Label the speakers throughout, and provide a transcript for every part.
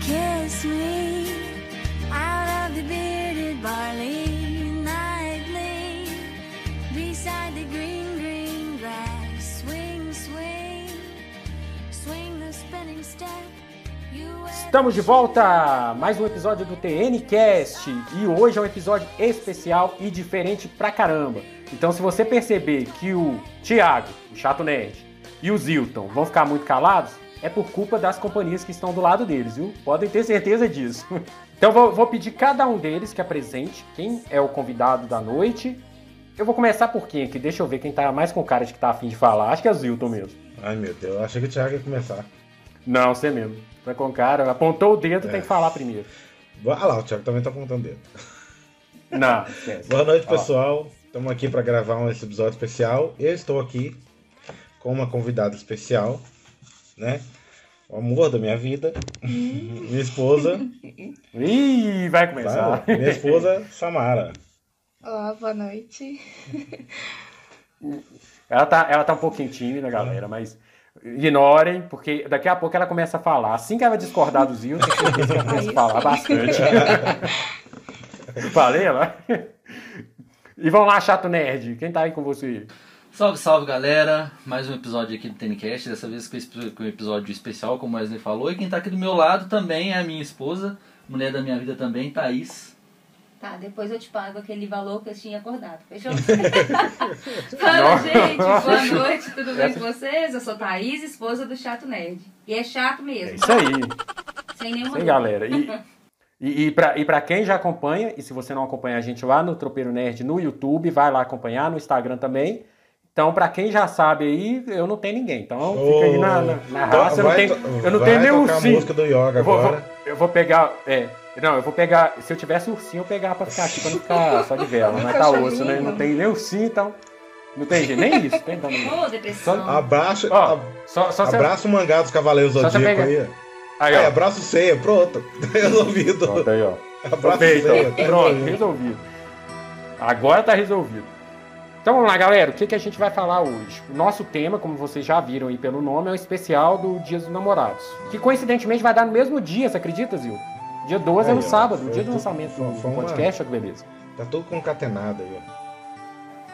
Speaker 1: takes me out of the bearded barley nightly beside the green, green grass. Swing, swing, swing the spinning step. You wear
Speaker 2: Estamos de
Speaker 1: the
Speaker 2: volta! Mais um episódio do TNCast e hoje é um episódio especial e diferente pra caramba. Então, se você perceber que o Thiago, o Chato Nerd, e o Zilton vão ficar muito calados, é por culpa das companhias que estão do lado deles, viu? Podem ter certeza disso. Então, vou, vou pedir cada um deles que apresente quem é o convidado da noite. Eu vou começar por quem aqui? Deixa eu ver quem tá mais com cara de que tá afim de falar. Acho que é o Zilton mesmo.
Speaker 3: Ai meu Deus, eu achei que o Thiago ia começar.
Speaker 2: Não, você mesmo. Tá com cara, apontou o dedo, tem que falar primeiro.
Speaker 3: Ah lá, o Thiago também tá apontando dedo.
Speaker 2: Não, esquece.
Speaker 3: Boa noite,
Speaker 2: Ó lá.
Speaker 3: pessoal. Estamos aqui para gravar um esse episódio especial. Eu estou aqui com uma convidada especial, né? O amor da minha vida. minha esposa.
Speaker 2: Ih, vai começar.
Speaker 3: tá? Minha esposa, Samara.
Speaker 4: Olá, boa noite.
Speaker 2: Ela tá, ela tá um pouquinho tímida, galera, mas ignorem, porque daqui a pouco ela começa a falar. Assim que ela discordar do Zil, tem certeza que ela começa a
Speaker 4: Aí
Speaker 2: falar
Speaker 4: sim.
Speaker 2: bastante. Falei, ela? E vão lá, Chato Nerd, quem tá aí com você?
Speaker 5: Salve, salve galera! Mais um episódio aqui do TNCast, dessa vez com esse- com um episódio especial, como o Wesley falou. E quem tá aqui do meu lado também é a minha esposa, mulher da minha vida também, Thaís.
Speaker 6: Tá, depois eu te pago aquele valor que eu tinha acordado. Fechou? Fala,
Speaker 2: Nossa.
Speaker 6: gente. Boa noite, tudo bem com vocês? Eu sou Thaís, esposa do Chato Nerd. E é
Speaker 2: É
Speaker 6: chato mesmo,
Speaker 2: isso aí,
Speaker 6: sem nenhuma
Speaker 2: sim,
Speaker 6: dúvida.
Speaker 2: galera. E, e, e, pra, e pra quem já acompanha, e se você não acompanha a gente lá no Tropeiro Nerd no YouTube, vai lá acompanhar, no Instagram também. Então, pra quem já sabe aí, eu não tenho ninguém. Então, fica aí na, na, na raça. Eu Ah, não
Speaker 3: Então, Vai
Speaker 2: tenho,
Speaker 3: to-
Speaker 2: eu não
Speaker 3: vai
Speaker 2: tenho nem
Speaker 3: tocar a
Speaker 2: ursinho.
Speaker 3: música do Yoga
Speaker 2: Eu vou,
Speaker 3: agora.
Speaker 2: vou- eu vou pegar. É, não, eu vou pegar. Se eu tivesse ursinho, eu pegava pra ficar aqui, pra não ficar só de vela. Mas tá osso, né? Não tem nem ursinho, então. Não tem jeito, nem isso. Tem também.
Speaker 6: Ô, depressão.
Speaker 3: Abraça,
Speaker 2: Ó,
Speaker 3: ab-
Speaker 2: só, só se-
Speaker 3: abraça o mangá dos Cavaleiros do
Speaker 2: Só você
Speaker 3: Zodíaco
Speaker 2: pega-
Speaker 3: aí.
Speaker 2: Aí,
Speaker 3: Aí,
Speaker 2: ó.
Speaker 3: abraça o ceia, pronto. Resolvido.
Speaker 2: Pronto, aí, ó.
Speaker 3: Abraça o
Speaker 2: Feito,
Speaker 3: ceia.
Speaker 2: ó.
Speaker 3: tá
Speaker 2: Pronto,
Speaker 3: resolvido.
Speaker 2: resolvido. Agora tá resolvido. Então vamos lá, galera. O que, que a gente vai falar hoje? O nosso tema, como vocês já viram aí pelo nome, é o especial do Dia dos Namorados. Que coincidentemente vai dar no mesmo dia, você acredita, Zil? Dia 12 é no
Speaker 3: Aí, ó.
Speaker 2: sábado, o
Speaker 3: Foi
Speaker 2: dia do
Speaker 3: tudo-
Speaker 2: lançamento
Speaker 3: foi-
Speaker 2: do
Speaker 3: foi uma-
Speaker 2: podcast, olha que beleza.
Speaker 3: Tá tudo concatenado aí. ó.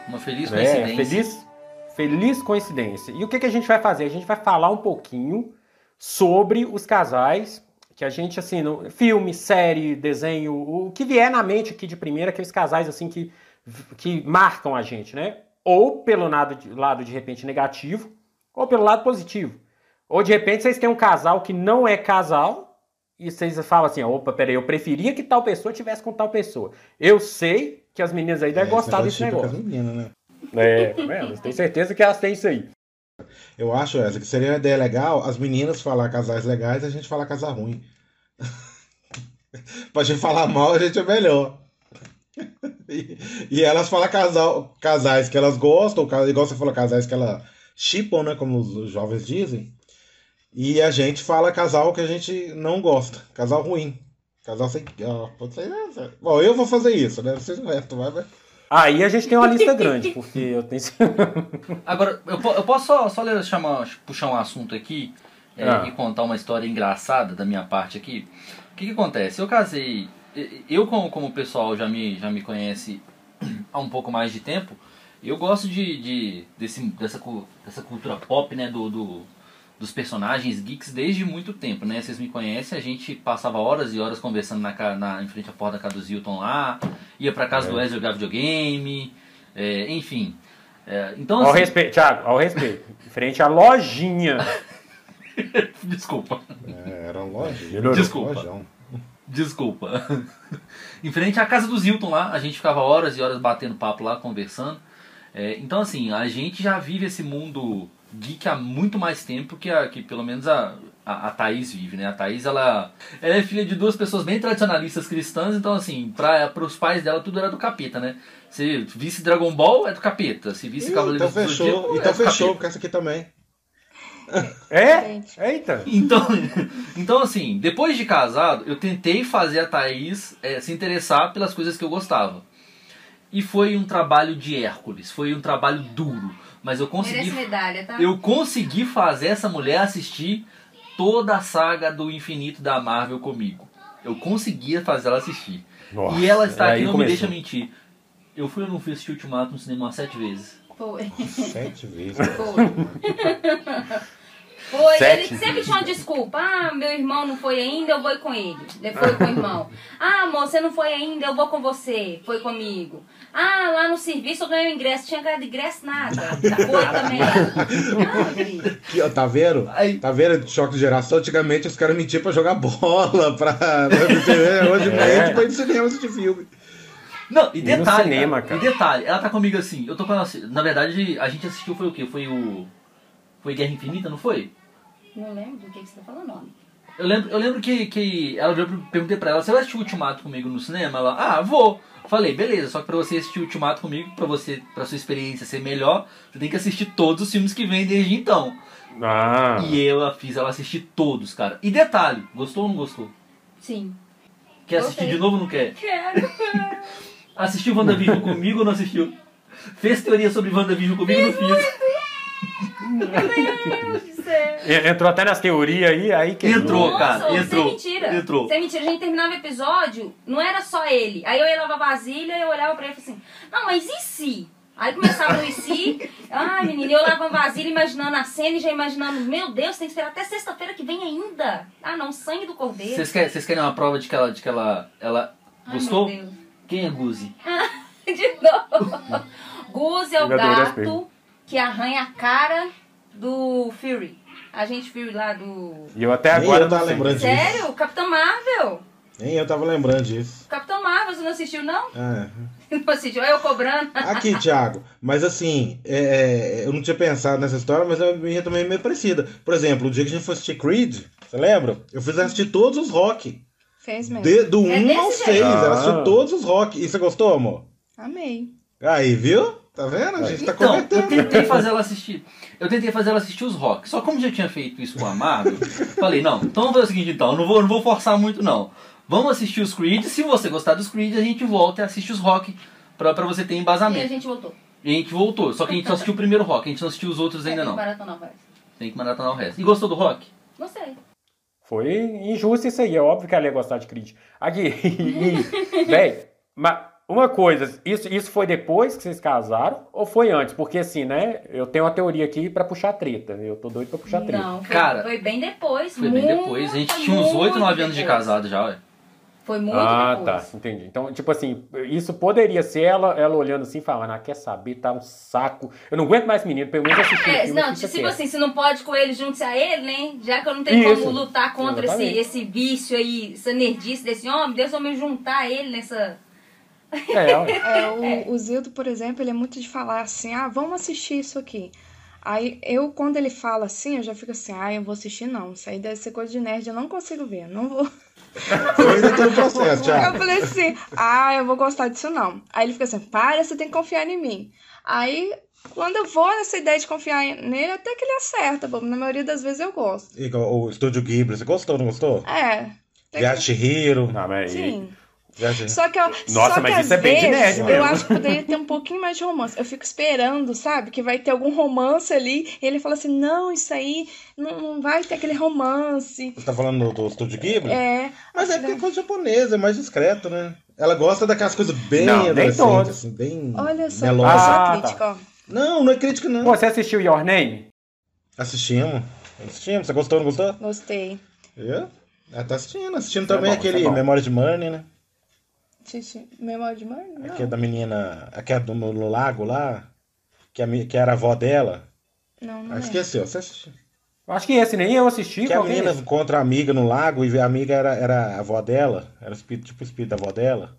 Speaker 5: Uma feliz
Speaker 2: É,
Speaker 5: coincidência.
Speaker 2: feliz, feliz coincidência. E o que, que a gente vai fazer? A gente vai falar um pouquinho sobre os casais que a gente, assim, no, filme, série, desenho, o que vier na mente aqui de primeira, aqueles casais, assim, que, que marcam a gente, né? Ou pelo lado de, lado, de repente, negativo, ou pelo lado positivo. Ou, de repente, vocês têm um casal que não é casal e vocês falam assim, opa, peraí, eu preferia que tal pessoa tivesse com tal pessoa. Eu sei que as meninas aí devem
Speaker 3: É,
Speaker 2: gostar
Speaker 3: esse
Speaker 2: desse
Speaker 3: é o típico
Speaker 2: negócio.
Speaker 3: das meninas, né?
Speaker 2: É, tem certeza que elas têm isso aí.
Speaker 3: Eu acho essa que seria uma ideia legal as meninas falar casais legais e a gente falar casar ruim. pra gente falar mal, a gente é melhor. E, e elas falar casal, casais que elas gostam, ca- igual você falou, casais que elas chipam, né? Como os, os jovens dizem. E a gente fala casal que a gente não gosta, casal ruim. Casal sem. ó, pode ser- né, Bom, eu vou fazer isso, né? Vocês não restam, vai, vai.
Speaker 2: Aí a gente tem uma lista grande, porque eu tenho.
Speaker 5: Agora, eu, po- eu posso só, só ler- chamar- puxar um assunto aqui é,
Speaker 2: Ah.
Speaker 5: e contar uma história engraçada da minha parte aqui. O que, que acontece? Eu casei. e- Eu, como, como o pessoal já me, já me conhece há um pouco mais de tempo, eu gosto de, de- desse, dessa, cu- dessa cultura pop, né? Do, do- dos personagens geeks desde muito tempo, né? Vocês me conhecem, a gente passava horas e horas conversando na, ca- na, em frente à porta da casa do Zilton lá, ia pra casa do Wesley jogar videogame, é, enfim. É, então,
Speaker 2: Ao
Speaker 5: assim,
Speaker 2: respeito, Thiago, ao respeito. Em Frente à lojinha.
Speaker 5: Desculpa.
Speaker 3: É, era um lojinho.
Speaker 5: Desculpa.
Speaker 3: Lojão.
Speaker 5: Desculpa. em frente à casa do Zilton lá, a gente ficava horas e horas batendo papo lá, conversando. É, então, assim, a gente já vive esse mundo geek há muito mais tempo que, a, que pelo menos a, a, a Thaís vive, né? A Thaís, ela, ela é filha de duas pessoas bem tradicionalistas cristãs, então, assim, para os pais dela tudo era do capeta, né? Se visse Dragon Ball, é do capeta. Se visse
Speaker 3: Ih,
Speaker 5: Cavaleiros
Speaker 3: Então
Speaker 5: do Zodíaco,
Speaker 3: fechou,
Speaker 5: é
Speaker 3: então
Speaker 5: do
Speaker 3: fechou,
Speaker 5: capeta.
Speaker 3: porque essa aqui também.
Speaker 2: É?
Speaker 4: Gente,
Speaker 2: Eita!
Speaker 5: Então, então, assim, depois de casado, eu tentei fazer a Thaís eh, se interessar pelas coisas que eu gostava. E foi um trabalho de Hércules, foi um trabalho duro. Mas eu consegui,
Speaker 6: Merece medalha, tá?
Speaker 5: eu consegui fazer essa mulher assistir toda a saga do infinito da Marvel comigo. Eu conseguia fazer ela assistir.
Speaker 2: Nossa, é,
Speaker 5: e ela está
Speaker 2: aí
Speaker 5: aqui, não me
Speaker 2: começou.
Speaker 5: deixa mentir. Eu fui ou não fui assistir Ultimato no cinema umas sete vezes.
Speaker 6: Foi.
Speaker 3: Sete vezes.
Speaker 6: Foi. Foi,
Speaker 2: Sete.
Speaker 6: ele sempre tinha uma desculpa. Ah, meu irmão não foi ainda, eu vou com ele. Ele foi com o irmão. Ah, amor, você não foi ainda, eu vou com você. Foi comigo. Ah, lá no serviço eu ganhei o ingresso. Tinha ganhado ingresso, nada. Foi também. Ah, filho.
Speaker 3: Aqui, ó, tá vendo?
Speaker 5: Aí-
Speaker 3: Tá vendo? Choque de geração. Antigamente os caras mentiam pra jogar bola, pra. pra beber. Hoje
Speaker 2: É.
Speaker 3: é. a gente foi no cinema assistir filme.
Speaker 5: Não, e
Speaker 2: no
Speaker 5: detalhe.
Speaker 2: cinema,
Speaker 5: E
Speaker 2: cara.
Speaker 5: detalhe, ela tá comigo assim. Eu tô com ela assim. Na verdade, a gente assistiu foi o quê? Foi o. Foi Guerra Infinita, não foi?
Speaker 6: Não lembro do que, que você tá falando, homem.
Speaker 5: Eu lembro, eu lembro que, que ela eu perguntei pra ela, você vai assistir o Ultimato comigo no cinema? Ela, ah, vou. Falei, beleza, só que pra você assistir o Ultimato comigo, pra você, pra sua experiência ser melhor, você tem que assistir todos os filmes que vem desde então.
Speaker 2: Ah,
Speaker 5: E eu fiz ela assistir todos, cara. E detalhe, gostou ou não gostou?
Speaker 6: Sim.
Speaker 5: Quer assistir
Speaker 6: Gostei.
Speaker 5: de novo ou não quer?
Speaker 6: Quero.
Speaker 5: Assistiu WandaVision comigo ou não assistiu? Fez teoria sobre WandaVision comigo ou não fiz?
Speaker 6: Meu Deus do céu.
Speaker 2: E- entrou até nas teorias aí, aí que
Speaker 5: é- Entrou.
Speaker 6: Nossa,
Speaker 5: cara, entrou,
Speaker 6: Sem mentira.
Speaker 5: entrou.
Speaker 6: Sem mentira. A gente terminava o episódio, não era só ele. Aí eu ia lavar vasilha e eu olhava pra ele e falava assim: Não, mas e se? Aí começava o e se. Ai, menina, eu lavando vasilha, imaginando a cena e já imaginando: Meu Deus, tem que esperar até sexta-feira que vem ainda. Ah, não, sangue do cordeiro.
Speaker 5: Vocês querem, vocês querem uma prova de que ela, de que ela, ela
Speaker 6: Ai,
Speaker 5: gostou?
Speaker 6: meu Deus.
Speaker 5: Quem é Guzi?
Speaker 6: De novo. Goose é o
Speaker 2: Eu adorei esse
Speaker 6: gato que arranha a cara do Fury. A gente Fury lá do.
Speaker 2: E eu até
Speaker 3: Nem
Speaker 2: É, agora.
Speaker 3: eu tava
Speaker 2: não sei.
Speaker 3: lembrando disso.
Speaker 6: Sério? Capitão Marvel?
Speaker 3: Nem eu tava lembrando disso.
Speaker 6: Capitão Marvel, você não assistiu, não?
Speaker 3: É.
Speaker 6: Não assistiu, eu cobrando.
Speaker 3: Aqui, Thiago, mas assim, é, é, eu não tinha pensado nessa história, mas a minha também é meio parecida. Por exemplo, o dia que a gente foi assistir Creed, você lembra? Eu fiz ela assistir todos os rock.
Speaker 4: Fez mesmo.
Speaker 3: De- do 1
Speaker 6: É
Speaker 3: ao
Speaker 6: desse
Speaker 3: 6, ela
Speaker 2: Ah.
Speaker 3: assistiu todos os rock. E você gostou, amor?
Speaker 4: Amei.
Speaker 3: Aí, viu? Tá vendo? A gente tá
Speaker 5: Então, eu
Speaker 3: convertendo.
Speaker 5: tentei fazer ela assistir. Eu tentei fazer ela assistir os rock. Só como já tinha feito isso com a Marvel, falei, não, então vamos fazer o seguinte então, eu não vou, não vou forçar muito não. Vamos assistir os Creed, se você gostar dos Creed, a gente volta e assiste os rock pra, pra você ter
Speaker 6: E a
Speaker 5: embasamento.
Speaker 6: gente voltou.
Speaker 5: E a gente voltou, só que a gente só assistiu o primeiro rock, a gente não assistiu os outros ainda
Speaker 6: É, tem
Speaker 5: não.
Speaker 6: maratona, vai.
Speaker 5: Tem que maratonar o resto. E gostou do rock?
Speaker 6: Gostei.
Speaker 2: Foi injusto isso aí, é óbvio que ela ia gostar de Creed. Aqui, bem, mas uma coisa, isso, isso foi depois que vocês casaram ou foi antes? Porque assim, né, eu tenho uma teoria aqui pra puxar treta, eu tô doido pra puxar treta.
Speaker 6: Não, foi,
Speaker 5: Tá Cara,
Speaker 6: foi bem depois.
Speaker 5: Foi bem
Speaker 6: muito,
Speaker 5: depois, a gente
Speaker 6: foi
Speaker 5: tinha uns
Speaker 6: muito
Speaker 5: 8, 9 anos de
Speaker 6: depois.
Speaker 5: casado já, ué.
Speaker 6: Foi muito
Speaker 2: ah,
Speaker 6: depois.
Speaker 2: tá, entendi. Então, tipo assim, isso poderia ser ela, ela olhando assim e falando, ah, quer saber, tá um saco. Eu não aguento mais menino, pelo menos assistir
Speaker 6: É,
Speaker 2: filme,
Speaker 6: não,
Speaker 2: fica
Speaker 6: tipo
Speaker 2: quieto."
Speaker 6: assim, se não pode com ele, junte-se a ele, né? Já que eu não tenho
Speaker 2: Isso.
Speaker 6: como lutar contra esse,
Speaker 2: Exatamente.
Speaker 6: esse vício aí, essa nerdice desse homem, Deus vai me juntar a ele nessa. assim.
Speaker 2: É, olha.
Speaker 4: É, o, o Zildo, por exemplo, ele é muito de falar assim, ah, vamos assistir isso aqui. Aí eu, quando ele fala assim, eu já fico assim, ah, eu vou assistir não. Isso aí deve ser coisa de nerd, eu não consigo ver, não vou.
Speaker 3: Eu ainda tô no processo,
Speaker 4: Eu
Speaker 3: Thiago.
Speaker 4: falei assim, ah, eu vou gostar disso não. Aí ele fica assim, para, você tem que confiar em mim. Aí, quando eu vou nessa ideia de confiar nele, até que ele acerta, bom, na maioria das vezes eu gosto.
Speaker 3: Igual o Estúdio Ghibli, você gostou, não gostou?
Speaker 4: É. tem
Speaker 3: Viagem de Hiro.
Speaker 2: Não, mas
Speaker 4: Sim.
Speaker 3: Viagem...
Speaker 4: Só que, eu,
Speaker 2: Nossa,
Speaker 4: só
Speaker 2: mas
Speaker 4: que
Speaker 2: isso é
Speaker 4: às
Speaker 2: bem de
Speaker 4: vezes,
Speaker 2: nerd
Speaker 4: Eu
Speaker 2: mesmo.
Speaker 4: acho que poderia ter um pouquinho mais de romance. Eu fico esperando, sabe? Que vai ter algum romance ali. E ele fala assim: não, isso aí não, não vai ter aquele romance.
Speaker 3: Você tá falando do, do Estúdio Ghibli?
Speaker 4: É.
Speaker 3: Mas é porque é coisa japonesa, é mais discreto, né? Ela gosta daquelas coisas bem
Speaker 2: Não, nem
Speaker 3: adolescentes,
Speaker 2: todas.
Speaker 3: assim, bem
Speaker 4: Olha só,
Speaker 3: melosa.
Speaker 2: Ah,
Speaker 4: só crítica, ó.
Speaker 3: Não, não é crítica, não.
Speaker 2: Pô, você assistiu Your Name?
Speaker 3: Assistimos. Assistimos. Você gostou, não gostou?
Speaker 4: Gostei.
Speaker 3: Eu? Ela tá assistindo. Assistindo
Speaker 2: Isso é
Speaker 3: também
Speaker 2: bom, isso é
Speaker 3: aquele
Speaker 2: bom.
Speaker 3: Memória de Money, né?
Speaker 4: Xixi, Memória de mãe? Não.
Speaker 3: Aquele da menina... Aquela do no, no lago lá. Que, a me- que era a avó dela.
Speaker 4: Não, não
Speaker 3: Ah,
Speaker 4: é.
Speaker 3: esqueceu. Você assistiu.
Speaker 2: Acho que esse nem eu assisti.
Speaker 3: Que a
Speaker 2: qual que é
Speaker 3: menina
Speaker 2: esse?
Speaker 3: encontra a amiga no lago e a amiga era, era a avó dela. Era o espírito, tipo o espírito da avó dela.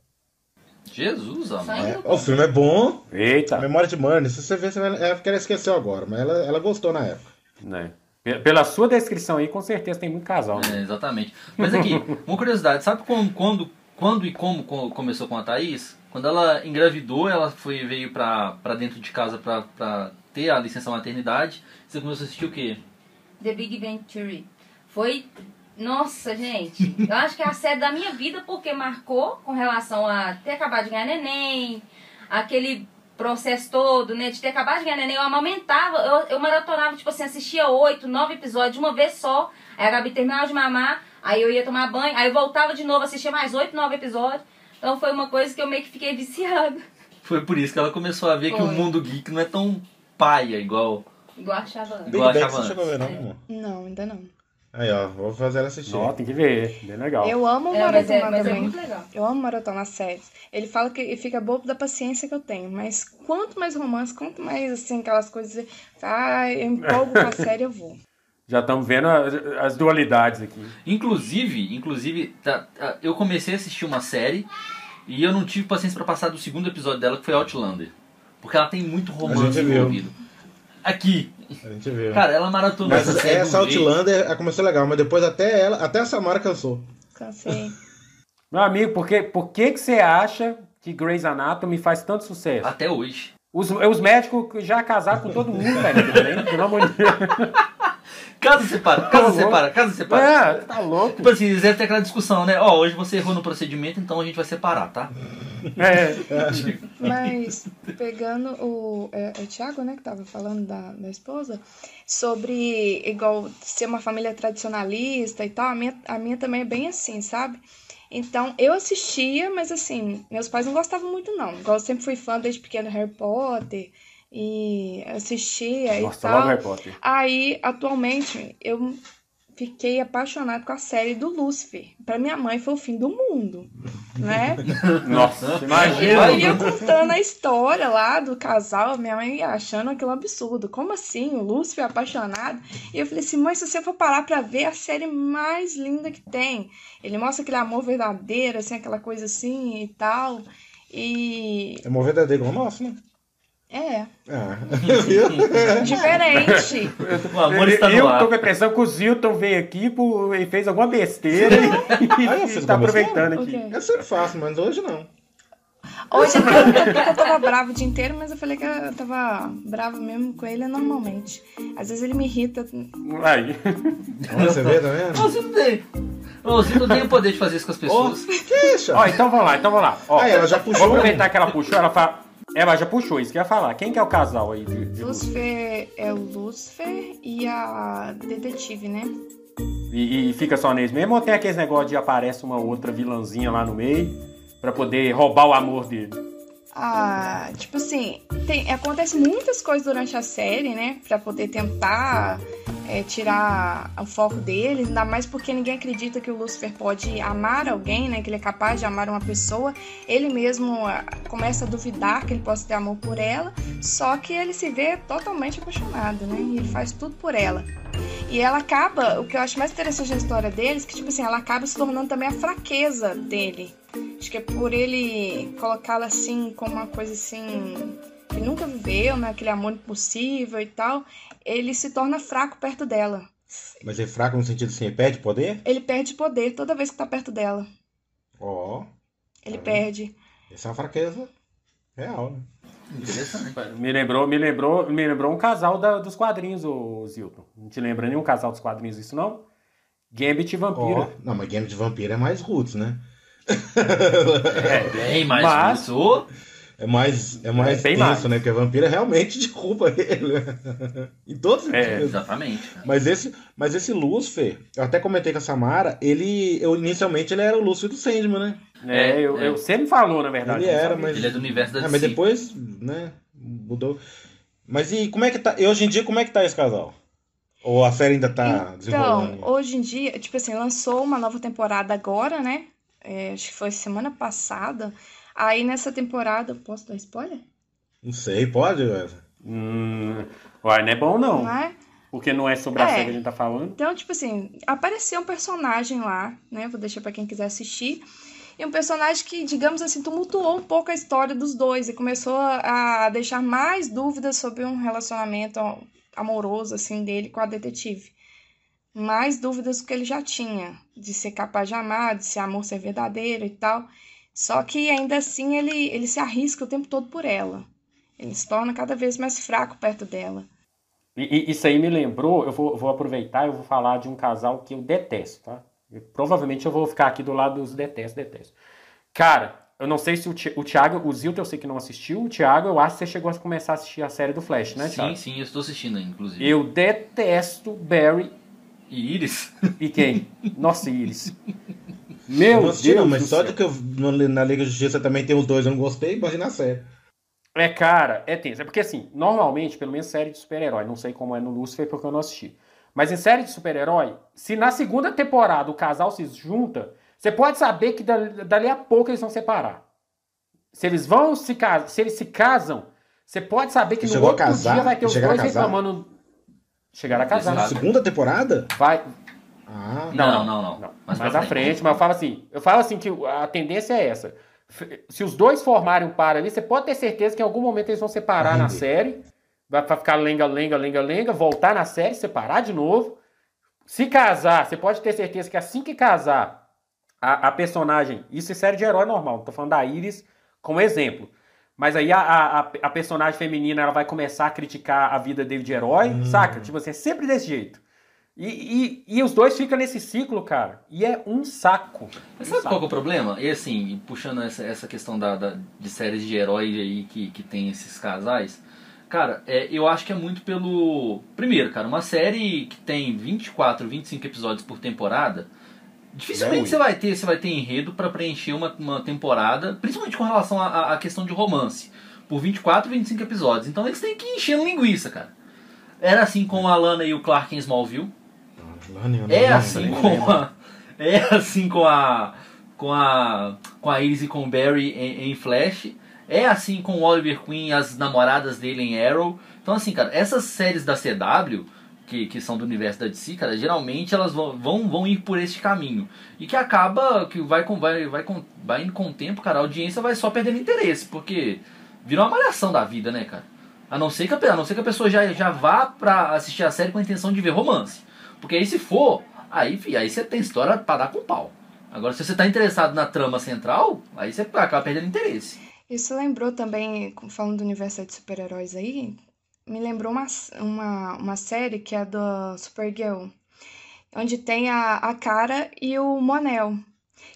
Speaker 5: Jesus, amor.
Speaker 6: Ai,
Speaker 3: É,
Speaker 6: meu
Speaker 3: O filme é bom.
Speaker 2: Eita,
Speaker 3: Memória de Money. Se você ver, você vai... é porque ela esqueceu agora. Mas ela, ela gostou na época.
Speaker 2: né? Pe- Pela sua descrição aí, com certeza tem muito casal, né?
Speaker 5: É, exatamente. Mas aqui, uma curiosidade, sabe como- quando, quando e como co- começou com a Thaís? Quando ela engravidou, ela foi, veio pra, pra dentro de casa pra, pra ter a licença maternidade. Você começou a assistir o quê?
Speaker 6: The Big Bang Theory. Foi. Nossa, gente. Eu acho que é a série da minha vida porque marcou com relação a ter acabado de ganhar neném, aquele processo todo, né? De ter acabado de ganhar neném. Eu amamentava, eu, eu maratonava, tipo assim, assistia oito, nove episódios de uma vez só. Aí a Gabi terminava de mamar. Aí eu ia tomar banho, aí eu voltava de novo, assistia mais oito, nove episódios. Então foi uma coisa que eu meio que fiquei viciada.
Speaker 5: Foi por isso que ela começou a ver que o
Speaker 6: Foi.
Speaker 5: mundo geek não é tão paia igual.
Speaker 6: Igual achava antes.
Speaker 3: Big
Speaker 5: Igual
Speaker 3: Bang
Speaker 5: achava
Speaker 3: você chegou a ver, não,
Speaker 6: antes.
Speaker 3: amor?
Speaker 4: Não, ainda não.
Speaker 3: Aí, ó, vou fazer ela assistir.
Speaker 2: Ó, tem que ver, bem legal.
Speaker 4: Eu amo
Speaker 6: É, mas é,
Speaker 4: maratona
Speaker 6: mas é
Speaker 4: também.
Speaker 6: muito legal.
Speaker 4: Eu amo maratona séries. Ele fala que ele fica bobo da paciência que eu tenho, mas quanto mais romance, quanto mais assim, aquelas coisas. Ah, eu empolgo com a série, eu vou.
Speaker 2: Já estamos vendo a- as dualidades aqui.
Speaker 5: Inclusive, inclusive, tá- tá- eu comecei a assistir uma série e eu não tive paciência pra passar do segundo episódio dela, que foi Outlander. Porque ela tem muito romance
Speaker 3: gente viu.
Speaker 5: envolvido. Aqui.
Speaker 3: A gente vê.
Speaker 5: Cara, ela maratonou
Speaker 3: Mas
Speaker 5: essa série.
Speaker 3: essa
Speaker 5: de um jeito.
Speaker 3: Outlander ela começou legal, mas depois até ela, até a Samara cansou.
Speaker 4: Cansei.
Speaker 2: Meu amigo, por que, por que, que você acha que Grey's Anatomy faz tanto sucesso?
Speaker 3: Ah.
Speaker 5: Até hoje.
Speaker 2: Os, os médicos já casaram com todo mundo, velho. né? Pelo amor de Deus.
Speaker 5: Casa separa,
Speaker 2: Tá
Speaker 5: casa
Speaker 2: louco.
Speaker 5: separa, casa separa.
Speaker 2: É, tá louco.
Speaker 5: Tipo assim, eles devem ter aquela discussão, né? Ó, hoje você errou no procedimento, então a gente vai separar, tá?
Speaker 2: É,
Speaker 4: Mas pegando o, é, é o Thiago, né, que tava falando da minha esposa, sobre igual ser uma família tradicionalista e tal, a minha, a minha também é bem assim, sabe? Então, eu assistia, mas assim, meus pais não gostavam muito, não. Igual eu sempre fui fã desde pequeno de Harry Potter e assistia e
Speaker 2: Nossa,
Speaker 4: tal.
Speaker 2: logo é Harry Potter.
Speaker 4: Aí, atualmente, eu fiquei apaixonado com a série do Lúcifer. Pra minha mãe foi o fim do mundo, né?
Speaker 2: Nossa,
Speaker 4: Eu
Speaker 2: imagina.
Speaker 4: ia contando a história lá do casal, minha mãe achando aquilo um absurdo. Como assim? O Lúcifer apaixonado? E eu falei assim, mãe, se você for parar pra ver é a série mais linda que tem. Ele mostra aquele amor verdadeiro, assim, aquela coisa assim e tal. E
Speaker 3: É uma verdadeira igual o nosso, né?
Speaker 4: é
Speaker 3: Ah, viu?
Speaker 5: É.
Speaker 4: diferente.
Speaker 5: O amor está
Speaker 2: eu
Speaker 5: no
Speaker 2: tô
Speaker 5: ar.
Speaker 2: com a impressão que o Zilton veio aqui por- e fez alguma besteira e,
Speaker 3: Ah, eu
Speaker 2: e
Speaker 3: fiz
Speaker 2: tá
Speaker 3: alguma
Speaker 2: aproveitando
Speaker 4: besteira?
Speaker 2: aqui.
Speaker 4: Ok.
Speaker 3: Eu sempre faço, mas hoje não.
Speaker 4: Hoje eu tava, eu tava brava o dia inteiro, mas eu falei que eu tava brava mesmo com ele normalmente. Às vezes ele me irrita.
Speaker 2: Aí.
Speaker 3: Olha, Você vê, tá vendo?
Speaker 5: Você não tem. Você não tem o poder de fazer isso com as pessoas.
Speaker 3: Que isso?
Speaker 2: Ó, então vamos lá, então vamos lá. Ó,
Speaker 3: Ah, ela já puxou.
Speaker 2: Vou aproveitar que ela puxou, ela fala. Ela já puxou, isso que eu ia falar. Quem que é o casal aí de, de Lúcifer?
Speaker 4: Lúcifer é o Lúcifer e a detetive, né?
Speaker 2: E, e fica só neles mesmo? Ou tem aqueles negócios de aparece uma outra vilãzinha lá no meio pra poder roubar o amor dele?
Speaker 4: Ah, tipo assim, tem, acontece muitas coisas durante a série, né? Pra poder tentar é, tirar o foco deles, ainda mais porque ninguém acredita que o Lucifer pode amar alguém, né? Que ele é capaz de amar uma pessoa. Ele mesmo ah, começa a duvidar que ele possa ter amor por ela, só que ele se vê totalmente apaixonado, né? E ele faz tudo por ela. E ela acaba, o que eu acho mais interessante da história deles, que tipo assim, ela acaba se tornando também a fraqueza dele. Acho que é por ele colocá-la assim, como uma coisa assim, que nunca viveu, né? Aquele amor impossível e tal. Ele se torna fraco perto dela.
Speaker 3: Mas é fraco no sentido assim, perde poder?
Speaker 4: Ele perde poder toda vez que tá perto dela.
Speaker 3: Ó,
Speaker 4: Ele
Speaker 3: Uhum.
Speaker 4: perde.
Speaker 3: essa é uma fraqueza real, né?
Speaker 5: Interessante.
Speaker 2: Me lembrou, me lembrou, me lembrou um casal da- dos quadrinhos, ô Zilton. Não te lembra nenhum casal dos quadrinhos isso, não? Gambit e
Speaker 3: Ó,
Speaker 2: Vampira.
Speaker 3: não, mas game de vampiro é mais roots, né?
Speaker 5: É bem mais
Speaker 2: Mas-
Speaker 5: isso.
Speaker 3: É mais, é mais
Speaker 2: É bem
Speaker 3: tenso,
Speaker 2: mais.
Speaker 3: né? Porque a vampira realmente derruba ele. em todos os
Speaker 2: É.
Speaker 3: sentidos.
Speaker 5: Exatamente. cara.
Speaker 3: Mas esse, mas esse Lúcifer, eu até comentei com a Samara, ele, eu, inicialmente ele era o Lúcifer do Sandman, né?
Speaker 2: É,
Speaker 5: É,
Speaker 2: eu,
Speaker 5: é.
Speaker 2: eu- você me falou, na verdade.
Speaker 3: Ele
Speaker 2: eu não
Speaker 3: era,
Speaker 2: sabia.
Speaker 3: mas-
Speaker 5: Ele é do universo da
Speaker 3: Ah,
Speaker 5: DC.
Speaker 3: mas depois, né, mudou. Mas e como é que tá, e hoje em dia, como é que tá esse casal? Ou a série ainda tá
Speaker 4: Então,
Speaker 3: desenrolando?
Speaker 4: hoje em dia, tipo assim, lançou uma nova temporada agora, né? É, acho que foi semana passada. Aí nessa temporada. Posso dar spoiler?
Speaker 3: Não sei, pode? Wesley?
Speaker 2: Hum, uai, não é bom, não.
Speaker 4: Não é?
Speaker 2: Porque não é sobre a
Speaker 4: É.
Speaker 2: série que a gente tá falando.
Speaker 4: Então, tipo assim, apareceu um personagem lá, né? Vou deixar pra quem quiser assistir. E um personagem que, digamos assim, tumultuou um pouco a história dos dois e começou a a deixar mais dúvidas sobre um relacionamento amoroso, assim, dele com a detetive. Mais dúvidas do que ele já tinha, de ser capaz de amar, de se amor ser verdadeiro e tal. Só que ainda assim ele, ele se arrisca o tempo todo por ela. Ele se torna cada vez mais fraco perto dela.
Speaker 2: E, e- isso aí me lembrou, eu vou, vou aproveitar, eu vou falar de um casal que eu detesto, tá? Eu- provavelmente eu vou ficar aqui do lado dos detesto, detesto. Cara, eu não sei se o, Ti- o Thiago, o Zilton eu sei que não assistiu, o Thiago eu acho que você chegou a começar a assistir a série do Flash, né,
Speaker 5: sim,
Speaker 2: Thiago?
Speaker 5: sim, eu estou assistindo, inclusive.
Speaker 2: Eu detesto Barry
Speaker 5: E Iris?
Speaker 2: E quem? Nossa, Iris. Meu
Speaker 3: eu não assisti,
Speaker 2: Deus
Speaker 3: não, mas
Speaker 2: do
Speaker 3: só
Speaker 2: céu.
Speaker 3: de que eu, no- na Liga da Justiça também tem os dois, eu não gostei, imagina a série.
Speaker 2: É, cara, é tenso. É porque, assim, normalmente, pelo menos série de super-herói, não sei como é no Lucifer porque eu não assisti. Mas em série de super-herói, se na segunda temporada o casal se junta, você pode saber que dali, dali a pouco eles vão separar. Se eles vão se casar, se eles se casam, você pode saber que
Speaker 3: Ele
Speaker 2: no
Speaker 3: chegou a
Speaker 2: outro
Speaker 3: casar?
Speaker 2: dia vai ter os
Speaker 3: Chegaram a
Speaker 2: dois
Speaker 3: casar?
Speaker 2: reclamando. Chegaram a
Speaker 3: Na
Speaker 2: casar.
Speaker 5: Exato.
Speaker 3: segunda temporada?
Speaker 2: Vai,
Speaker 3: Ah,
Speaker 5: Não, não, não.
Speaker 2: mas
Speaker 5: Mais
Speaker 2: Mais
Speaker 5: pra
Speaker 2: à
Speaker 5: frente.
Speaker 2: frente, mas eu falo assim, eu falo assim que a tendência é essa. F- Se os dois formarem um par ali, você pode ter certeza que em algum momento eles vão separar
Speaker 3: Vai
Speaker 2: na
Speaker 3: render.
Speaker 2: série. Vai pra ficar lenga, lenga, lenga, lenga, voltar na série, separar de novo. Se casar, você pode ter certeza que assim que casar a, a personagem, isso é série de herói normal, não tô falando da Iris como exemplo. Mas aí a, a, a- a personagem feminina ela vai começar a criticar a vida dele de herói,
Speaker 3: Hum.
Speaker 2: saca? Tipo assim, é sempre desse jeito. E, e, e os dois ficam nesse ciclo, cara. E é um saco.
Speaker 5: Mas
Speaker 2: Um
Speaker 5: sabe qual
Speaker 2: saco.
Speaker 5: que é o problema? E assim, puxando essa, essa questão da, da- de séries de heróis aí que, que tem esses casais, cara, é, eu acho que é muito pelo. Primeiro, cara, uma série que tem 24, 25 episódios por temporada,
Speaker 3: Não é
Speaker 5: dificilmente você
Speaker 3: muito.
Speaker 5: vai ter, você vai ter enredo pra preencher uma, uma temporada, principalmente com relação à- à à questão de romance, por 24, 25 episódios. Então eles têm que encher linguiça, cara. Era assim com a Lana e o Clark em Smallville.
Speaker 3: Lani, eu né? não
Speaker 5: É
Speaker 3: lembro,
Speaker 5: assim
Speaker 3: nem
Speaker 5: com
Speaker 3: lembro.
Speaker 5: a. É assim com a. Com a. Com a Iris e com o Barry em, em Flash. É assim com o Oliver Queen e as namoradas dele em Arrow. Então, assim, cara, essas séries da CW, que, que são do universo da DC, cara, geralmente elas vão, vão, vão ir por este caminho. E que acaba, que vai com, vai, vai, com, vai indo com o tempo, cara, a audiência vai só perdendo interesse, porque virou uma malhação da vida, né, cara? A não ser que a, pe- a não ser que a pessoa já, já vá pra assistir a série com a intenção de ver romance. Porque aí se for, aí, fi, aí você tem história pra dar com pau. Agora, se você tá interessado na trama central, aí você acaba perdendo interesse.
Speaker 4: Isso lembrou também, falando do universo de super-heróis aí, me lembrou uma, uma, uma série que é da Supergirl, onde tem a, a Kara e o Monel,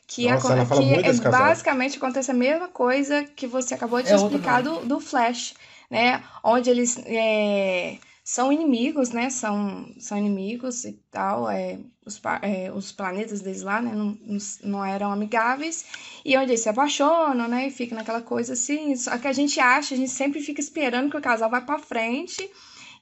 Speaker 4: que,
Speaker 3: Nossa,
Speaker 4: acon-
Speaker 3: ela fala
Speaker 4: que
Speaker 3: muito
Speaker 4: é,
Speaker 3: desse casal.
Speaker 4: basicamente acontece a mesma coisa que você acabou de
Speaker 5: É outra
Speaker 4: explicar do, do Flash, né? Onde eles é, são inimigos, né? São, são inimigos e tal, é, os, pa- é, os planetas deles lá, né? Não, não, não eram amigáveis. E onde eles se apaixonam, né? E fica naquela coisa assim. Só que a gente acha, a gente sempre fica esperando que o casal vai pra frente.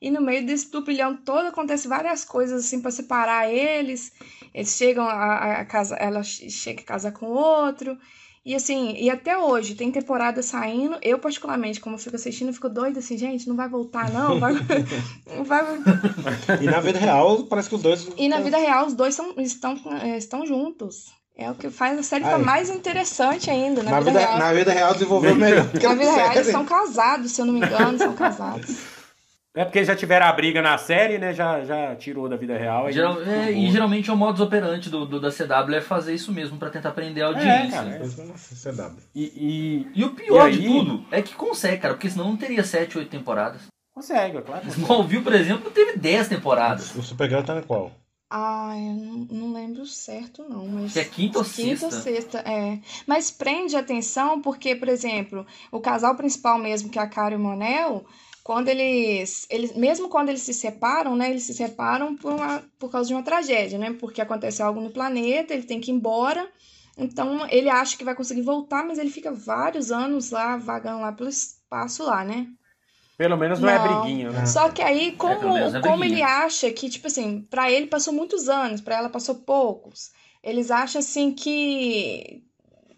Speaker 4: E no meio desse turbilhão todo acontece várias coisas assim pra separar eles. Eles chegam a, a, a casa, ela che- chega a casar com outro. E assim, e até hoje tem temporada saindo. Eu, particularmente, como eu fico assistindo, eu fico doida assim, gente, não vai voltar, não. Vai, não vai,
Speaker 3: E na vida real, parece que os dois.
Speaker 4: e na vida real, os dois são- estão, eh, estão juntos. É o que faz a série ficar
Speaker 3: Aí.
Speaker 4: mais interessante ainda. Na,
Speaker 3: na
Speaker 4: vida,
Speaker 3: vida,
Speaker 4: real.
Speaker 3: na vida real desenvolveu melhor. que
Speaker 4: Na vida real, eles
Speaker 3: série.
Speaker 4: são casados, se eu não me engano, são casados.
Speaker 2: É porque já tiveram a briga na série, né? Já, já tirou da vida real. aí
Speaker 5: Geral- é,
Speaker 2: ficou.
Speaker 5: e geralmente o modus operandi do, do- da CW é fazer isso mesmo pra tentar prender a
Speaker 2: É,
Speaker 5: audiência.
Speaker 2: cara, é.
Speaker 3: Nossa, CW.
Speaker 2: E, e
Speaker 5: E o pior
Speaker 2: E aí-
Speaker 5: de tudo é que consegue, cara, porque senão não teria 7, 8 temporadas.
Speaker 2: consegue, é claro.
Speaker 5: Smallville, por exemplo, teve 10 temporadas.
Speaker 3: O Supergirl tá na qual?
Speaker 4: Ah, eu não, não lembro certo, não, mas.
Speaker 5: Que é quinta ou
Speaker 4: Quinta
Speaker 5: sexta.
Speaker 4: ou sexta, é. Mas prende atenção porque, por exemplo, o casal principal mesmo, que é a Cara e o Monel, quando eles, eles. Mesmo quando eles se separam, né? Eles se separam por, uma, por causa de uma tragédia, né? Porque acontece algo no planeta, ele tem que ir embora. Então ele acha que vai conseguir voltar, mas ele fica vários anos lá, vagando lá pelo espaço lá, né?
Speaker 2: Pelo menos não, é
Speaker 4: Não.
Speaker 2: briguinha, né?
Speaker 4: Só que aí, como,
Speaker 5: pelo menos é
Speaker 4: como
Speaker 5: briguinha.
Speaker 4: ele acha que, tipo assim, pra ele passou muitos anos, pra ela passou poucos. Eles acham assim que.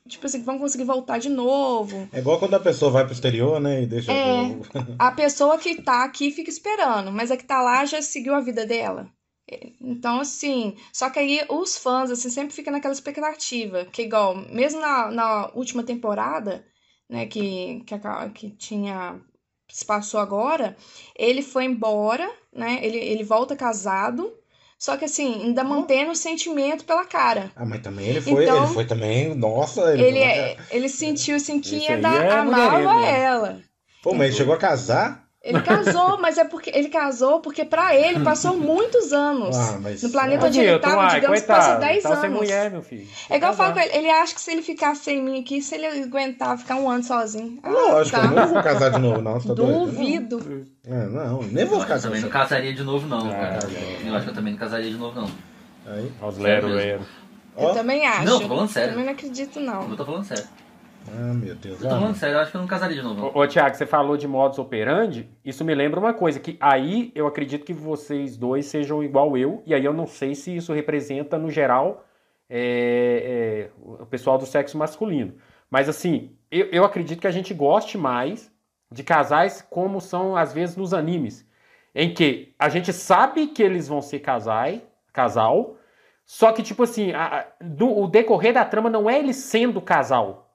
Speaker 4: Tipo assim, que vão conseguir voltar de novo.
Speaker 3: É igual quando a pessoa vai pro exterior, né? E deixa.
Speaker 4: É.
Speaker 3: o-
Speaker 4: A pessoa que tá aqui fica esperando, mas a que tá lá já seguiu a vida dela. É, Então, assim, só que aí os fãs, assim, sempre ficam naquela expectativa. Que igual, mesmo na, na última temporada, né, que, que, aca- que tinha. Se passou agora, ele foi embora, né? Ele, ele volta casado. Só que assim,
Speaker 2: Hum?
Speaker 4: ainda mantendo o sentimento pela cara.
Speaker 3: Ah, mas também ele foi.
Speaker 4: Então-
Speaker 3: Ele foi também. Nossa, ele.
Speaker 4: Ele, é- ele sentiu assim que
Speaker 2: Esse
Speaker 4: ia
Speaker 2: aí
Speaker 4: dar,
Speaker 2: é
Speaker 4: amava
Speaker 2: mulherengo, né?
Speaker 4: ela.
Speaker 3: Pô, mas ele chegou a casar?
Speaker 4: Ele casou, mas é porque ele casou porque pra ele passou muitos anos.
Speaker 3: Ah, mas-
Speaker 4: No planeta
Speaker 2: Ô,
Speaker 4: onde ele
Speaker 2: Newton,
Speaker 4: tava,
Speaker 2: ai,
Speaker 4: digamos que passou 10
Speaker 2: tá sem
Speaker 4: anos.
Speaker 2: mulher, meu filho. Tá
Speaker 4: É igual eu falo
Speaker 2: Casar.
Speaker 4: com ele, ele acha que se ele ficar sem mim aqui, se ele aguentar ficar um ano sozinho. Ah,
Speaker 3: Lógico, né? eu
Speaker 4: tá.
Speaker 3: não vou casar de novo, não. Você tá doido?
Speaker 4: Duvido.
Speaker 3: É, não, nem vou ficar
Speaker 5: Eu
Speaker 3: com
Speaker 5: também não
Speaker 3: você.
Speaker 5: casaria de novo, não, cara.
Speaker 2: Ah,
Speaker 3: cara.
Speaker 2: é.
Speaker 5: Eu acho que eu também não casaria de novo, não.
Speaker 3: Aí.
Speaker 2: Os
Speaker 5: Sério
Speaker 2: Lero Lero.
Speaker 3: Ó.
Speaker 4: Eu também acho.
Speaker 5: Não, tô falando sério.
Speaker 4: Também não acredito, não.
Speaker 5: Eu tô falando sério.
Speaker 3: Ah, meu Deus.
Speaker 5: Eu tô falando sério, eu acho que eu não casaria de novo, não.
Speaker 2: Ô, ô Tiago, você falou de modus operandi, isso me lembra uma coisa, que aí eu acredito que vocês dois sejam igual eu, e aí eu não sei se isso representa, no geral, é, é, o pessoal do sexo masculino. Mas assim, eu, eu acredito que a gente goste mais de casais como são, às vezes, nos animes. Em que a gente sabe que eles vão ser casai, casal, só que, tipo assim, a- a- do- o decorrer da trama não é eles sendo casal.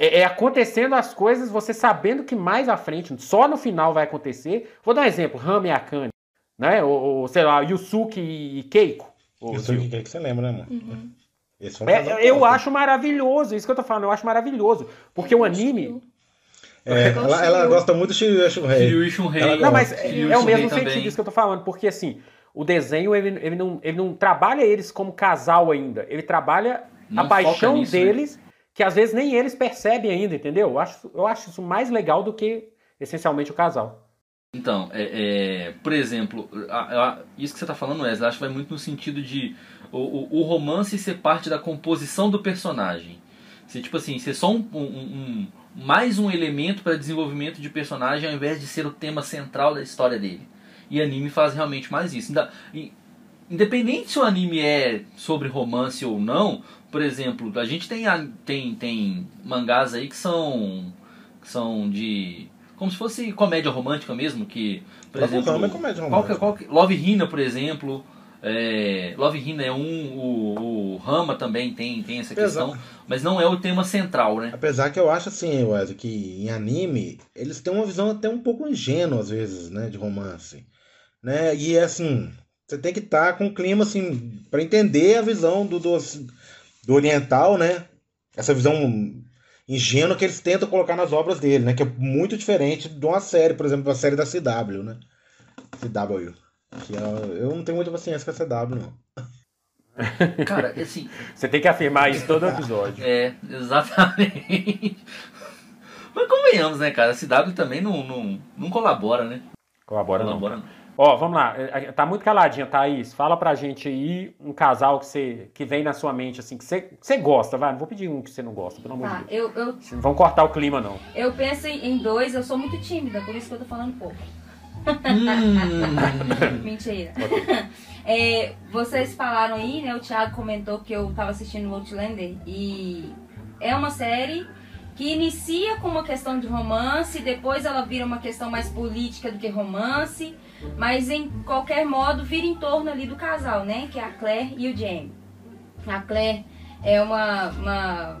Speaker 2: É, é acontecendo as coisas, você sabendo que mais à frente, só no final vai acontecer. Vou dar um exemplo, Rama e Akane, né? Ou, ou, sei lá, Yusuke e Keiko. Ou-
Speaker 3: Isso aqui que você lembra, né, amor?
Speaker 4: Uhum.
Speaker 3: Esse foi um
Speaker 2: É,
Speaker 3: casal
Speaker 2: eu- eu
Speaker 3: próximo.
Speaker 2: acho maravilhoso, isso que eu tô falando, eu acho maravilhoso. Porque o anime.
Speaker 3: É, ela, ela gosta muito de Shiryu Rei.
Speaker 5: Kiryu e Shunrei.
Speaker 3: Ela-
Speaker 2: Não, mas
Speaker 5: Kiryu e
Speaker 2: é o
Speaker 5: Shunrei
Speaker 2: mesmo
Speaker 5: também.
Speaker 2: sentido isso que eu tô falando, porque assim, o desenho ele, ele não, ele não trabalha eles como casal ainda. Ele trabalha
Speaker 5: Não
Speaker 2: a
Speaker 5: foca
Speaker 2: paixão
Speaker 5: nisso, né?
Speaker 2: deles, que às vezes nem eles percebem ainda, entendeu? Eu acho, eu acho isso mais legal do que essencialmente o casal.
Speaker 5: Então, é, é, por exemplo, a- a- isso que você está falando, Wesley, acho que vai muito no sentido de o, o- o romance ser parte da composição do personagem. Ser, tipo assim, ser só um, um- um- um- mais um elemento para desenvolvimento de personagem ao invés de ser o tema central da história dele. E anime faz realmente mais isso. Ainda- e- Independente se o anime é sobre romance ou não, por exemplo, a gente tem, a- tem, tem mangás aí que são, que são de. como se fosse comédia romântica mesmo, que. Por
Speaker 3: Love
Speaker 5: exemplo,
Speaker 3: Hina é comédia
Speaker 5: qual que-
Speaker 3: romântica.
Speaker 5: qual que- Love Hina, por exemplo. é, Love Hina é um, o, o Rama também tem, tem essa
Speaker 3: Exato.
Speaker 5: questão, mas não é o tema central, né?
Speaker 3: Apesar que eu acho assim, Wesley, que em anime eles têm uma visão até um pouco ingênua, às vezes, né, de romance. Né? E assim, você tem que estar com o clima, assim, para entender a visão do, do, do oriental, né? Essa visão ingênua que eles tentam colocar nas obras dele, né? Que é muito diferente de uma série, por exemplo, da série da CW, né? CW. Que eu, eu não tenho muita paciência com a CW, não.
Speaker 5: Cara, assim,
Speaker 2: Você tem que afirmar isso todo episódio.
Speaker 5: É, exatamente. Mas convenhamos, né, cara? A CW também não, não, não colabora, né?
Speaker 2: Colabora não.
Speaker 5: colabora não.
Speaker 2: Ó, vamos lá. É, é, Tá muito caladinha, Thaís. Fala pra gente aí um casal que você que vem na sua mente, assim, que você, que você gosta, vai. Não vou pedir um que você não gosta, pelo amor de
Speaker 6: Tá,
Speaker 2: Deus.
Speaker 6: eu, eu,
Speaker 2: Não vão cortar o clima, não.
Speaker 6: eu penso em em dois, eu sou muito tímida, por isso que eu tô falando pouco.
Speaker 5: Hum,
Speaker 6: Mentira. É, vocês falaram aí, né? O Thiago comentou que eu tava assistindo Outlander e é uma série que inicia com uma questão de romance, depois ela vira uma questão mais política do que romance, mas em qualquer modo vira em torno ali do casal, né? Que é a Claire e o Jamie. A Claire é uma, uma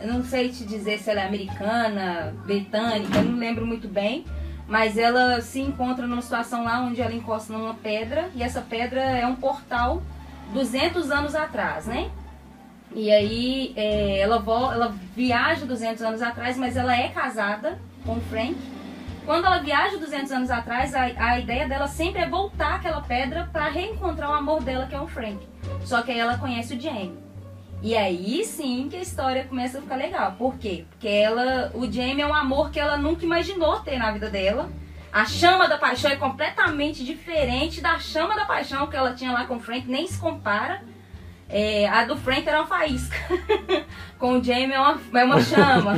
Speaker 6: eu não sei te dizer se ela é americana, britânica, eu não lembro muito bem. Mas ela se encontra numa situação lá onde ela encosta numa pedra e essa pedra é um portal 200 anos atrás, né? E aí é, ela, vo- ela viaja 200 anos atrás, mas ela é casada com o Frank. Quando ela viaja 200 anos atrás, a, a ideia dela sempre é voltar àquela pedra para reencontrar o amor dela, que é o Frank. Só que aí ela conhece o Jamie. E aí sim que a história começa a ficar legal. Por quê? Porque ela, o Jamie é um amor que ela nunca imaginou ter na vida dela. A chama da paixão é completamente diferente da chama da paixão que ela tinha lá com o Frank, nem se compara. É, a do Frank era uma faísca. com o Jamie é uma, é uma chama.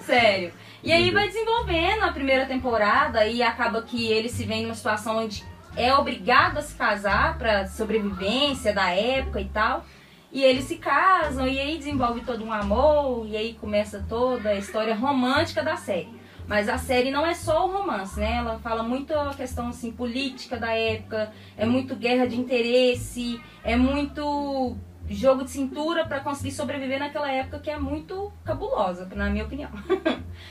Speaker 6: Sério. E aí vai desenvolvendo a primeira temporada e acaba que ele se vê numa situação onde é obrigado a se casar pra sobrevivência da época e tal. E eles se casam e aí desenvolve todo um amor e aí começa toda a história romântica da série. Mas a série não é só o romance, né? Ela fala muito a questão assim política da época, é muito guerra de interesse, é muito jogo de cintura pra conseguir sobreviver naquela época que é muito cabulosa, na minha opinião.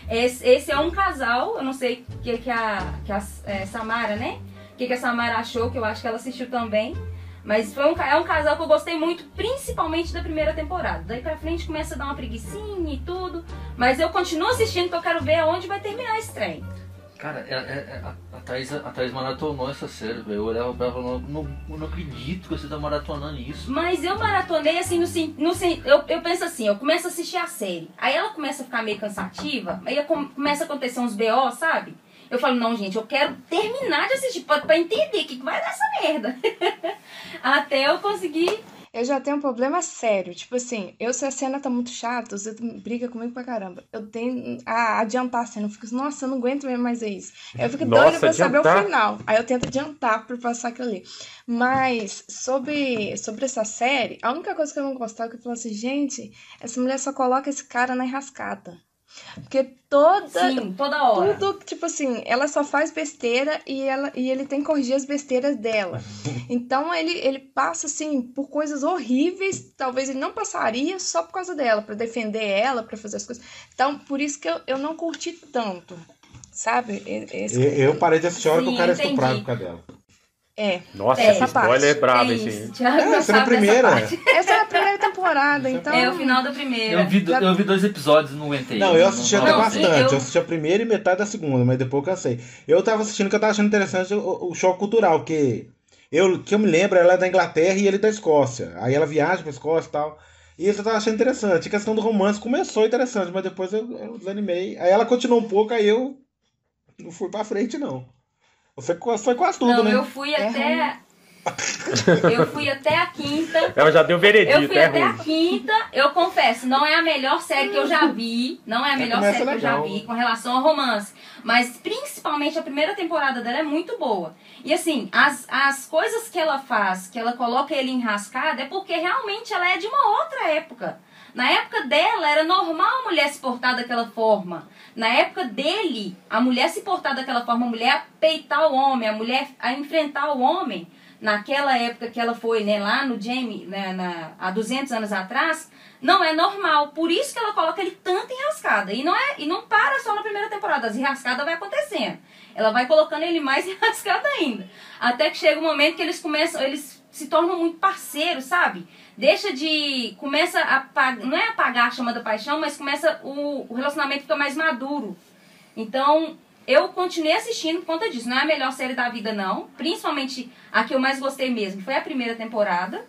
Speaker 6: Esse, esse é um casal, eu não sei o que, que a, que a é, Samara, né? O que, que a Samara achou, que eu acho que ela assistiu também. Mas foi um, ca- é um casal que eu gostei muito, principalmente da primeira temporada. Daí pra frente começa a dar uma preguiçinha e tudo. Mas eu continuo assistindo, porque eu quero ver aonde vai terminar esse trem.
Speaker 5: Cara, é- é- é- a, Thaís, a Thaís maratonou essa série, velho. Eu olhava pra ela e falava, não, não, não acredito que você tá maratonando isso.
Speaker 6: Mas eu maratonei assim no, sen- no sen- eu, eu penso assim, eu começo a assistir a série. Aí ela começa a ficar meio cansativa, aí eu com- começa a acontecer uns BO, sabe? Eu falo, não, gente, eu quero terminar de assistir pra, pra entender o que, que vai dar essa merda. Até eu conseguir.
Speaker 4: Eu já tenho um problema sério. Tipo assim, eu se a cena tá muito chata, você briga comigo pra caramba. Eu tenho a adiantar a cena. Eu fico assim, nossa, eu não aguento mesmo mais isso. Aí eu fico
Speaker 2: Nossa,
Speaker 4: doida pra saber o
Speaker 2: adiantar?
Speaker 4: final. Aí eu tento adiantar pra passar aquilo ali. Mas sobre, sobre essa série, a única coisa que eu não gostava é que eu falava assim, gente, essa mulher só coloca esse cara na enrascada. Porque toda,
Speaker 6: Sim, assim, toda hora.
Speaker 4: tudo, tipo assim, ela só faz besteira e, ela, e ele tem que corrigir as besteiras dela. Então ele, ele passa, assim, por coisas horríveis, talvez ele não passaria só por causa dela, pra defender ela, pra fazer as coisas. Então, por isso que eu, eu não curti tanto, sabe? E- Esse,
Speaker 3: Eu, eu parei de assistir a hora que
Speaker 6: Sim,
Speaker 3: o cara é
Speaker 6: entendi.
Speaker 3: estuprado por causa dela.
Speaker 4: é.
Speaker 2: Nossa,
Speaker 6: É,
Speaker 2: esse
Speaker 4: essa parte.
Speaker 2: spoiler é brabo,
Speaker 6: é
Speaker 2: hein,
Speaker 6: isso,
Speaker 2: gente.
Speaker 6: Thiago,
Speaker 3: É,
Speaker 6: não
Speaker 3: essa é a
Speaker 6: sabe dessa
Speaker 3: primeira.
Speaker 6: parte.
Speaker 4: Essa era a primeira temporada, então.
Speaker 6: É o final da primeira.
Speaker 5: Eu vi, do-
Speaker 4: já-
Speaker 5: eu vi dois episódios e não aguentei.
Speaker 3: Não, eu assisti até
Speaker 6: não,
Speaker 3: bastante.
Speaker 6: eu-
Speaker 3: Eu assisti a primeira e metade da segunda, mas depois eu cansei. Eu tava assistindo que eu tava achando interessante o, o choque cultural, porque eu, que eu me lembro, ela é da Inglaterra e ele é da Escócia. Aí ela viaja pra Escócia e tal. E isso eu tava achando interessante. A questão do romance começou interessante, mas depois eu, eu desanimei. Aí ela continuou um pouco, aí eu não fui pra frente, não. Você co- foi quase tudo,
Speaker 6: não,
Speaker 3: né?
Speaker 6: eu fui
Speaker 4: É
Speaker 6: até. eu fui até a quinta.
Speaker 2: Ela já deu
Speaker 6: Eu
Speaker 2: veredito,
Speaker 6: fui
Speaker 2: é
Speaker 6: até a
Speaker 2: ruim.
Speaker 6: quinta, eu confesso, não é a melhor série que eu já vi, não é a
Speaker 3: Já
Speaker 6: melhor
Speaker 3: começa
Speaker 6: série que eu já
Speaker 3: legal.
Speaker 6: vi com relação ao romance, mas principalmente a primeira temporada dela é muito boa. E assim, as, as coisas que ela faz, que ela coloca ele enrascado, é porque realmente ela é de uma outra época. Na época dela era normal a mulher se portar daquela forma. Na época dele, a mulher se portar daquela forma, a mulher peitar o homem, a mulher a enfrentar o homem naquela época que ela foi, né, lá no Jamie, né, na, há 200 anos atrás, não é normal. Por isso que ela coloca ele tanto enrascada. E não, é, e não para só na primeira temporada, as enrascadas vai acontecendo. Ela vai colocando ele mais enrascado ainda. Até que chega um momento que eles começam, eles se tornam muito parceiros, sabe? Deixa de. Começa a. pa- Não é apagar a chama da paixão, mas começa. O, o relacionamento fica mais maduro. Então, eu continuei assistindo por conta disso. Não é a melhor série da vida, não. Principalmente a que eu mais gostei mesmo foi a primeira temporada.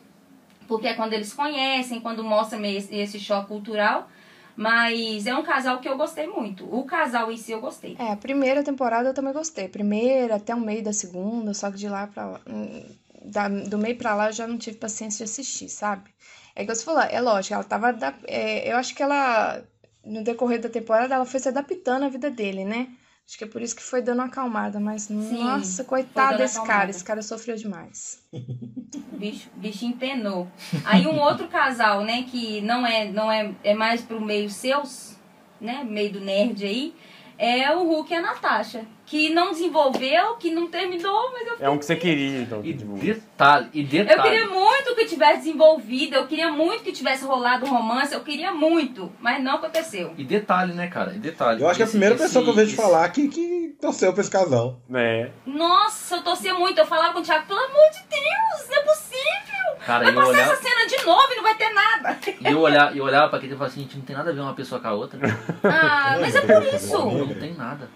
Speaker 6: Porque é quando eles conhecem, quando mostra meio esse esse choque cultural. Mas é um casal que eu gostei muito. O casal em si eu gostei.
Speaker 4: É, a primeira temporada eu também gostei. Primeira até o meio da segunda, só que de lá pra lá. hum, da- do meio pra lá eu já não tive paciência de assistir, sabe? É que você falou, é lógico, ela tava. adap- é, eu acho que ela, no decorrer da temporada, ela foi se adaptando à vida dele, né? Acho que é por isso que foi dando uma acalmada, mas nossa, coitado
Speaker 6: dando
Speaker 4: desse cara,
Speaker 6: acalmada.
Speaker 4: esse cara sofreu demais.
Speaker 6: O bicho, o bichinho penou. Aí um outro casal, né, que não é, não é, é mais pro meio seus, né, meio do nerd aí, é o Hulk e a Natasha. Que não desenvolveu, que não terminou, mas eu
Speaker 2: É um que você queria, então.
Speaker 5: E
Speaker 2: tipo,
Speaker 5: detalhe, e
Speaker 6: Eu
Speaker 5: detalhe.
Speaker 6: queria muito que tivesse desenvolvido, eu queria muito que tivesse rolado um romance, eu queria muito, mas não aconteceu.
Speaker 5: E detalhe, né, cara? E detalhe.
Speaker 3: Eu acho que é a
Speaker 5: Esse-
Speaker 3: primeira
Speaker 5: esse-
Speaker 3: pessoa que eu vejo
Speaker 5: esse-
Speaker 3: falar que, que torceu pra esse casal.
Speaker 2: né?
Speaker 6: Nossa, eu torcia muito, eu falava com o Thiago, pelo amor de Deus, não é possível!
Speaker 5: Cara,
Speaker 6: Vai
Speaker 5: eu
Speaker 6: passar
Speaker 5: olhava,
Speaker 6: essa cena de novo e não vai ter nada!
Speaker 5: e eu olhava, eu olhava pra aquele e falava assim, gente, não tem nada a ver uma pessoa com a outra.
Speaker 6: Ah, mas é por isso!
Speaker 5: Não tem nada.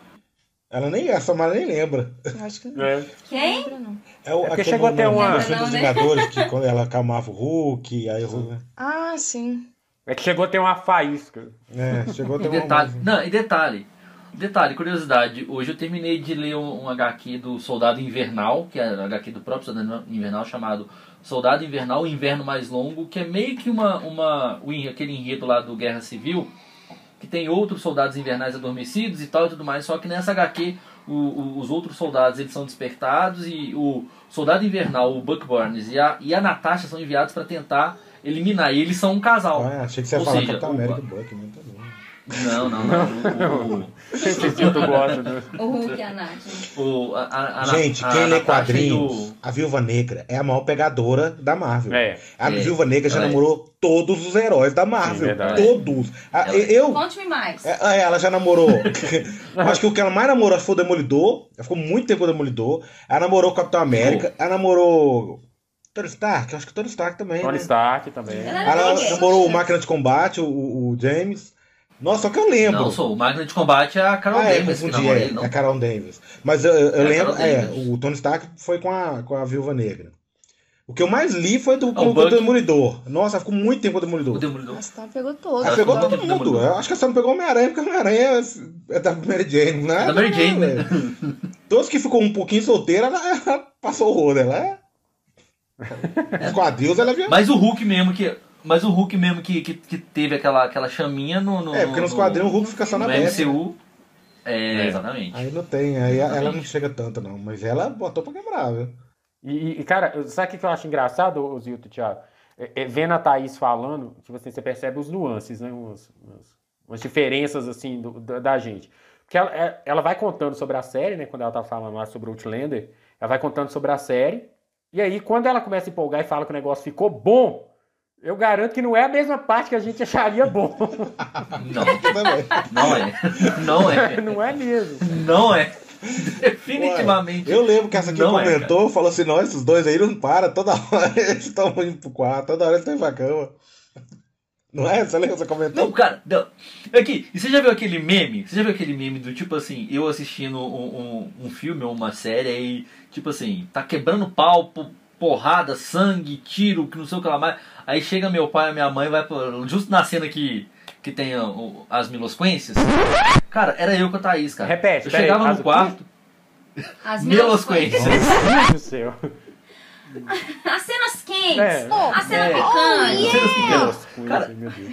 Speaker 3: Ela nem, a Samara nem lembra.
Speaker 4: Eu acho que não
Speaker 2: É.
Speaker 6: Quem?
Speaker 4: lembra, não.
Speaker 3: É, o,
Speaker 2: É porque
Speaker 3: aquele
Speaker 2: chegou até
Speaker 3: momento
Speaker 2: uma-
Speaker 3: do filme dos
Speaker 6: Não, né?
Speaker 3: Vingadores, que quando ela acalmava o Hulk, aí o Hulk.
Speaker 4: Ah, sim.
Speaker 2: É que chegou a ter uma faísca.
Speaker 3: É, chegou até
Speaker 5: E
Speaker 3: uma.
Speaker 5: detalhe, não, e detalhe, detalhe, curiosidade, hoje eu terminei de ler um, um HQ do Soldado Invernal, que é um HQ do próprio Soldado Invernal, chamado Soldado Invernal, o Inverno Mais Longo, que é meio que uma, uma o en- aquele enredo lá do Guerra Civil, que tem outros soldados invernais adormecidos e tal e tudo mais, só que nessa HQ o- o- os outros soldados eles são despertados e o soldado invernal, o Buck Barnes e a, e a Natasha são enviados para tentar eliminar, e eles são um casal.
Speaker 3: Ah, achei que você ia
Speaker 5: Ou
Speaker 3: falar
Speaker 5: seja,
Speaker 3: Capitão
Speaker 5: o-
Speaker 3: América e Buck, mas tá bom.
Speaker 5: Não, não, não. o- o-
Speaker 2: Vocês que tu gosta, né?
Speaker 6: O Hulk e a Nath.
Speaker 5: O- a- a- a-
Speaker 3: Gente,
Speaker 5: a-
Speaker 3: quem
Speaker 5: a
Speaker 3: lê
Speaker 5: Natasha
Speaker 3: quadrinhos,
Speaker 5: do-
Speaker 3: a Viúva Negra é a maior pegadora da Marvel.
Speaker 2: É.
Speaker 3: A
Speaker 5: É,
Speaker 3: Viúva Negra já
Speaker 5: ela é.
Speaker 3: namorou todos os heróis da
Speaker 2: Sim,
Speaker 3: Marvel.
Speaker 2: verdade.
Speaker 3: todos. A-
Speaker 5: Ela é.
Speaker 3: eu.
Speaker 6: Conte-me mais.
Speaker 3: é, Ela já namorou. acho que o que ela mais namorou foi o Demolidor. Ela ficou muito tempo com o Demolidor. Ela namorou o Capitão América. Ela namorou. Tony Stark? Acho que o Tony Stark também.
Speaker 2: Tony
Speaker 3: né?
Speaker 2: Stark também.
Speaker 6: Ela era
Speaker 3: Ela
Speaker 6: meio gay.
Speaker 3: namorou o Máquina de Combate, o, o James. Nossa, só que eu lembro.
Speaker 5: Não, sou. O máquina de combate é a Carol
Speaker 3: ah, é,
Speaker 5: Davis que
Speaker 3: confundi,
Speaker 5: namora
Speaker 3: é,
Speaker 5: ele, não.
Speaker 3: é Carol Davis. Mas eu, eu- eu
Speaker 5: É a
Speaker 3: lembro,
Speaker 5: Carol
Speaker 3: é,
Speaker 5: Danvers.
Speaker 3: o Tony Stark foi com a, com a Viúva Negra. O que eu mais li foi do,
Speaker 5: Ah, o
Speaker 3: do
Speaker 5: Bucky.
Speaker 3: Demolidor. Nossa, ficou muito tempo com o Demolidor.
Speaker 5: O Demolidor.
Speaker 4: Nossa, então pegou todo.
Speaker 3: Ela
Speaker 5: Ela
Speaker 3: pegou
Speaker 5: ficou
Speaker 3: todo
Speaker 5: muito tempo
Speaker 3: mundo.
Speaker 5: demorando.
Speaker 3: Eu acho que ela só não pegou Homem-Aranha, porque Homem-Aranha é- é da Mary Jane, né?
Speaker 5: É da Mary Jane, né?
Speaker 3: velho. Todos que ficou um pouquinho solteira, ela, ela passou o rodo. Ela é. Os quadrinhos, ela é violenta.
Speaker 5: Mas o Hulk mesmo que. Mas o Hulk mesmo que, que, que teve aquela, aquela chaminha no. no
Speaker 3: É, porque nos
Speaker 5: no-
Speaker 3: quadrinhos o Hulk fica só na
Speaker 5: no
Speaker 3: Beth.
Speaker 5: MCU. É,
Speaker 2: É.
Speaker 5: exatamente.
Speaker 3: Aí não tem, aí ela não chega tanto, não. Mas ela botou pra quebrar, viu?
Speaker 2: E, e, cara, sabe o que que eu acho engraçado, ô, Zilto, Thiago? É, é, vendo a Thaís falando, tipo assim, você percebe os nuances, né? Umas, umas- umas diferenças, assim, do- da, da gente. Porque ela, é- ela vai contando sobre a série, né? Quando ela tá falando lá sobre o Outlander, ela vai contando sobre a série. E aí, quando ela começa a empolgar e fala que o negócio ficou bom, eu garanto que não é a mesma parte que a gente acharia bom.
Speaker 5: Não,
Speaker 3: Tudo bem.
Speaker 5: não é. Não é.
Speaker 2: não é mesmo.
Speaker 5: Não é. Definitivamente.
Speaker 3: Eu lembro que essa aqui
Speaker 5: Não é,
Speaker 3: comentou, falou assim: não, esses dois aí não param, toda hora eles estão indo pro quarto, toda hora eles estão indo pra cama. Não é? Você lembra? Você comentou?
Speaker 5: Não, cara, não. Aqui, e você já viu aquele meme? Você já viu aquele meme do tipo assim, eu assistindo um, um, um filme ou uma série aí, tipo assim, tá quebrando pau, po- porrada, sangue, tiro, que não sei o que lá mais. Aí chega meu pai e minha mãe, vai pro- justo na cena que, que tem ó, o- as milosquências. Cara, era eu com a Thaís, cara.
Speaker 2: Repete,
Speaker 5: eu
Speaker 2: peraí,
Speaker 5: chegava
Speaker 2: as
Speaker 5: no
Speaker 2: o
Speaker 5: quarto,
Speaker 6: As
Speaker 5: milosquências.
Speaker 2: Meu Deus do céu.
Speaker 6: As cenas quentes.
Speaker 2: É.
Speaker 6: A cena
Speaker 5: É.
Speaker 6: picante.
Speaker 5: Cenas pequenas. Cara,
Speaker 2: meu Deus.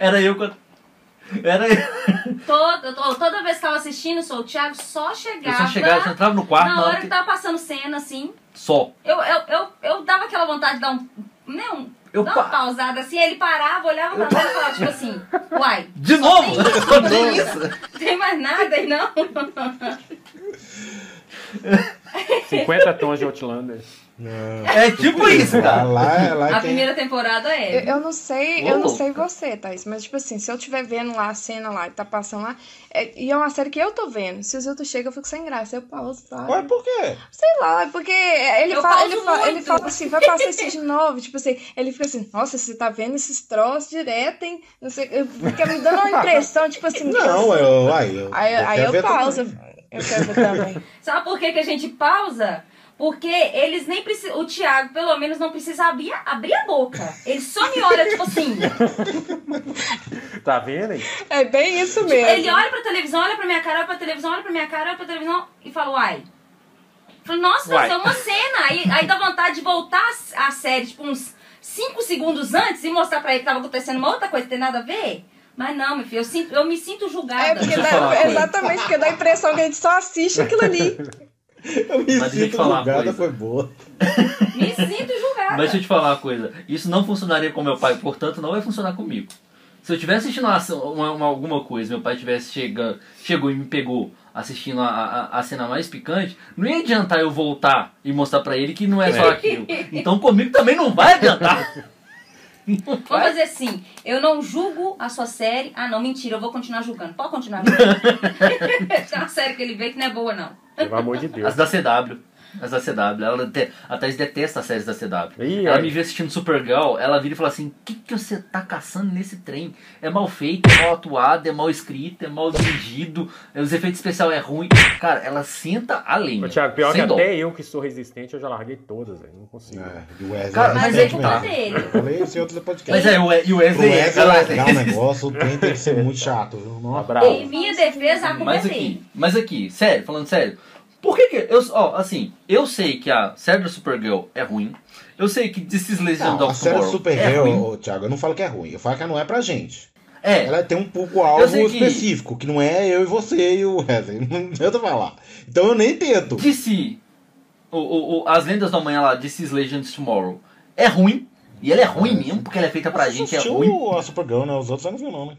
Speaker 5: Era eu com a... Era eu.
Speaker 6: Toda, to- toda vez que tava assistindo, sou o Thiago só
Speaker 5: Eu
Speaker 6: chegava.
Speaker 5: só chegava, eu entrava no quarto,
Speaker 6: na hora que tá-
Speaker 5: que-
Speaker 6: tava passando cena, assim,
Speaker 5: só.
Speaker 6: eu, eu, eu, eu dava aquela vontade de dar um. Né, um
Speaker 5: Eu
Speaker 6: dar uma
Speaker 5: pa-
Speaker 6: pausada assim, aí ele parava, olhava pra mim e falava, tipo assim, uai,
Speaker 5: De novo! Nossa.
Speaker 6: não tem mais nada aí não?
Speaker 2: 50 tons de Outlander.
Speaker 3: Não.
Speaker 5: É tipo isso,
Speaker 3: Lá,
Speaker 5: cara.
Speaker 3: Tá lá, lá
Speaker 6: A
Speaker 3: quem-
Speaker 6: primeira temporada
Speaker 4: Eu,
Speaker 6: é.
Speaker 4: eu não sei,
Speaker 5: Ô,
Speaker 4: eu não
Speaker 5: louca.
Speaker 4: sei você, Thaís, mas tipo assim, se eu estiver vendo lá a cena lá que tá passando lá, é- e é uma série que eu tô vendo, se o Zilto chega eu fico sem graça, eu pauso lá.
Speaker 3: Ué, por quê?
Speaker 4: Sei lá, é porque ele
Speaker 6: Eu
Speaker 4: fala,
Speaker 6: pauso
Speaker 4: ele, fala, ele
Speaker 6: muito.
Speaker 4: fala assim, vai passar isso de novo, tipo assim, ele fica assim, nossa, você tá vendo esses troços direto, hein? Não sei, eu- fica me dando uma impressão, tipo assim,
Speaker 3: Não, eu. Aí eu,
Speaker 4: Aí, aí
Speaker 3: quero ver
Speaker 4: eu
Speaker 3: também.
Speaker 4: pauso.
Speaker 6: é.
Speaker 4: Eu quero ver também.
Speaker 6: Sabe por que, que a gente pausa? Porque eles nem precisam. O Thiago, pelo menos, não precisa abrir, a- abrir a boca. Ele só me olha, tipo assim.
Speaker 2: Tá vendo aí?
Speaker 4: É bem isso
Speaker 6: Tipo, Ele
Speaker 4: mesmo.
Speaker 6: olha pra televisão, olha pra minha cara, olha pra televisão, olha pra minha cara, olha pra televisão e fala, uai. Fala, nossa,
Speaker 2: Uai.
Speaker 6: isso é uma cena. Aí, aí dá vontade de voltar a s- a série, tipo, uns 5 segundos antes e mostrar pra ele que tava acontecendo uma outra coisa que tem nada a ver. Mas não, meu filho, eu, sinto- eu me sinto
Speaker 4: É
Speaker 6: julgada.
Speaker 4: porque
Speaker 5: Deixa eu falar uma
Speaker 4: dá,
Speaker 5: coisa.
Speaker 4: exatamente, porque dá a impressão que a gente só assiste aquilo ali.
Speaker 3: Eu me
Speaker 5: Mas deixa eu te
Speaker 3: sinto
Speaker 5: falar uma
Speaker 3: julgada,
Speaker 5: coisa.
Speaker 3: foi boa.
Speaker 6: Me sinto julgada.
Speaker 5: Mas deixa eu te falar uma coisa. Isso não funcionaria com meu pai, portanto, não vai funcionar comigo. Se eu tivesse assistindo uma, ação- uma- uma- alguma coisa, meu pai tivesse chega, chegou e me pegou assistindo a, a, a cena mais picante, não ia adiantar eu voltar e mostrar pra ele que não é só
Speaker 2: É.
Speaker 5: aquilo. Então comigo também não vai adiantar.
Speaker 6: Vamos fazer assim. Eu não julgo a sua série. Ah, não, mentira, eu vou continuar julgando. Pode continuar julgando. é uma série que ele vê que não é boa, não.
Speaker 2: Pelo amor de Deus.
Speaker 5: As da CW. As da CW. Ela te, a Thaís detesta as séries da CW.
Speaker 2: Ih,
Speaker 5: ela
Speaker 2: aí.
Speaker 5: me vê assistindo Supergirl, ela vira e fala assim: o que, que você tá caçando nesse trem? É mal feito, é mal atuado, é mal escrito, é mal dirigido, é- os efeitos especiais é ruim. Cara, ela senta a
Speaker 2: Ô,
Speaker 5: lenha.
Speaker 2: Thiago, pior
Speaker 5: sem
Speaker 2: que
Speaker 5: dó.
Speaker 2: até eu que sou resistente, eu já larguei todas, velho. Não consigo. Tá
Speaker 3: É, o Wesley
Speaker 5: Cara,
Speaker 3: é
Speaker 6: Mas é
Speaker 3: resistente
Speaker 6: culpa
Speaker 3: mesmo.
Speaker 6: dele.
Speaker 3: Eu falei isso em outros podcasts.
Speaker 5: Mas é, né? o E- e o
Speaker 3: Pro
Speaker 5: Wesley.
Speaker 3: Wesley né?
Speaker 5: cara,
Speaker 3: largar o negócio, o trem tem que ser muito chato, viu?
Speaker 2: Um
Speaker 3: Nossa.
Speaker 6: Em
Speaker 2: abraço.
Speaker 6: minha defesa, a culpa é
Speaker 5: Tá Mas
Speaker 6: dele.
Speaker 5: aqui, mas aqui, sério, falando sério. Por que que eu, ó, assim, eu sei que a série da Supergirl é ruim. Eu sei que This is Legend
Speaker 3: Não, a
Speaker 5: of
Speaker 3: série
Speaker 5: Tomorrow é
Speaker 3: Supergirl,
Speaker 5: ruim.
Speaker 3: ô, Thiago, eu não falo que é ruim, eu falo que ela não é pra gente.
Speaker 5: É,
Speaker 3: Ela tem um
Speaker 5: Eu
Speaker 3: público-alvo
Speaker 5: sei que-
Speaker 3: específico, que não é eu e você e o Wesley. Não tenta falar. Então eu nem tento.
Speaker 5: DC, o, o, o- as lendas da manhã lá, DC's Legends Tomorrow, é ruim. E ela é ruim mesmo, porque ela é feita pra
Speaker 3: Você
Speaker 5: gente, é
Speaker 3: assistiu
Speaker 5: ruim.
Speaker 3: a Supergirl, né? Os outros eu não vi, não, né?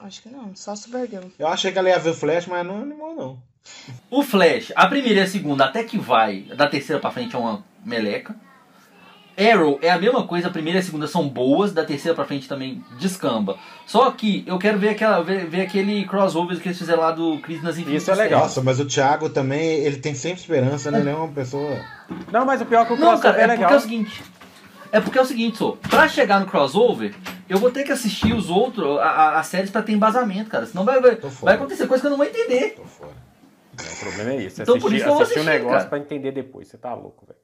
Speaker 4: Acho que não, só Supergirl.
Speaker 3: Eu achei que ela ia ver o Flash, mas não animou, não.
Speaker 5: O Flash, a primeira e a segunda, até que vai, da terceira pra frente é uma meleca. Arrow é a mesma coisa, a primeira e a segunda são boas, da terceira pra frente também descamba. Só que eu quero ver, aquela, ver, ver aquele crossover que eles fizeram lá do Chris nas Infinitas
Speaker 2: é legal.
Speaker 5: Terras.
Speaker 3: Nossa, mas o Thiago também, ele tem sempre esperança, né? Ele é uma pessoa...
Speaker 2: Não, mas o pior é que o
Speaker 5: Não,
Speaker 2: crossover
Speaker 5: cara,
Speaker 2: é
Speaker 5: é porque
Speaker 2: legal.
Speaker 5: é o seguinte. É porque é o seguinte, só, pra chegar no crossover, Eu vou ter que assistir os outros, a- a- as séries pra ter embasamento, cara. Senão vai, vai,
Speaker 3: Tô
Speaker 5: vai
Speaker 3: fora.
Speaker 5: acontecer coisa que eu não vou entender.
Speaker 3: Tô fora.
Speaker 2: O problema é isso.
Speaker 5: Então, por
Speaker 2: assistir
Speaker 5: isso que eu vou
Speaker 2: assistir um
Speaker 5: assistir,
Speaker 2: negócio
Speaker 5: cara.
Speaker 2: pra entender depois. Você tá louco, velho.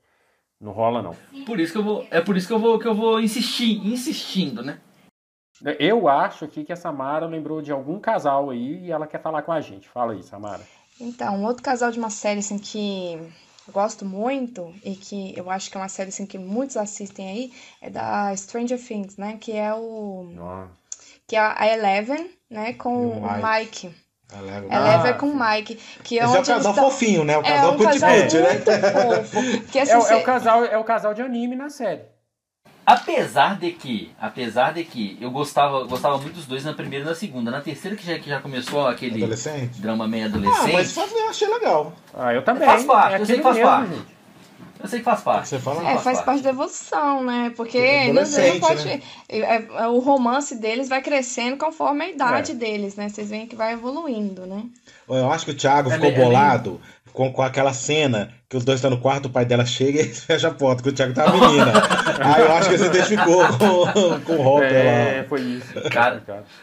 Speaker 2: Não rola, não.
Speaker 5: Por isso que eu vou. É por isso que eu vou que eu vou insistir, insistindo, né?
Speaker 2: Eu acho aqui que a Samara lembrou de algum casal aí e ela quer falar com a gente. Fala aí, Samara.
Speaker 4: Então, um outro casal de uma série assim que eu gosto muito e que eu acho que é uma série assim que muitos assistem aí é da Stranger Things, né? Que é o
Speaker 2: Não.
Speaker 4: que é a Eleven, né? Com
Speaker 3: E o
Speaker 4: o Mike.
Speaker 3: Ela leva-
Speaker 4: A Eleven é com o Mike, que é
Speaker 3: Tá Ah, Esse é o
Speaker 4: onde eles
Speaker 3: casal
Speaker 4: tão-
Speaker 3: fofinho, né? O
Speaker 4: É
Speaker 3: casal
Speaker 4: um casal
Speaker 3: cuti-cuti, né?
Speaker 4: muito fofo. Que assim,
Speaker 2: É, o- é
Speaker 4: você-
Speaker 2: o casal, é o casal de anime na série.
Speaker 5: Apesar de que, apesar de que eu gostava, gostava muito dos dois na primeira e na segunda. Na terceira que já, que já começou aquele
Speaker 3: Adolescente.
Speaker 5: drama meio
Speaker 3: Ah,
Speaker 5: é adolescente.
Speaker 3: mas faz- eu achei legal.
Speaker 2: Ah, eu também.
Speaker 5: Faz parte, eu sei que
Speaker 2: aquele
Speaker 5: faz
Speaker 2: mesmo,
Speaker 5: parte.
Speaker 2: gente.
Speaker 5: Eu sei que faz parte.
Speaker 3: Você fala? né?
Speaker 5: Sei que
Speaker 4: É, faz parte da evolução, né? Porque não, não
Speaker 3: é Adolescente,
Speaker 4: pode.
Speaker 3: né?
Speaker 4: é, é, o romance deles vai crescendo conforme a
Speaker 3: É.
Speaker 4: idade deles, né? Vocês veem que vai evoluindo, né?
Speaker 3: Eu acho que o Thiago
Speaker 5: É
Speaker 3: ficou
Speaker 5: meio- é
Speaker 3: bolado com, com aquela cena que os dois estão no quarto, o pai dela chega e fecha a porta, que o Thiago tá a menina. Aí eu acho que ele se identificou com, com o Hopper
Speaker 2: É,
Speaker 3: lá.
Speaker 2: foi isso.
Speaker 5: Cara.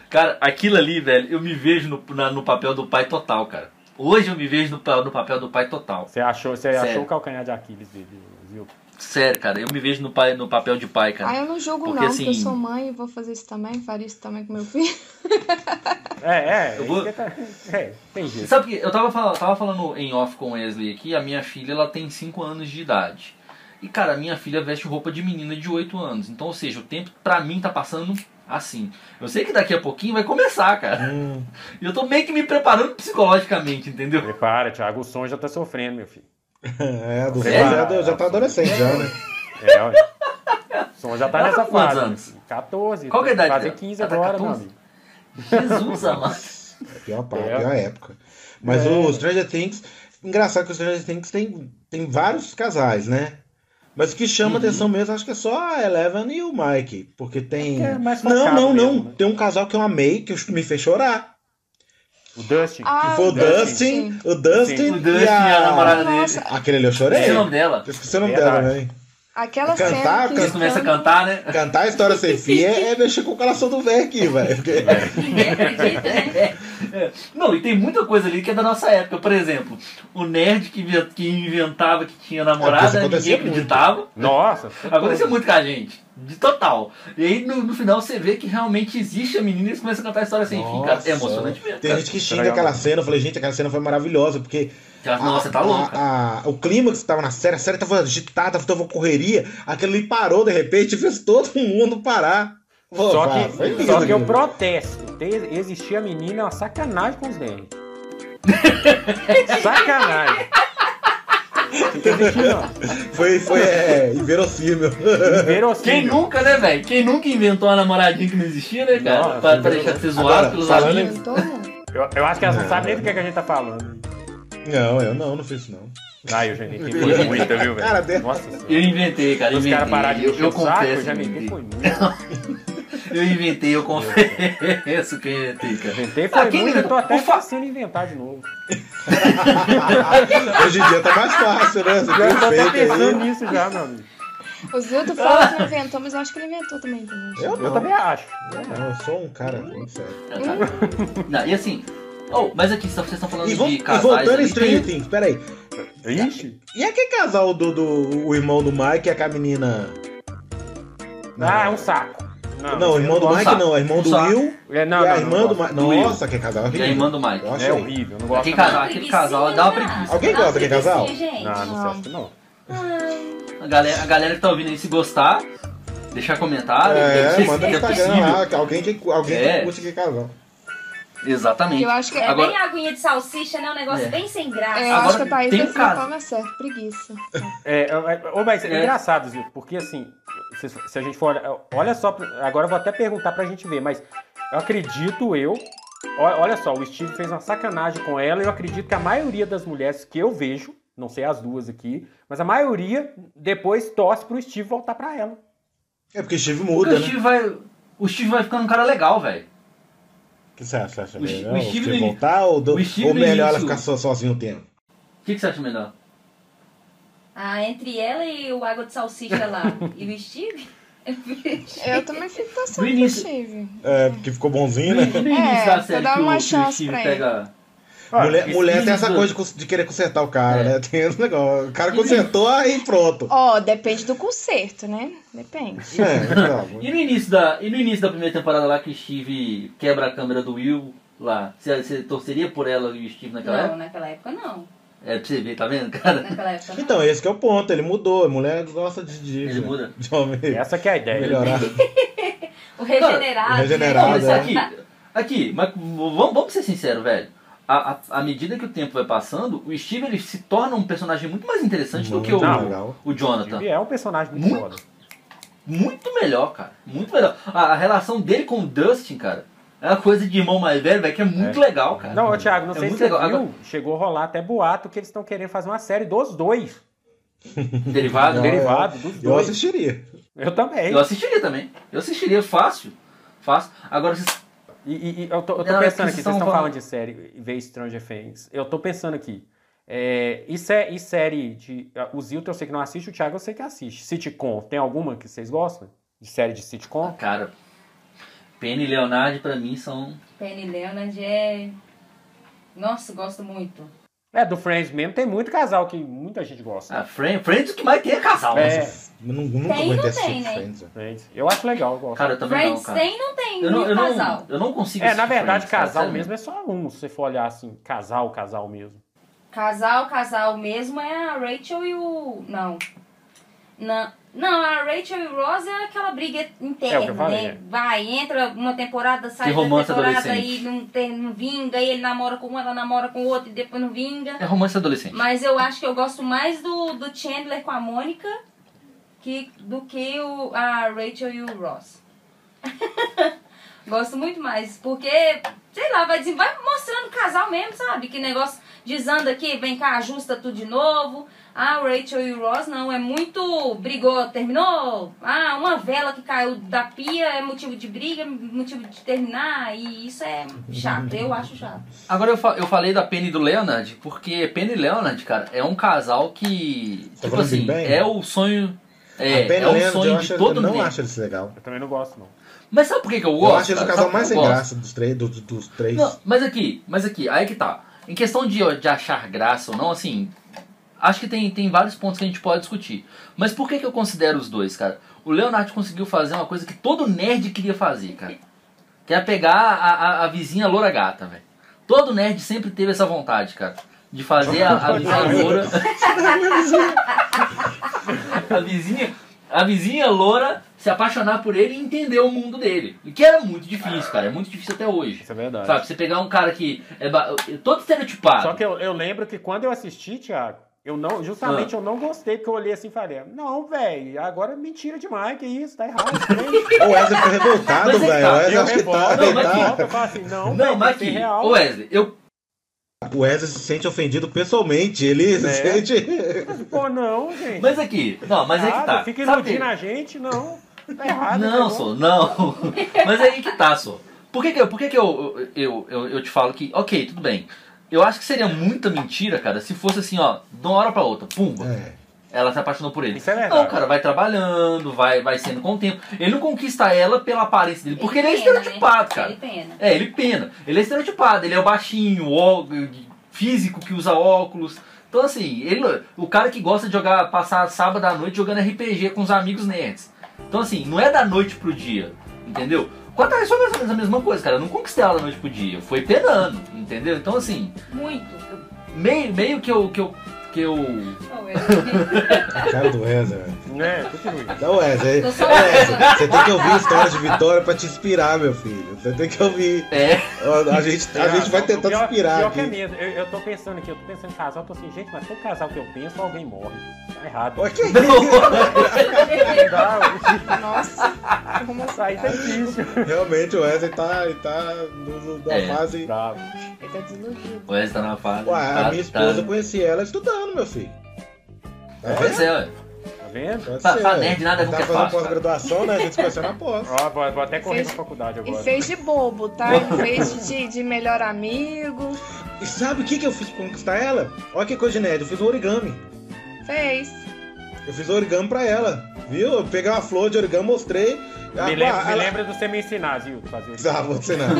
Speaker 5: Cara, aquilo ali, velho, eu me vejo no, na- no papel do pai total, cara. Hoje eu me vejo no, pa- no papel do pai total.
Speaker 2: Você achou, você
Speaker 5: Sério.
Speaker 2: achou o calcanhar de Aquiles dele, viu?
Speaker 5: Sério, cara, eu me vejo no, pai, no papel de pai,
Speaker 4: Ah,
Speaker 5: cara.
Speaker 4: eu não julgo,
Speaker 5: É. porque
Speaker 4: não, porque eu
Speaker 5: assim-
Speaker 4: sou mãe e vou fazer isso também, faria isso também com meu filho.
Speaker 2: É, é.
Speaker 5: Eu vou-
Speaker 2: você tá- é, tem jeito.
Speaker 5: Sabe o que eu tava, fal- tava falando em off com o Wesley aqui, a minha filha ela tem 5 anos de idade. E cara, a minha filha veste roupa de menina de 8 anos. Então, ou seja, o tempo pra mim tá passando assim. Eu sei que daqui a pouquinho vai começar, cara.
Speaker 3: Hum,
Speaker 5: E eu tô meio que me preparando psicologicamente, entendeu?
Speaker 2: Prepara, Thiago, o som já tá sofrendo, meu filho.
Speaker 3: é, a do
Speaker 2: Sério?
Speaker 3: já, do- já tá adolescente, já, né?
Speaker 2: É, olha. O som já tá
Speaker 5: Ela tá
Speaker 2: nessa
Speaker 5: com quantos
Speaker 2: fase. meu
Speaker 5: anos?
Speaker 2: filho. 14.
Speaker 5: Qual que é a idade
Speaker 2: Fazer
Speaker 5: dela?
Speaker 2: 15
Speaker 5: Ela tá
Speaker 2: agora,
Speaker 5: 14?
Speaker 2: meu amigo.
Speaker 5: Jesus amado.
Speaker 3: É a pior, parte,
Speaker 2: É.
Speaker 3: a pior época. Mas
Speaker 2: É.
Speaker 3: o Stranger Things, engraçado que o Stranger Things tem, tem vários casais, né? Mas o que
Speaker 2: Uhum.
Speaker 3: chama atenção mesmo, acho que é só a Eleven e o Mike. Porque tem.
Speaker 2: É mais
Speaker 3: Não,
Speaker 2: focado
Speaker 3: não, não.
Speaker 2: mesmo, né?
Speaker 3: Tem um casal que eu amei, que eu- me fez chorar.
Speaker 2: O Dustin.
Speaker 4: Ah,
Speaker 3: que foi o Dustin, o Dustin
Speaker 2: Sim.
Speaker 5: O
Speaker 3: e
Speaker 5: Dustin,
Speaker 3: a...
Speaker 5: a namorada
Speaker 4: Nossa,
Speaker 5: dele.
Speaker 3: Aquele ali eu chorei.
Speaker 5: Esse é o nome dela.
Speaker 3: Eu esqueci o nome
Speaker 2: Verdade.
Speaker 3: dela também.
Speaker 4: aquela
Speaker 3: Cantar,
Speaker 4: cena que
Speaker 5: Eles
Speaker 3: Cantando.
Speaker 5: começam a cantar, né?
Speaker 3: Cantar a história sem fim é, é mexer com o coração do velho aqui, velho. Porque-
Speaker 6: Ninguém acredita, né?
Speaker 5: É. Não, e tem muita coisa ali que é da nossa época. Por exemplo, o nerd que, inven- que inventava que tinha
Speaker 3: É, isso
Speaker 5: namorada, ninguém
Speaker 3: acontecia muito.
Speaker 5: acreditava.
Speaker 2: É Nossa.
Speaker 5: Aconteceu muito com a gente. De total. E aí no, no final você vê que realmente existe a menina e eles começam a cantar a história sem fim, cara.
Speaker 3: Nossa.
Speaker 5: É emocionante mesmo.
Speaker 3: Tem
Speaker 5: Cara.
Speaker 3: gente que xinga
Speaker 2: Legal.
Speaker 3: aquela cena. Eu falei, gente, aquela cena foi maravilhosa, porque
Speaker 5: Já-
Speaker 3: a-
Speaker 2: Ah,
Speaker 5: Nossa, tá louca.
Speaker 3: a- a- o clima que estava na série, a série tava agitada, tava uma correria, aquilo ali parou de repente e fez todo mundo parar. Pô,
Speaker 2: Só
Speaker 3: cara,
Speaker 2: que,
Speaker 3: foi lindo né?
Speaker 2: só que é eu
Speaker 3: aquilo.
Speaker 2: protesto. Ter- Existir a menina é uma sacanagem com os nerds. sacanagem. Não tem existir, não.
Speaker 3: Foi, foi é, inverossímil.
Speaker 2: Inverossímil.
Speaker 5: Quem nunca, né, velho? Quem nunca inventou uma namoradinha que não existia, né, cara?
Speaker 2: Nossa,
Speaker 5: pra, pra
Speaker 2: meu
Speaker 5: deixar de ser zoado
Speaker 3: Agora,
Speaker 5: pelos
Speaker 3: falando
Speaker 5: amigos.
Speaker 4: cantou, né?
Speaker 2: Eu, eu acho que elas não sabem nem do que, é que a gente tá falando.
Speaker 3: Não, eu não, não fiz isso não.
Speaker 2: Ai, eu já inventei foi muito, viu,
Speaker 3: Cara
Speaker 2: velho?
Speaker 3: dela.
Speaker 2: Nossa senhora.
Speaker 5: Eu inventei, cara.
Speaker 2: Os
Speaker 5: inventei.
Speaker 2: caras pararam de
Speaker 5: eu,
Speaker 2: mexer
Speaker 5: eu
Speaker 2: o saco, eu
Speaker 5: confesso.
Speaker 2: já
Speaker 5: que eu
Speaker 2: inventei foi
Speaker 5: inventei.
Speaker 2: muito.
Speaker 5: Eu inventei, eu confesso que eu inventei, cara.
Speaker 2: Inventei foi
Speaker 5: Ah, quem
Speaker 2: muito, eu tô
Speaker 5: inventou?
Speaker 2: até
Speaker 5: O fa-
Speaker 2: pensando em inventar de novo.
Speaker 3: Hoje em dia tá mais fácil, né? Você
Speaker 2: Já tô até
Speaker 3: tem
Speaker 2: pensando
Speaker 3: um fake aí.
Speaker 2: nisso já, meu amigo.
Speaker 4: O Zildo fala que não inventou, mas eu acho que ele inventou também, também.
Speaker 3: Eu
Speaker 2: Eu
Speaker 3: não.
Speaker 2: também acho.
Speaker 3: Eu não, eu sou um cara muito sério.
Speaker 5: Não, e assim. Oh, mas aqui vocês estão falando
Speaker 3: E, vo-
Speaker 5: de
Speaker 3: e
Speaker 5: casais.
Speaker 3: voltando em
Speaker 5: ali, tem-
Speaker 3: Stranger Things, peraí.
Speaker 2: Ixi.
Speaker 3: E aquele casal do, do o irmão do Mike e a menina.
Speaker 2: Ah, é um saco. Não,
Speaker 3: Não, o irmão do
Speaker 5: não
Speaker 3: Mike
Speaker 5: sabe.
Speaker 3: não, é irmão do
Speaker 5: Não
Speaker 3: Will
Speaker 2: é,
Speaker 3: e
Speaker 2: não,
Speaker 3: a
Speaker 2: não,
Speaker 3: irmã
Speaker 2: não
Speaker 3: do
Speaker 2: gosto.
Speaker 3: Mike.
Speaker 5: Do Will.
Speaker 3: Nossa, que casal
Speaker 5: E a irmã do Mike.
Speaker 3: Eu achei.
Speaker 2: É horrível, não gosto.
Speaker 5: Aquele
Speaker 2: não.
Speaker 5: casal, aquele casal dá uma preguiça.
Speaker 3: Alguém gosta daquele casal?
Speaker 6: Gente.
Speaker 2: Não, não sei, acho que não.
Speaker 5: A galera, a galera que tá ouvindo aí, se gostar, deixar comentário.
Speaker 3: É,
Speaker 5: se-
Speaker 3: manda
Speaker 5: se
Speaker 3: no
Speaker 5: é
Speaker 3: Instagram
Speaker 5: possível.
Speaker 3: lá, que alguém que, alguém
Speaker 5: É.
Speaker 3: que curte aquele casal.
Speaker 5: Exatamente.
Speaker 4: Eu acho que
Speaker 6: É
Speaker 4: é.
Speaker 5: Agora-
Speaker 6: bem aguinha de salsicha, né? Um negócio
Speaker 5: É.
Speaker 6: bem sem
Speaker 4: É,
Speaker 6: graça.
Speaker 4: eu
Speaker 5: Agora,
Speaker 4: acho que a Thaís
Speaker 5: tem
Speaker 4: vai
Speaker 5: um
Speaker 4: ficar
Speaker 5: caso.
Speaker 4: com a certa preguiça.
Speaker 2: É, é, é, ô, mas é
Speaker 5: É.
Speaker 2: engraçado, Zil, porque assim, se, se a gente for. olhar- Olha só, pra- agora eu vou até perguntar pra gente ver, mas eu acredito eu. ó- Olha só, o Steve fez uma sacanagem com ela, e eu acredito que a maioria das mulheres que eu vejo, não sei as duas aqui, mas a maioria depois torce pro Steve voltar pra ela.
Speaker 3: É porque Steve
Speaker 5: Porque
Speaker 3: muda,
Speaker 5: o
Speaker 3: né?
Speaker 5: Steve vai. O Steve vai ficando um cara legal, velho.
Speaker 3: O que você acha? Você acha
Speaker 5: O Steve-
Speaker 3: melhor
Speaker 5: o
Speaker 3: o
Speaker 5: Steve
Speaker 3: Steve
Speaker 5: no ini-
Speaker 3: voltar ou, do-
Speaker 5: o é Steve
Speaker 3: ou
Speaker 5: no
Speaker 3: melhor ela
Speaker 5: início-
Speaker 3: ficar so, sozinha um tempo?
Speaker 5: O que, que você acha melhor?
Speaker 6: Ah, entre ela e o água de salsicha lá. e o Steve?
Speaker 4: Eu também fico torcendo pro
Speaker 5: No início-
Speaker 4: Steve.
Speaker 3: É, porque ficou bonzinho,
Speaker 5: No
Speaker 3: né?
Speaker 5: início da
Speaker 4: É,
Speaker 5: série
Speaker 4: dá
Speaker 5: que o-
Speaker 4: uma
Speaker 5: que o
Speaker 4: chance
Speaker 5: Steve
Speaker 4: pra ele.
Speaker 5: pega.
Speaker 3: mulher,
Speaker 5: esse
Speaker 3: mulher tem
Speaker 5: menino
Speaker 3: essa
Speaker 5: do-
Speaker 3: coisa de, cons- de querer consertar o
Speaker 5: É.
Speaker 3: cara, né? Tem esse negócio. O cara consertou, aí pronto.
Speaker 4: Ó, depende do concerto, né? Depende.
Speaker 3: É, não.
Speaker 5: E no, início da, e no início da primeira temporada lá que o Steve quebra a câmera do Will lá, você, você torceria por ela e o Steve naquela
Speaker 6: Não,
Speaker 5: época?
Speaker 6: naquela época não.
Speaker 5: É pra você ver, tá vendo, cara?
Speaker 6: Naquela época não.
Speaker 3: Então, esse que é o ponto. Ele mudou. A mulher gosta de... de
Speaker 5: Ele
Speaker 3: de-
Speaker 5: muda.
Speaker 3: De homem
Speaker 2: Essa que é a ideia.
Speaker 3: melhorar.
Speaker 6: o regenerado.
Speaker 3: Cara, o
Speaker 5: Não,
Speaker 3: regenerado, é.
Speaker 5: mas
Speaker 3: Nada.
Speaker 5: aqui, aqui, mas vamos, vamos ser sinceros, velho. À, à- à medida que o tempo vai passando, o Steve ele se torna um personagem muito mais interessante do que o,
Speaker 3: Muito legal.
Speaker 5: o Jonathan.
Speaker 2: Ele é um personagem muito,
Speaker 5: Muito.
Speaker 2: foda.
Speaker 5: Muito melhor, cara. Muito melhor. A, a relação dele com o Dustin, cara, é uma coisa de irmão mais velho, velho, que é muito legal, cara.
Speaker 2: Não, ô, Thiago, não
Speaker 5: É
Speaker 2: sei se
Speaker 5: muito
Speaker 2: você
Speaker 5: legal.
Speaker 2: viu,
Speaker 5: Agora-
Speaker 2: chegou a rolar até boato que eles estão querendo fazer uma série dos dois.
Speaker 5: Derivado,
Speaker 3: Não,
Speaker 5: deriv-
Speaker 2: Derivado dos
Speaker 3: Eu
Speaker 2: dois.
Speaker 3: assistiria.
Speaker 2: Eu também.
Speaker 5: Eu assistiria também. Eu assistiria fácil. Fácil. Agora vocês.
Speaker 2: E, e- e eu tô, eu tô
Speaker 5: Não,
Speaker 2: pensando aqui,
Speaker 5: é que vocês
Speaker 2: vocês estão
Speaker 5: estão
Speaker 2: falando de série e ver Stranger Things. Eu tô pensando aqui. É, e, sé- e série de. é, O Zilton eu sei que não assiste, o Thiago eu sei que assiste. Sitcom, tem alguma que vocês gostam? De série de sitcom?
Speaker 5: Cara, Penny e Leonard pra mim são.
Speaker 6: Penny Leonard é. Nossa, gosto muito.
Speaker 2: É, do Friends mesmo, tem muito casal que muita gente gosta.
Speaker 5: Ah, Friends, Friends o que mais tem é casal.
Speaker 2: É.
Speaker 5: né?
Speaker 3: Eu nu- nunca
Speaker 6: Tem,
Speaker 3: vou
Speaker 6: não
Speaker 3: ter assistido
Speaker 6: tem, né?
Speaker 3: Friends. velho.
Speaker 2: Friends. Eu acho legal, eu gosto.
Speaker 5: Cara, eu também
Speaker 6: Friends
Speaker 5: não, cara.
Speaker 6: tem não tem
Speaker 5: Eu não,
Speaker 6: muito
Speaker 5: eu,
Speaker 6: casal.
Speaker 5: não, eu não consigo
Speaker 2: É,
Speaker 5: assistir
Speaker 2: na verdade,
Speaker 5: Friends, cara,
Speaker 2: casal
Speaker 5: sério
Speaker 2: mesmo é só um, se você for olhar assim, casal, casal mesmo.
Speaker 6: Casal, casal mesmo é a Rachel e o. Não. Não, não a Rachel e o Ross é aquela briga
Speaker 2: É o que
Speaker 6: interna,
Speaker 2: eu falei,
Speaker 6: né? Vai, entra uma temporada, sai
Speaker 5: Tem
Speaker 6: outra
Speaker 5: romance
Speaker 6: temporada
Speaker 5: adolescente.
Speaker 6: e não, tem, não vinga, e ele namora com um, ela namora com o outro e depois não vinga.
Speaker 5: É romance adolescente.
Speaker 6: Mas eu acho que eu gosto mais do, do Chandler com a Mônica que, do que o, a Rachel e o Ross. gosto muito mais, porque, sei lá, vai, desen- vai mostrando casal mesmo, sabe? Que negócio desanda aqui, vem cá, ajusta tudo de novo. Ah, o Rachel e o Ross não, é muito. brigou, terminou. Ah, uma vela que caiu da pia é motivo de briga, motivo de terminar. E isso é chato, eu acho chato.
Speaker 5: Agora eu, fa- eu falei da Penny e do Leonard, porque Penny e Leonard, cara, é um casal que.
Speaker 3: Tá
Speaker 5: Tipo
Speaker 3: falando
Speaker 5: assim,
Speaker 3: Big Bang?
Speaker 5: é o sonho. É,
Speaker 3: A Penny
Speaker 5: é o
Speaker 3: Leonard,
Speaker 5: sonho
Speaker 3: eu,
Speaker 5: de
Speaker 3: acho,
Speaker 5: todo
Speaker 3: eu não
Speaker 5: mundo.
Speaker 3: acho eles legal.
Speaker 2: Eu também não gosto, não.
Speaker 5: Mas sabe por que, que eu
Speaker 3: Eu
Speaker 5: gosto?
Speaker 3: acho eles o
Speaker 5: cara?
Speaker 3: casal
Speaker 5: Sabe por
Speaker 3: mais
Speaker 5: que
Speaker 3: sem
Speaker 5: eu gosto?
Speaker 3: graça dos três. do- do- Dos três.
Speaker 5: Não, mas aqui, mas aqui, aí que tá. Em questão de, de achar graça ou não, assim, acho que tem, tem vários pontos que a gente pode discutir. Mas por que, que eu considero os dois, cara? O Leonardo conseguiu fazer uma coisa que todo nerd queria fazer, cara. Que é pegar a, a, a vizinha loura gata, velho. Todo nerd sempre teve essa vontade, cara. De fazer a, a vizinha loura. a vizinha. A vizinha loura se apaixonar por ele e entender o mundo dele. O que era muito difícil, cara. É muito difícil até hoje.
Speaker 2: Isso é verdade.
Speaker 5: Sabe, você pegar um cara que é ba- todo estereotipado.
Speaker 2: Só que eu, eu lembro que quando eu assisti, Thiago, eu não, justamente eu não gostei, porque eu olhei assim e falei, não, velho, agora é mentira demais, que isso, tá errado. isso daí."
Speaker 3: O Wesley ficou revoltado,
Speaker 5: Mas é que
Speaker 3: velho.
Speaker 2: Aí
Speaker 3: O
Speaker 5: tá,
Speaker 3: Wesley
Speaker 2: eu
Speaker 3: acho que tá.
Speaker 2: revolto,
Speaker 5: Não,
Speaker 2: eu
Speaker 3: ele
Speaker 5: mas
Speaker 3: tá-
Speaker 2: revolto, eu falo assim, não,
Speaker 5: Não,
Speaker 2: velho, tem
Speaker 5: mas
Speaker 2: que
Speaker 5: aqui,
Speaker 2: ser real.
Speaker 5: ô Wesley, eu.
Speaker 3: O Wesley se sente ofendido pessoalmente. Ele se
Speaker 2: É.
Speaker 3: sente.
Speaker 2: Pô, não, gente.
Speaker 5: Mas aqui, não, mas aí que
Speaker 2: errado,
Speaker 5: tá.
Speaker 2: Fica
Speaker 5: Sabe
Speaker 2: iludindo a gente, não. Tá errado.
Speaker 5: Não,
Speaker 2: sou.
Speaker 5: só, não. Mas aí que tá, só. Por que, que, eu, por que, que eu, eu, eu, eu te falo que, ok, tudo bem. Eu acho que seria muita mentira, cara, se fosse assim, ó, de uma hora pra outra, pumba.
Speaker 3: É.
Speaker 5: Ela se apaixonou por ele.
Speaker 2: Isso é verdade.
Speaker 5: não, cara, vai trabalhando, vai, vai sendo com o tempo. Ele não conquista ela pela aparência dele, porque ele, é
Speaker 6: pena, né?
Speaker 5: estereotipado, cara.
Speaker 6: Ele pena.
Speaker 5: É, ele pena. Ele é estereotipado, ele é o baixinho, o ó- físico que usa óculos. Então, assim, ele, o cara que gosta de jogar, passar sábado à noite jogando RPG com os amigos nerds. Então, assim, não é da noite pro dia, entendeu? Com a Thaís foi mais ou menos a mesma coisa, cara. Eu não conquistei ela da noite pro dia, foi penando, entendeu? Então, assim,
Speaker 6: Muito.
Speaker 5: meio, meio que eu. Que eu, que eu
Speaker 6: Oh, eu-
Speaker 3: Cara do Wesley, velho.
Speaker 2: É, continue.
Speaker 3: Dá o Wesley.
Speaker 6: Tô só
Speaker 3: Wesley,
Speaker 6: olhando.
Speaker 3: Você tem que ouvir histórias de vitória pra te inspirar, meu filho. Você tem que ouvir.
Speaker 5: é,
Speaker 3: A, a gente, a gente vai tentar te
Speaker 2: pior,
Speaker 3: inspirar
Speaker 2: pior que é
Speaker 3: aqui.
Speaker 2: mesmo. Eu, eu tô pensando aqui, eu tô pensando em casal, eu tô assim, gente, mas todo casal que eu penso, alguém morre. Tá errado.
Speaker 3: Olha que é
Speaker 2: Não dá,
Speaker 4: Nossa,
Speaker 2: como sair tá difícil.
Speaker 3: Realmente o Wesley tá, ele tá no- no- na
Speaker 5: É.
Speaker 3: fase.
Speaker 2: Bravo.
Speaker 4: ele tá desiludido.
Speaker 5: o Wesley tá na fase.
Speaker 3: Ué,
Speaker 5: tá-
Speaker 3: a minha esposa, eu
Speaker 5: tá-
Speaker 3: conheci ela estudando, meu filho. Tá
Speaker 5: Pois
Speaker 3: vendo?
Speaker 5: é, ué.
Speaker 2: Tá vendo?
Speaker 3: Pode
Speaker 5: Pra-
Speaker 3: ser,
Speaker 5: pra
Speaker 3: ué.
Speaker 5: nerd nada
Speaker 3: Ele
Speaker 5: nunca
Speaker 3: tá
Speaker 5: é
Speaker 3: fazendo
Speaker 5: fácil,
Speaker 3: pós-graduação, né? A gente se conheceu na pós.
Speaker 2: Ó, vou, vou até correr
Speaker 4: Fez-
Speaker 2: pra faculdade
Speaker 4: E
Speaker 2: agora.
Speaker 4: fez de bobo, tá? Ele fez de, de melhor amigo.
Speaker 3: E sabe o que, que eu fiz pra conquistar ela? Olha que coisa de nerd, eu fiz um origami.
Speaker 4: Fez.
Speaker 3: Eu fiz origami pra ela, viu? Eu peguei uma flor de origami, mostrei. Ela-
Speaker 2: Me lembra,
Speaker 3: ela-
Speaker 2: me lembra de você me ensinar, viu? Fazer isso.
Speaker 3: Ah, você não.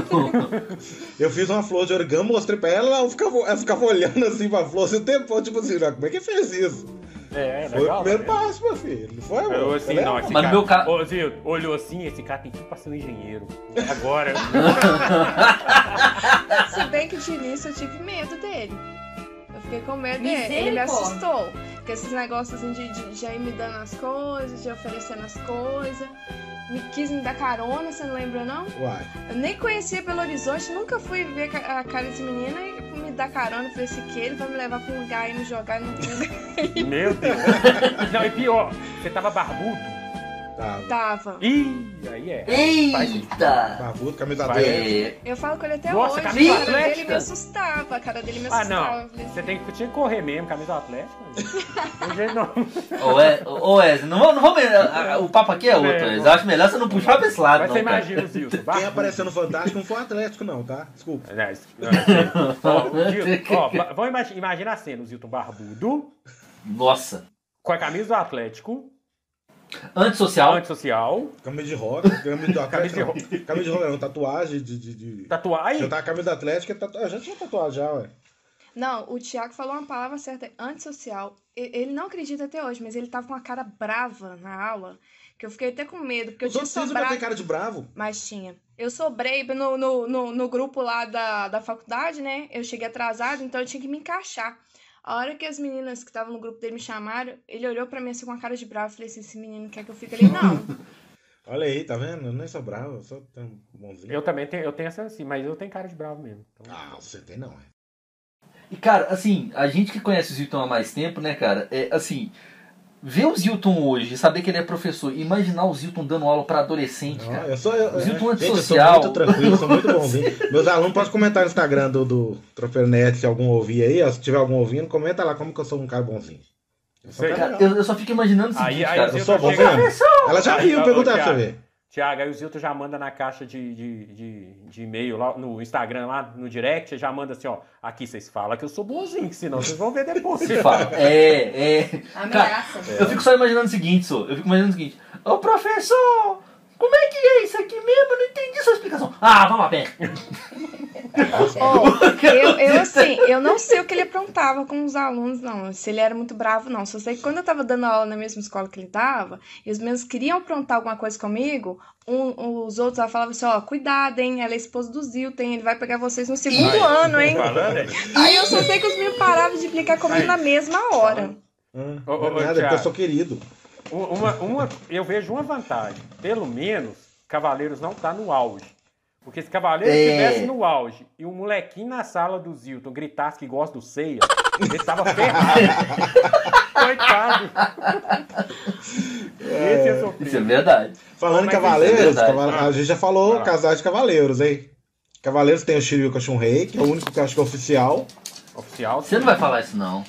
Speaker 3: eu fiz uma flor de origami, mostrei pra ela, ela ficava, ela ficava olhando assim pra flor, assim, o tempo, tipo assim, "Ah, como é que fez isso?
Speaker 2: É, é
Speaker 3: Foi o
Speaker 2: legal.
Speaker 3: primeiro
Speaker 2: né?
Speaker 3: passo, meu filho. Não foi,
Speaker 2: Olhou assim,
Speaker 3: Ela é
Speaker 2: não, esse
Speaker 5: Mas
Speaker 2: cara...
Speaker 5: meu ca-
Speaker 2: Ô, Zildo, olhou assim, esse cara tem que passar um engenheiro. Agora...
Speaker 4: Se bem que de início eu tive medo dele. Eu fiquei com medo dele. Ele me
Speaker 6: Misericórdia.
Speaker 4: assustou. Porque esses negócios assim de, de já ir me dando as coisas, de oferecendo as coisas. Me quis me dar carona, você não lembra não?
Speaker 3: Uai.
Speaker 4: Eu nem conhecia Belo Horizonte, nunca fui ver ca- a cara desse menino e me dar carona. Eu falei assim, que ele vai me levar pra um lugar e me jogar no
Speaker 2: Meu Deus. Não, e pior, você tava barbudo.
Speaker 3: Tá,
Speaker 4: tava.
Speaker 2: Ih, aí é.
Speaker 5: Eita!
Speaker 3: barbudo, camisa
Speaker 2: Vai.
Speaker 3: dele.
Speaker 5: É,
Speaker 4: Eu falo com ele até
Speaker 2: Nossa,
Speaker 4: hoje,
Speaker 2: camisa
Speaker 4: a cara dele
Speaker 2: atlética.
Speaker 4: me assustava, a cara dele me
Speaker 2: Ah,
Speaker 4: assustava.
Speaker 2: não.
Speaker 4: Eu falei assim,
Speaker 2: Você tem que, tinha que correr mesmo, camisa atlética. Não tem jeito não.
Speaker 5: ô, é, ô, Wesley, não vamos. Não vamos a- a- o papo aqui é outro,
Speaker 2: É,
Speaker 5: Wesley.
Speaker 2: não.
Speaker 5: Acho melhor você não puxar pra esse lado,
Speaker 2: Mas
Speaker 5: Ah, não.
Speaker 2: você
Speaker 5: cara.
Speaker 2: imagina o Zildo.
Speaker 3: Quem
Speaker 2: barbudo.
Speaker 3: apareceu no Fantástico não foi o Atlético, não, tá? Desculpa.
Speaker 2: Não, isso- não, isso- Ó, o Zildo, ó, ba- vamos imagi- imaginar a cena, o Zilton barbudo,
Speaker 5: Nossa.
Speaker 2: com a camisa do Atlético,
Speaker 5: Antissocial.
Speaker 2: antissocial,
Speaker 3: Camisa de roda, camisa
Speaker 2: Camisa
Speaker 3: do
Speaker 2: de
Speaker 3: Atlético. não. camisa de roda, não, tatuagem de. de, de...
Speaker 4: Tá
Speaker 2: tatuagem.
Speaker 3: Eu tava com a camisa do Atlético, é tatu... eu já tinha tatuagem já, ué.
Speaker 4: Não, o Thiago falou uma palavra certa, antissocial. E- Ele não acredita até hoje, mas ele tava com uma cara brava na aula, que eu fiquei até com medo, porque eu
Speaker 3: Os
Speaker 4: tinha
Speaker 3: outros precisam pra ter
Speaker 4: sobrado,
Speaker 3: cara de bravo.
Speaker 4: mas tinha. Eu sobrei no, no, no, no grupo lá da, da faculdade, né? Eu cheguei atrasado, então eu tinha que me encaixar. A hora que as meninas que estavam no grupo dele me chamaram, ele olhou pra mim assim com uma cara de bravo e falei assim, esse menino quer que eu fique ali? Não.
Speaker 3: Olha aí, tá vendo? Eu nem sou bravo, eu sou tão bonzinho.
Speaker 2: Eu também tenho, eu tenho essa assim, mas eu tenho cara de bravo mesmo. Então,
Speaker 3: Ah, você tem não, é.
Speaker 5: E, cara, assim, a gente que conhece o Zilton há mais tempo, né, cara? É assim. Ver o Zilton hoje, saber que ele é professor, imaginar o Zilton dando aula pra adolescente,
Speaker 3: Não,
Speaker 5: cara.
Speaker 3: eu sou. Eu,
Speaker 5: Zilton
Speaker 3: eu- gente, eu sou
Speaker 5: antissocial.
Speaker 3: muito tranquilo, sou muito bonzinho. Meus alunos podem comentar no Instagram do, do Tropeiro Net, se algum ouvir aí, ó, se tiver algum ouvindo, comenta lá como que eu sou um cara bonzinho. Eu sou um
Speaker 2: Sei.
Speaker 3: cara
Speaker 5: Cara,
Speaker 3: legal.
Speaker 5: eu, eu só fico imaginando o seguinte,
Speaker 2: Aí- aí
Speaker 5: cara.
Speaker 2: eu-
Speaker 3: Eu sou
Speaker 2: Zilton
Speaker 3: bonzinho?
Speaker 2: chega-
Speaker 3: Ela já
Speaker 2: Aí,
Speaker 3: viu,
Speaker 2: ó,
Speaker 3: perguntar
Speaker 2: ô,
Speaker 3: pra você
Speaker 2: Thiago.
Speaker 3: ver.
Speaker 2: Tiago, aí o Zilton já manda na caixa de, de, de, de e-mail, lá no Instagram, lá no direct, já manda assim, ó, aqui vocês falam que eu sou bonzinho, que senão vocês vão ver depois.
Speaker 5: Se fala. É, é.
Speaker 6: Ameaça.
Speaker 5: Eu fico só imaginando o seguinte, só. Eu fico imaginando o seguinte. Ô, professor, como é que é isso aqui mesmo? Eu não entendi sua explicação. Ah, vamos a pé.
Speaker 4: Ó, eu, eu, assim, eu não sei o que ele aprontava com os alunos, não. Se ele era muito bravo, não. Só sei que quando eu tava dando aula na mesma escola que ele tava, e os meninos queriam aprontar alguma coisa comigo, um- os outros lá falavam assim, ó, cuidado, hein? Ela é esposa do Zilton, ele vai pegar vocês no segundo ano, hein?
Speaker 2: Falando, é.
Speaker 4: Aí eu só sei que os meninos paravam de implicar comigo
Speaker 2: Aí.
Speaker 4: na mesma hora.
Speaker 3: Ah,
Speaker 2: Ô, ô, ô,
Speaker 3: não é nada, porque
Speaker 2: Thiago.
Speaker 3: eu sou querido.
Speaker 2: Um- Uma, uma, eu vejo uma vantagem. Pelo menos, Cavaleiros não tá no auge. Porque se Cavaleiros
Speaker 5: É.
Speaker 2: estivesse no auge e um molequinho na sala do Zilton gritasse que gosta do Ceia, ele tava ferrado. Coitado. Esse é
Speaker 5: Isso é
Speaker 2: sofrido.
Speaker 5: verdade.
Speaker 3: Falando em
Speaker 2: Mas isso é
Speaker 3: cavaleiros,
Speaker 5: verdade.
Speaker 3: caval- a gente já falou
Speaker 2: Vai lá.
Speaker 3: casais de cavaleiros, hein? Cavaleiros tem o Shiryu com a Shunrei, que é o único que eu acho que é oficial.
Speaker 2: Oficial.
Speaker 5: Você não vai falar isso, não.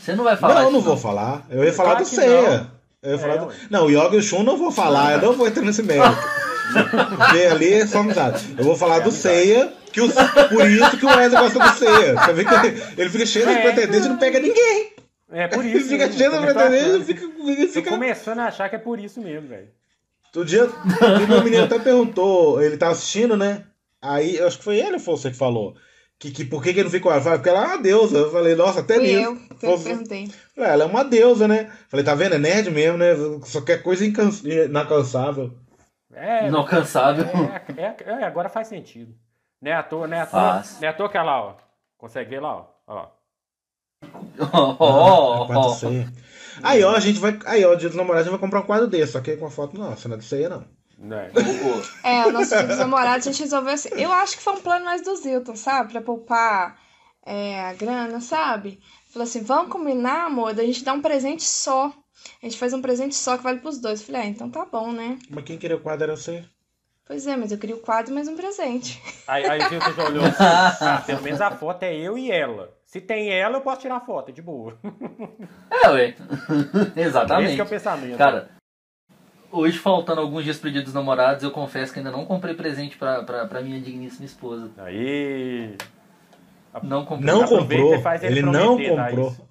Speaker 5: Você não vai falar
Speaker 3: não,
Speaker 5: isso.
Speaker 3: eu não vou falar. Eu ia falar
Speaker 2: Claro
Speaker 3: do
Speaker 2: que
Speaker 3: Seiya. Eu ia
Speaker 2: É,
Speaker 3: falar do...
Speaker 2: ué.
Speaker 3: Não, o Yoga e o Shun não vou falar, eu não vou entrar nesse mérito. Porque ali é só amizade. Eu vou falar
Speaker 2: É
Speaker 3: do Seiya, que o... por isso que o Wesley gosta do Seiya. Você vê que ele, ele fica cheio de
Speaker 2: É.
Speaker 3: pretendente e não pega ninguém.
Speaker 2: É por
Speaker 3: Ele
Speaker 2: isso.
Speaker 3: fica
Speaker 2: mesmo,
Speaker 3: cheio de
Speaker 2: eu tô
Speaker 3: pretendente e
Speaker 2: achando.
Speaker 3: fica... ele
Speaker 2: Tô
Speaker 3: fica...
Speaker 2: começando a achar que é por isso mesmo, velho.
Speaker 3: Outro dia, o meu menino até perguntou, ele tá assistindo, né? Aí, eu acho que foi ele ou foi você que falou. Que, que por que, que ele não ficou ela? Porque ela é uma deusa. Eu falei, nossa, até
Speaker 4: Fui
Speaker 3: nisso.
Speaker 4: eu que eu
Speaker 3: Você-
Speaker 4: perguntei.
Speaker 3: Falei, Ela é uma deusa, né? Falei, tá vendo? É nerd mesmo, né? Só quer coisa incan... inacansável.
Speaker 2: É,
Speaker 5: Inalcançável.
Speaker 2: É, é, é, agora faz sentido. Né à toa, né à toa,
Speaker 5: Faz.
Speaker 2: né à toa que é lá, ó. Consegue ver lá, ó. ó.
Speaker 5: Oh,
Speaker 3: Ah, quadro de ceia. Aí, ó, a gente vai. Aí, ó, dia dos namorados a gente vai comprar um quadro desse, só que com a foto nossa, não é de ceia, não.
Speaker 2: Né?
Speaker 4: É, o nosso dia dos namorados, a gente resolveu assim. Eu acho que foi um plano mais do Zilton, sabe? Pra poupar é, a grana, sabe? Falou assim: vamos combinar, amor, da gente dar um presente só. A gente faz um presente só que vale pros dois. Eu Falei, ah, então tá bom, né?
Speaker 3: Mas quem queria o quadro era você.
Speaker 4: Pois é, mas eu queria o quadro mais um presente.
Speaker 2: Aí, aí o Gilson já olhou assim, ah, pelo menos a foto é eu e ela. Se tem ela, eu posso tirar a foto, de boa.
Speaker 5: É, ué.
Speaker 2: Esse que
Speaker 5: Exatamente.
Speaker 2: é o pensamento.
Speaker 5: Cara, hoje faltando alguns dias pro dia dos namorados, eu confesso que ainda não comprei presente pra, pra, pra minha digníssima esposa.
Speaker 2: Aí.
Speaker 5: Não comprei.
Speaker 3: Não
Speaker 2: Aproveita
Speaker 3: comprou.
Speaker 2: e faz ele
Speaker 3: Ele, não
Speaker 2: prometer, tá,
Speaker 3: comprei.
Speaker 2: isso.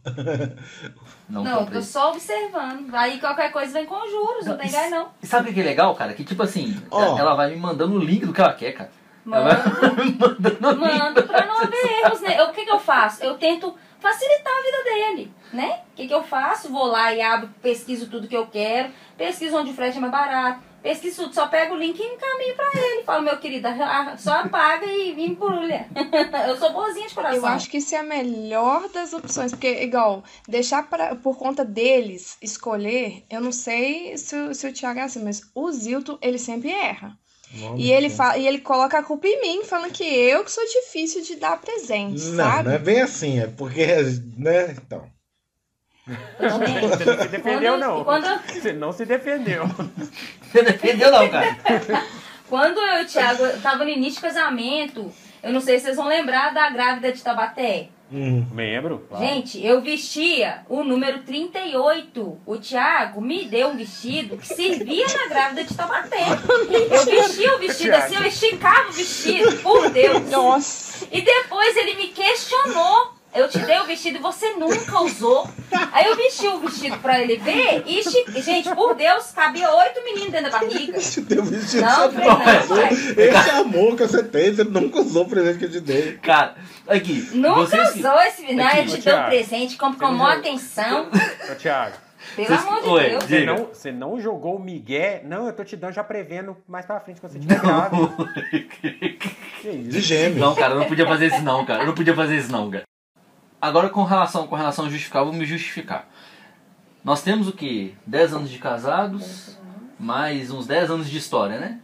Speaker 5: Não,
Speaker 6: Não, eu
Speaker 5: comprei.
Speaker 6: tô só observando. Aí qualquer coisa vem com juros, não,
Speaker 5: Não,
Speaker 6: tem
Speaker 5: e-
Speaker 6: gás não.
Speaker 5: E sabe o que é legal, cara? Que tipo assim,
Speaker 3: Ó.
Speaker 5: ela vai me mandando o link do que ela quer, cara. Ela
Speaker 6: Manda,
Speaker 5: vai me mandando o link.
Speaker 6: manda pra não haver erros, né? Eu- O que que eu faço? Eu tento facilitar a vida dele, né? O que que eu faço? Vou lá e abro, pesquiso tudo que eu quero, pesquiso onde o frete é mais barato, pesquiso tudo, só pego o link e encaminho pra ele. Falo, meu querido, ah, só apaga e me embrulha. Eu sou boazinha de coração.
Speaker 4: Eu acho que isso é a melhor das opções, porque, igual, deixar pra, por conta deles escolher, eu não sei se, o- se o Thiago é assim, mas o Zilton, ele sempre erra. E ele, fala, e ele coloca a culpa em mim, falando que eu que sou difícil de dar presente,
Speaker 3: Não,
Speaker 4: sabe?
Speaker 3: não é bem assim, é porque, né, então.
Speaker 6: Gente,
Speaker 2: Você não se defendeu,
Speaker 6: quando eu-
Speaker 2: não.
Speaker 6: quando eu-
Speaker 2: Você não se defendeu.
Speaker 5: Você não entendeu não, cara.
Speaker 6: Quando eu e o Thiago eu tava no início de casamento, eu não sei se vocês vão lembrar da grávida de Tabaté.
Speaker 3: Hum.
Speaker 2: Membro?
Speaker 6: Gente, eu vestia o número 38. O Thiago me deu um vestido que servia na grávida de Tabaté. Eu vestia o vestido assim, eu esticava o vestido, por Deus.
Speaker 4: Nossa,
Speaker 6: E depois ele me questionou. Eu te dei o vestido e você nunca usou. Aí eu vesti o vestido pra ele ver e esti- Gente, por Deus, cabia oito meninos dentro da barriga.
Speaker 3: Esse teu vestido
Speaker 6: Não,
Speaker 3: só
Speaker 6: Fernando,
Speaker 3: não usou.
Speaker 6: vai.
Speaker 3: Esse amor que você tem, você nunca usou o presente que eu te dei.
Speaker 5: Cara, aqui.
Speaker 6: Nunca
Speaker 5: vocês que-
Speaker 6: usou esse. Não, eu
Speaker 5: Aqui,
Speaker 6: te
Speaker 2: ô,
Speaker 6: dou um
Speaker 2: Thiago.
Speaker 6: presente, como com a maior atenção.
Speaker 2: Ô, Thiago,
Speaker 6: Pelo
Speaker 5: Vocês-
Speaker 6: amor de
Speaker 5: Oi.
Speaker 6: Deus.
Speaker 2: você
Speaker 5: Diga.
Speaker 2: não, você não jogou o Miguel? Não, eu tô te dando já prevendo mais pra frente quando você tiver grave. Que
Speaker 3: De
Speaker 2: isso?
Speaker 3: gêmeos.
Speaker 5: Não, cara, eu não podia fazer isso não, cara. Eu não podia fazer isso não, cara. Agora com relação, com relação a justificar, eu vou me justificar. Nós temos o quê? 10 anos de casados, mais uns 10 anos de história, né?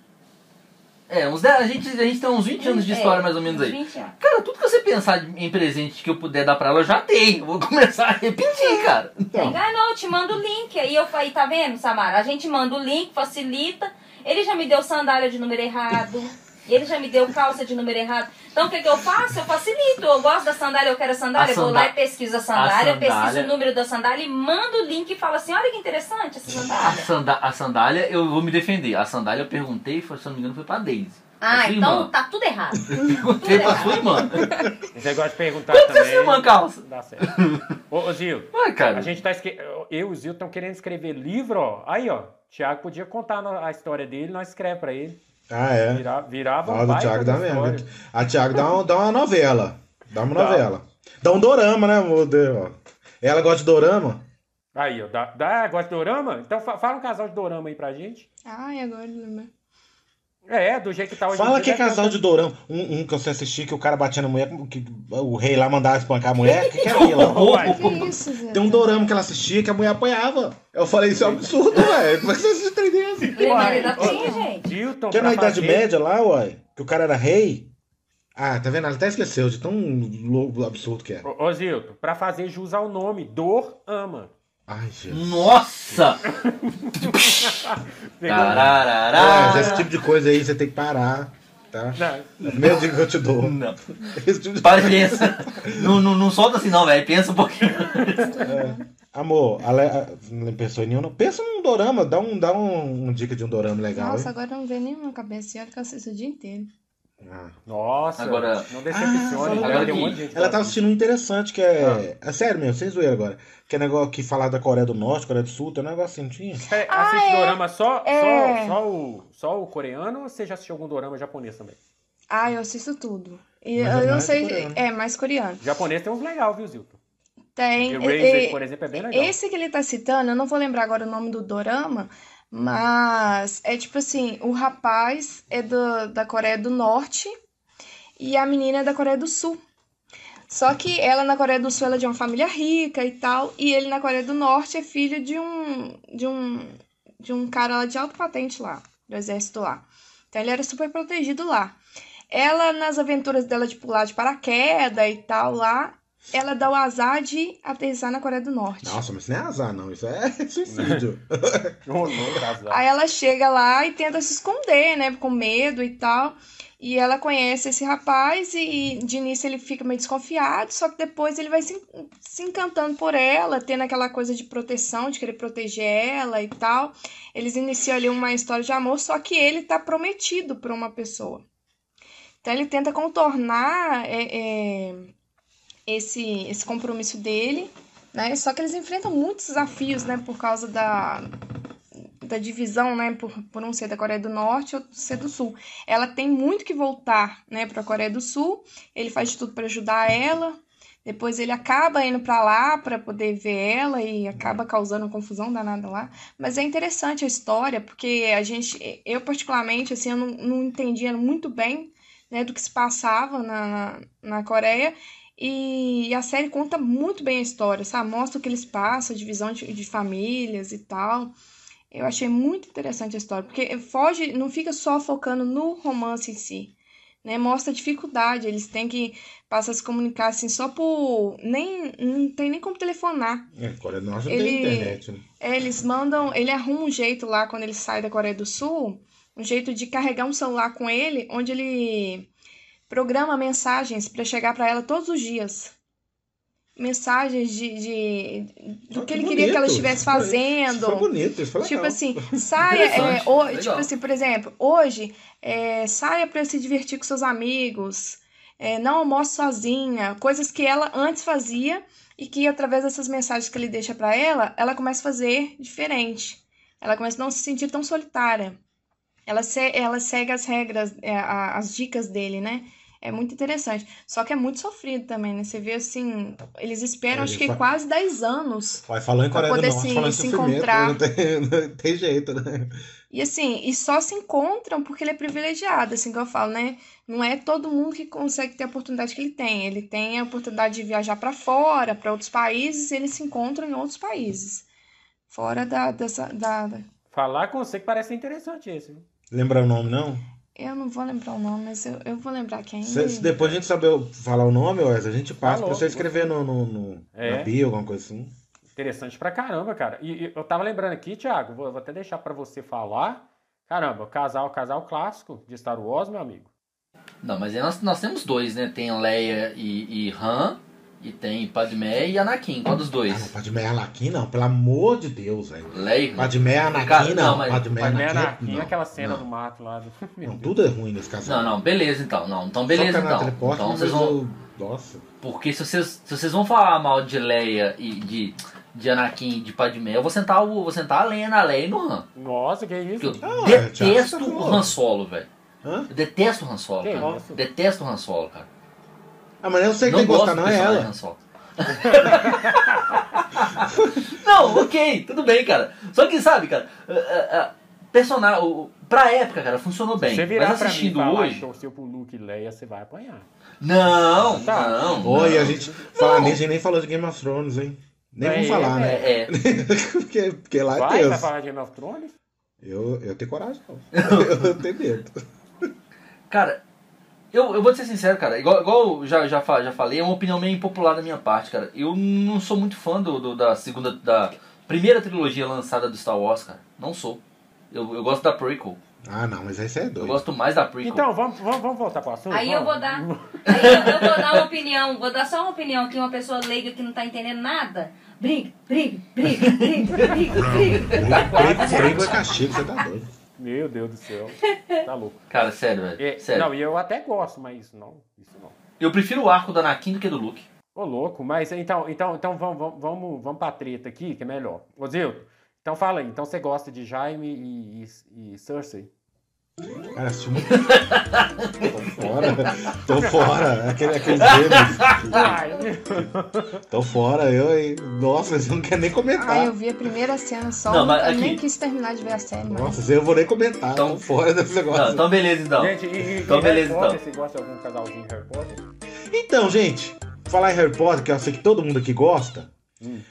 Speaker 5: É, uns 10, a gente, a gente tem uns 20 anos de história mais ou menos aí.
Speaker 6: 20 É, anos.
Speaker 5: Cara, tudo que você pensar de- em presente que eu puder dar pra ela, eu já dei. Eu vou começar a repetir, cara.
Speaker 3: Então,
Speaker 6: Enganou, eu te mando o link. Aí eu falei, tá vendo, Samara? A gente manda o link, facilita. Ele já me deu sandália de número errado. Ele já me deu calça de número errado. Então o que, que eu faço? Eu facilito. Eu gosto da sandália, eu quero a
Speaker 5: A
Speaker 6: sandália. eu vou
Speaker 5: sandá-
Speaker 6: lá e pesquiso a sandália,
Speaker 5: a
Speaker 6: eu pesquiso
Speaker 5: sandália-
Speaker 6: o número da sandália e mando o link e falo assim: olha que interessante essa
Speaker 5: A,
Speaker 6: sandália.
Speaker 5: sanda- a sandália, eu vou me defender. A sandália eu perguntei, foi- se eu não me engano, foi pra Daisy. Pra
Speaker 6: Ah,
Speaker 5: sua
Speaker 6: então
Speaker 5: irmã.
Speaker 6: tá tudo errado.
Speaker 5: Perguntei pra sua irmã.
Speaker 2: Esse negócio de perguntar
Speaker 5: Quanto que é
Speaker 2: também.
Speaker 5: sua irmã calça?
Speaker 2: Dá certo. Ô, ô, Zil,
Speaker 5: Ué, cara.
Speaker 2: a gente tá esque... Eu e o Zil estão querendo escrever livro, ó. Aí, ó. Thiago podia contar no- a história dele, nós escreve pra ele.
Speaker 3: ah, é.
Speaker 2: Virar, virava um
Speaker 3: Ah, do
Speaker 2: baita
Speaker 3: Thiago dá mesmo.
Speaker 2: história.
Speaker 3: A Thiago dá, um- dá uma novela. Dá uma
Speaker 2: Dá.
Speaker 3: novela. Dá um dorama, né, meu Deus? Ela gosta de dorama?
Speaker 2: Aí, ó. Dá, dá, gosta de dorama? Então fa- fala um casal de dorama aí pra gente.
Speaker 4: ai, agora eu lembro.
Speaker 2: É, do jeito que tá hoje. em
Speaker 3: Fala
Speaker 2: dia,
Speaker 3: que é
Speaker 2: deve ter-
Speaker 3: casal de dorama. Um, um que você assistiu que o cara batia na mulher, que o rei lá mandava espancar a mulher. Que que é aquilo?
Speaker 2: Uai,
Speaker 4: Que isso, Zé?
Speaker 3: Tem um dorama que ela assistia que a mulher apanhava. Eu falei, isso é um absurdo, velho. Como é que você assiste trem desse?
Speaker 6: Lembrei da
Speaker 2: Uai.
Speaker 6: tinha, gente.
Speaker 2: Dilton,
Speaker 3: Que
Speaker 2: Então, pra
Speaker 3: na Idade
Speaker 2: fazer-
Speaker 3: Média lá, uai, que o cara era rei. Ah, tá vendo? Ela até esqueceu de tão louco, absurdo que é. era.
Speaker 2: Ô, ô, Zilton, pra fazer jus ao nome, dor ama.
Speaker 3: Ai, Jesus.
Speaker 5: Nossa!
Speaker 2: Pegou?
Speaker 3: É,
Speaker 5: Tararará!
Speaker 3: esse tipo de coisa aí você tem que parar, tá?
Speaker 2: Não,
Speaker 3: Mesmo dica que eu te dou.
Speaker 5: Não,
Speaker 3: Esse tipo de...
Speaker 5: para e pensa. Não, não, não solta assim não, velho. Pensa um pouquinho.
Speaker 3: Amor, ale... ah, não pensou em nenhum, não? Pensa num dorama, dá um, dá um, um dica de um dorama legal,
Speaker 4: Nossa,
Speaker 3: hein?
Speaker 4: agora não vem nenhuma cabeça. E olha que eu assisto o dia inteiro.
Speaker 3: Ah.
Speaker 2: Nossa,
Speaker 5: Agora-
Speaker 2: não decepcione.
Speaker 3: Ah,
Speaker 2: cara,
Speaker 5: agora
Speaker 2: tem um
Speaker 5: que-
Speaker 2: monte de gente
Speaker 3: Ela
Speaker 2: falando.
Speaker 3: tava assistindo um interessante que é. É sério mesmo, sem zoeira agora. Que é negócio que falar da Coreia do Norte, Coreia do Sul, tem um negócio assim, não tinha?
Speaker 2: Pera, É, assiste dorama só,
Speaker 4: Ah,
Speaker 2: só,
Speaker 4: É.
Speaker 2: só, o, só o coreano ou você já assistiu algum dorama japonês também?
Speaker 4: Ah, eu assisto tudo. E
Speaker 3: Mas é
Speaker 4: eu não
Speaker 3: mais
Speaker 4: sei.
Speaker 3: coreano.
Speaker 4: É, mais coreano.
Speaker 2: Japonês tem uns legal, viu, Zilton?
Speaker 4: Tem. é,
Speaker 2: Eraser,
Speaker 4: é,
Speaker 2: por exemplo, é bem legal.
Speaker 4: Esse que ele tá citando, eu não vou lembrar agora o nome do dorama, mas é tipo assim, o rapaz é do, da Coreia do Norte e a menina é da Coreia do Sul. Só que ela na Coreia do Sul ela é de uma família rica e tal, e ele na Coreia do Norte é filho de um de um de um cara lá de alto patente lá, do exército lá. Então ele era super protegido lá. Ela nas aventuras dela de pular de paraquedas e tal lá, ela dá o azar de aterrissar na Coreia do Norte.
Speaker 3: Nossa, mas isso não é azar, não. Isso é suicídio.
Speaker 2: Rolou, graças a Deus.
Speaker 4: Aí ela chega lá e tenta se esconder, né? Com medo e tal. E ela conhece esse rapaz e, e de início ele fica meio desconfiado, só que depois ele vai se, en- se encantando por ela, tendo aquela coisa de proteção, de querer proteger ela e tal. Eles iniciam ali uma história de amor, só que ele tá prometido por uma pessoa. Então ele tenta contornar é, é, esse, esse compromisso dele, né? Só que eles enfrentam muitos desafios, né? Por causa da, da divisão, né? Por, por um ser da Coreia do Norte e outro ser do Sul. Ela tem muito que voltar, né? Para a Coreia do Sul. Ele faz de tudo para ajudar ela. Depois ele acaba indo para lá para poder ver ela e acaba causando confusão danada lá. Mas é interessante a história, porque a gente, eu particularmente, assim, eu não, não entendia muito bem né, do que se passava na, na Coreia. E a série conta muito bem a história, sabe? Mostra o que eles passam, a divisão de, de famílias e tal. Eu achei muito interessante a história, porque foge, não fica só focando no romance em si. Né? Mostra a dificuldade, eles têm que passar a se comunicar assim só por. Nem, não tem nem como telefonar.
Speaker 3: É, Coreia do Norte não
Speaker 4: Ele-
Speaker 3: tem internet, né?
Speaker 4: Eles mandam. Ele arruma um jeito lá quando ele sai da Coreia do Sul, um jeito de carregar um celular com ele, onde ele programa mensagens para chegar para ela todos os dias. Mensagens de, de-
Speaker 3: Ah,
Speaker 4: do que
Speaker 3: que
Speaker 4: ele queria que ela
Speaker 3: bonito.
Speaker 4: estivesse
Speaker 3: Isso foi- isso
Speaker 4: fazendo.
Speaker 3: Foi bonito, isso foi legal.
Speaker 4: Tipo assim, saia. é,
Speaker 5: Interessante,
Speaker 4: ho-
Speaker 5: legal.
Speaker 4: tipo assim, por exemplo, hoje é, saia pra se divertir com seus amigos, é, não almoce sozinha, coisas que ela antes fazia e que através dessas mensagens que ele deixa pra ela, ela começa a fazer diferente. Ela começa a não se sentir tão solitária. Ela, se- ela segue as regras, é, a- as dicas dele, né? É muito interessante. Só que é muito sofrido também, né? Você vê assim, eles esperam
Speaker 3: É,
Speaker 4: acho que
Speaker 3: fa-
Speaker 4: quase 10 anos
Speaker 3: Vai falando em
Speaker 4: pra
Speaker 3: Coreia do
Speaker 4: poder
Speaker 3: Norte,
Speaker 4: se-
Speaker 3: falando em
Speaker 4: se
Speaker 3: sofrimento,
Speaker 4: encontrar.
Speaker 3: Não tem, não tem jeito, né?
Speaker 4: E assim, e só se encontram porque ele é privilegiado, assim que eu falo, né? Não é todo mundo que consegue ter a oportunidade que ele tem. Ele tem a oportunidade de viajar pra fora, pra outros países, e eles se encontram em outros países. Fora da, dessa. Da, da-
Speaker 2: Falar com você que parece interessante esse. viu?
Speaker 3: Lembra o nome, não?
Speaker 4: Eu não vou lembrar o nome, mas eu, eu vou lembrar quem.
Speaker 3: Se- se depois a gente saber o- falar o nome, Wes, a gente passa
Speaker 2: Falou.
Speaker 3: pra você escrever no, no, no-
Speaker 2: É.
Speaker 3: na bio, alguma coisa assim.
Speaker 2: Interessante pra caramba, cara. E, e eu tava lembrando aqui, Thiago, vou, vou até deixar pra você falar. Caramba, casal, casal clássico de Star Wars, meu amigo.
Speaker 5: Não, mas aí nós, nós temos dois, né? Tem Leia e, e Han, e tem Padmé e Anakin. Qual dos
Speaker 3: Ah, não,
Speaker 5: dois?
Speaker 3: Padmé é Anakin, não, pelo amor de Deus, velho.
Speaker 5: Leia e Han.
Speaker 3: Padmé é
Speaker 5: Cara,
Speaker 3: Anakin,
Speaker 5: não,
Speaker 3: não.
Speaker 5: mas
Speaker 3: Padmé é
Speaker 2: Mas né,
Speaker 3: Anakin,
Speaker 2: Anakin,
Speaker 3: não.
Speaker 2: aquela cena
Speaker 3: não.
Speaker 2: do mato lá. Do... Meu
Speaker 3: Não,
Speaker 2: Deus.
Speaker 3: tudo é ruim nesse casal.
Speaker 5: Não, não, beleza então. Não, então
Speaker 3: Só
Speaker 5: beleza
Speaker 3: que a
Speaker 5: então.
Speaker 3: Natalie Portman,
Speaker 5: Então vocês
Speaker 3: mas
Speaker 5: vão.
Speaker 3: eu- Nossa.
Speaker 5: Porque se vocês, se vocês vão falar mal de Leia e de, de Anakin e de Padmé, eu vou sentar, o, vou sentar a lenha na Leia e no Han.
Speaker 2: Nossa, que
Speaker 5: Porque
Speaker 2: isso?
Speaker 5: eu
Speaker 3: Ah,
Speaker 5: detesto
Speaker 3: Thiago,
Speaker 5: o
Speaker 3: tá bom.
Speaker 5: Han Solo, velho.
Speaker 3: Hã?
Speaker 5: Eu detesto o Han Solo,
Speaker 2: Que
Speaker 5: cara.
Speaker 2: isso?
Speaker 5: Detesto o Han Solo, cara.
Speaker 3: Ah, mas eu sei que
Speaker 5: não
Speaker 3: quem
Speaker 5: gosto
Speaker 3: gosta
Speaker 5: do
Speaker 3: não é
Speaker 5: personagem
Speaker 3: ela.
Speaker 5: Han Solo. não, ok, tudo bem, cara. Só que, sabe, cara, a- a- a- personagem, o- pra época, cara, funcionou bem.
Speaker 2: Se você virar
Speaker 5: Mas
Speaker 2: pra mim e
Speaker 5: assistindo
Speaker 2: falar que
Speaker 5: hoje.
Speaker 2: torceu pro Luke e Leia, você vai apanhar.
Speaker 5: Não,
Speaker 2: Tá.
Speaker 5: não.
Speaker 3: Oi,
Speaker 5: não.
Speaker 3: a gente. Falar nisso, a gente nem falou de Game of Thrones, hein? Nem
Speaker 2: É,
Speaker 3: vamos falar, né?
Speaker 5: É, é.
Speaker 3: porque, porque lá é
Speaker 2: Vai,
Speaker 3: Deus.
Speaker 2: vai falar de Game of Thrones?
Speaker 3: Eu, eu tenho coragem, não. eu tenho medo.
Speaker 5: Cara, eu, eu vou te ser sincero, cara. Igual, igual eu já, já, fa- já falei, é uma opinião meio impopular da minha parte, cara. Eu não sou muito fã do, do- da segunda. da primeira trilogia lançada do Star Wars, cara. Não sou. Eu, eu gosto da prequel.
Speaker 3: Ah, não, mas aí você é
Speaker 5: Eu
Speaker 3: doido.
Speaker 5: gosto mais da prequel.
Speaker 2: Então, vamos, vamos, vamos voltar pro assunto?
Speaker 6: Aí eu
Speaker 2: vamos.
Speaker 6: vou dar. Aí eu, eu vou dar uma opinião, vou dar só uma opinião aqui, uma pessoa leiga que não tá entendendo nada. Briga, briga, briga, briga, briga, briga.
Speaker 3: Prego é castigo, você tá doido.
Speaker 2: Meu Deus do céu. Tá louco.
Speaker 5: Cara, sério, velho.
Speaker 2: É,
Speaker 5: sério.
Speaker 2: não, e eu até gosto, mas isso não. Isso não.
Speaker 5: Eu prefiro o arco da Anakin do que do Luke.
Speaker 2: Ô, louco, mas então, então, então vamos, vamos, vamos, vamos pra treta aqui, que é melhor. Ô, Zilton, então fala aí. Então você gosta de Jaime e, e, e Cersei?
Speaker 3: Cara, assisti muito. Tô fora. né? Tô fora. Aquele, aqueles dedos.
Speaker 2: Ai,
Speaker 3: Tô fora. Eu, e- nossa, você não quer nem
Speaker 4: Ah,
Speaker 3: comentar.
Speaker 4: eu vi a primeira cena só,
Speaker 5: Não, mas
Speaker 4: eu nem
Speaker 5: aqui-
Speaker 4: quis terminar de ver a série, mas-
Speaker 3: Nossa, eu vou nem comentar.
Speaker 5: Então-
Speaker 3: Tô fora desse
Speaker 5: Não,
Speaker 3: negócio.
Speaker 5: então beleza então.
Speaker 2: gente, e, e,
Speaker 5: Então,
Speaker 2: e
Speaker 5: beleza,
Speaker 2: Harry Potter,
Speaker 5: então.
Speaker 2: você gosta de algum casalzinho de Harry Potter?
Speaker 3: Então, gente, falar em Harry Potter, que eu sei que todo mundo aqui gosta.
Speaker 2: Hum.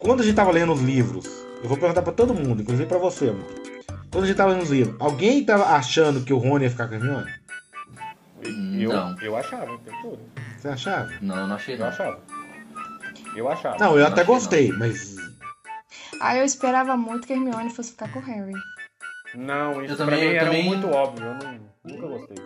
Speaker 3: Quando a gente tava lendo os livros, eu vou perguntar pra todo mundo, inclusive pra você, mano. Quando a gente tava lendo os livros, alguém tava achando que o Rony ia ficar com a Hermione?
Speaker 2: Eu,
Speaker 5: Hum, Não.
Speaker 2: eu achava, o tempo todo.
Speaker 3: Você achava?
Speaker 5: Não, não achei
Speaker 2: Eu
Speaker 5: não.
Speaker 2: achava. Eu achava.
Speaker 3: Não, eu
Speaker 5: Não
Speaker 3: até
Speaker 5: achei,
Speaker 3: gostei, mas.
Speaker 4: Ah, eu esperava muito que a Hermione fosse ficar com o Harry.
Speaker 2: Não, isso
Speaker 5: Eu
Speaker 2: pra
Speaker 5: também-
Speaker 2: mim
Speaker 5: eu
Speaker 2: era
Speaker 5: também-
Speaker 2: muito óbvio. Eu não- nunca gostei.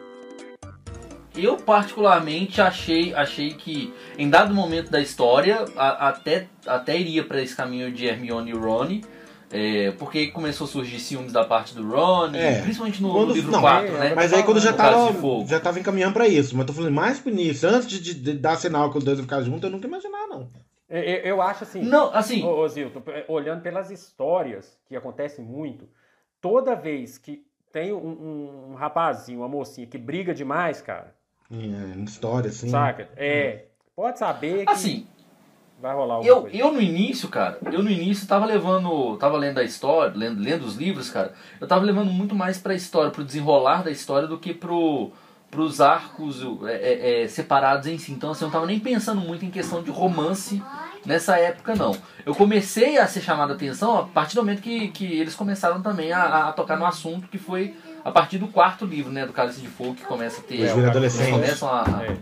Speaker 5: Eu particularmente achei, achei que em dado momento da história a- até, até iria para esse caminho de Hermione e Rony, É, porque começou a surgir ciúmes da parte do Ron,
Speaker 3: É.
Speaker 5: principalmente no,
Speaker 3: Quando-
Speaker 5: no livro
Speaker 3: não, é,
Speaker 5: 4, né?
Speaker 3: Mas aí quando já
Speaker 5: No Cálice
Speaker 3: tava,
Speaker 5: de Fogo.
Speaker 3: já tava encaminhando pra isso. Mas tô falando mais pro início. Antes de, de- de dar sinal que os dois iam ficar juntos, eu nunca imaginava, não.
Speaker 2: Eu, eu- eu acho assim.
Speaker 5: Não, assim,
Speaker 2: Ô, ô, Zilton, p- eh, olhando pelas histórias que acontecem muito, toda vez que tem um, um- um rapazinho, uma mocinha que briga demais, cara,
Speaker 3: É, história, assim.
Speaker 2: saca? É. Pode saber que
Speaker 5: assim,
Speaker 2: vai rolar alguma
Speaker 5: Eu,
Speaker 2: coisa.
Speaker 5: eu no início, cara, eu no início tava levando, tava lendo a história, lendo, lendo os livros, cara, eu tava levando muito mais pra história, pro desenrolar da história do que pro, pros arcos o- é, é, é, separados em si. Então assim, eu não tava nem pensando muito em questão de romance nessa época, não. Eu comecei a ser chamado a atenção a partir do momento que, que eles começaram também a, a tocar no assunto, que foi a partir do quarto livro, né, do Cálice de Fogo, que começa a ter...
Speaker 3: Eles
Speaker 2: É, o
Speaker 3: viram
Speaker 2: cara-
Speaker 5: Eles
Speaker 3: adolescentes.
Speaker 5: começam a, a-
Speaker 2: É.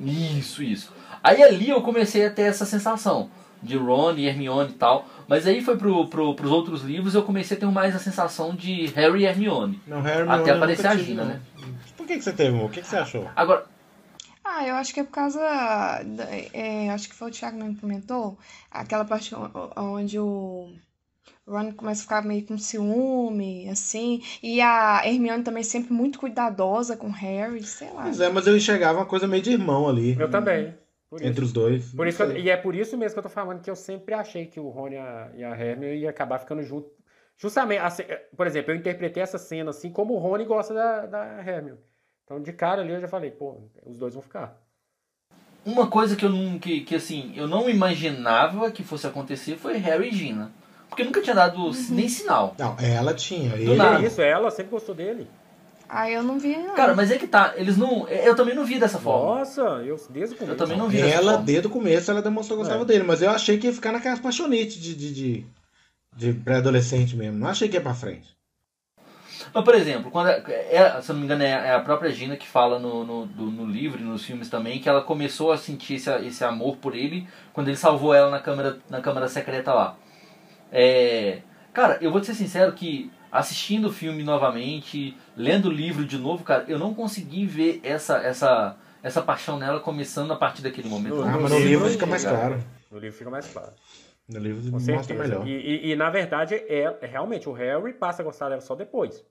Speaker 5: isso, isso. Aí ali eu comecei a ter essa sensação de Ron e Hermione e tal. Mas aí foi pro, pro, pros outros livros eu comecei a ter mais a sensação de Harry e Hermione.
Speaker 3: né? Não, Harry,
Speaker 5: até
Speaker 3: eu
Speaker 5: aparecer
Speaker 3: nunca
Speaker 5: a
Speaker 3: tive,
Speaker 5: Gina,
Speaker 3: não.
Speaker 5: né?
Speaker 3: Por que, que você teve, amor? O que, que você achou?
Speaker 5: Agora,
Speaker 4: Ah, eu acho que é por causa. da- é, acho que foi o Thiago mesmo que comentou. Aquela parte o- o- onde o Ron começa a ficar meio com ciúme, assim. E a Hermione também sempre muito cuidadosa com o Harry, sei lá.
Speaker 3: Pois é, mas eu enxergava uma coisa meio de irmão ali.
Speaker 2: Eu também. Por isso.
Speaker 3: Entre os dois.
Speaker 2: Por isso que eu- e é por isso mesmo que eu tô falando que eu sempre achei que o Rony e a, e a Hermione ia acabar ficando junto. Justamente, assim, eh, por exemplo, eu interpretei essa cena assim como o Rony gosta da, da Hermione. Então, de cara ali, eu já falei, pô, os dois vão ficar.
Speaker 5: uma coisa que eu não. Que, que assim, eu não imaginava que fosse acontecer foi Harry e Gina. Porque nunca tinha dado nem sinal.
Speaker 3: Não, ela tinha.
Speaker 2: E
Speaker 3: Ele...
Speaker 5: nada.
Speaker 2: é isso, ela sempre gostou dele.
Speaker 4: Ah, eu não vi, não.
Speaker 5: Cara, mas é que tá, eles não. Eu também não vi dessa forma.
Speaker 2: Nossa, eu desde o começo.
Speaker 5: Eu também não vi dessa
Speaker 3: Ela,
Speaker 5: forma.
Speaker 3: desde o começo, ela demonstrou que gostava
Speaker 2: É.
Speaker 3: dele, mas eu achei que ia ficar naquelas paixonite de, de, de, de pré-adolescente mesmo. Não achei que ia pra frente.
Speaker 5: Mas, por exemplo, quando é- é- se eu não me engano, é é a própria Gina que fala no, no, do- no livro e nos filmes também que ela começou a sentir esse, esse amor por ele quando ele salvou ela na câmara, na câmara secreta lá. É, cara, eu vou te ser sincero que assistindo o filme novamente, lendo o livro de novo, cara, eu não consegui ver essa, essa, essa paixão nela começando a partir daquele momento.
Speaker 2: No-
Speaker 3: Ah,
Speaker 2: no
Speaker 3: mas no livro
Speaker 2: livro
Speaker 3: fica mais
Speaker 5: cara.
Speaker 3: claro.
Speaker 2: No livro fica mais claro.
Speaker 3: No livro
Speaker 2: Com
Speaker 3: Hum, mostra
Speaker 2: certeza.
Speaker 3: melhor.
Speaker 2: E, e- e, na verdade, é, realmente, o Harry passa a gostar dela só depois.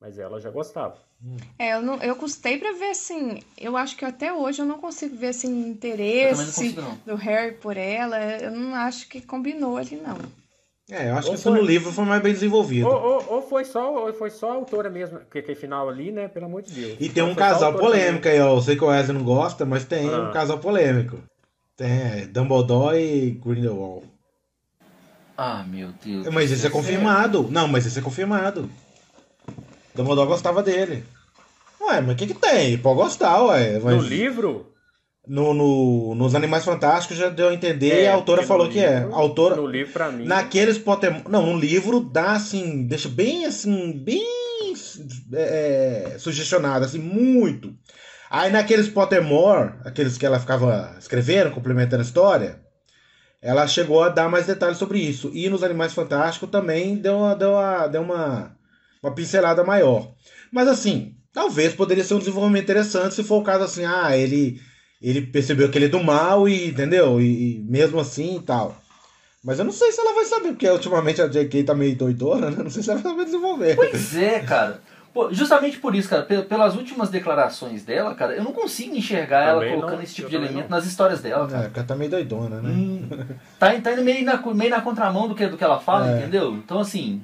Speaker 2: Mas ela já gostava.
Speaker 4: É, eu, não, eu custei pra ver, assim. Eu acho que até hoje eu não consigo ver, assim,
Speaker 5: Eu também não
Speaker 4: interesse
Speaker 5: consigo, não.
Speaker 4: do Harry por ela. Eu não acho que combinou ali, não.
Speaker 3: É, eu acho
Speaker 2: Ou
Speaker 3: que isso no
Speaker 2: foi-
Speaker 3: livro foi mais bem desenvolvido.
Speaker 2: Ou, ou- ou foi só, ou foi só a autora mesmo, porque aquele final ali, né? Pelo amor de Deus.
Speaker 3: E tem
Speaker 2: Foi
Speaker 3: um
Speaker 2: só a
Speaker 3: casal
Speaker 2: autora
Speaker 3: polêmico aí, ó. Eu sei que o Wesley não gosta, mas tem
Speaker 2: Ah.
Speaker 3: um casal polêmico. Tem é, Dumbledore e Grindelwald.
Speaker 5: Ah, meu Deus. do
Speaker 3: Mas isso é
Speaker 5: céu.
Speaker 3: confirmado. Não, mas isso é confirmado. Dumbledore gostava dele. Ué, mas o que que tem? Pode gostar, ué.
Speaker 2: também.
Speaker 3: Mas
Speaker 2: No livro?
Speaker 3: no, no- nos Animais Fantásticos já deu a entender e
Speaker 2: É,
Speaker 3: a autora
Speaker 2: porque
Speaker 3: falou
Speaker 2: no
Speaker 3: que é.
Speaker 2: livro-
Speaker 3: A autora...
Speaker 2: No livro, pra mim.
Speaker 3: Naqueles Pokémon. Não, no livro dá assim. Deixa bem assim. Bem. é, é, sugestionado, assim, muito. Aí naqueles Pottermore, aqueles que ela ficava escrevendo, complementando a história, ela chegou a dar mais detalhes sobre isso. E nos Animais Fantásticos também deu uma, deu uma, deu uma, uma pincelada maior. Mas assim, talvez poderia ser um desenvolvimento interessante se for o caso assim, ah, ele, ele percebeu que ele é do mal e, entendeu? E, e mesmo assim e tal. Mas eu não sei se ela vai saber, porque ultimamente a JK tá meio doidona, né? Não sei se ela vai saber desenvolver.
Speaker 5: Pois é, cara. Pô, justamente por isso, cara, pe- pelas últimas declarações dela, cara, eu não consigo enxergar ela
Speaker 2: Também não,
Speaker 5: colocando esse tipo
Speaker 2: eu
Speaker 5: de
Speaker 2: também
Speaker 5: elemento
Speaker 2: não.
Speaker 5: nas histórias dela,
Speaker 3: É,
Speaker 5: cara.
Speaker 3: porque ela tá meio doidona, né?
Speaker 5: Hum, tá, tá indo meio na, co- meio na contramão do que, do que ela
Speaker 3: É.
Speaker 5: fala, entendeu? Então, assim.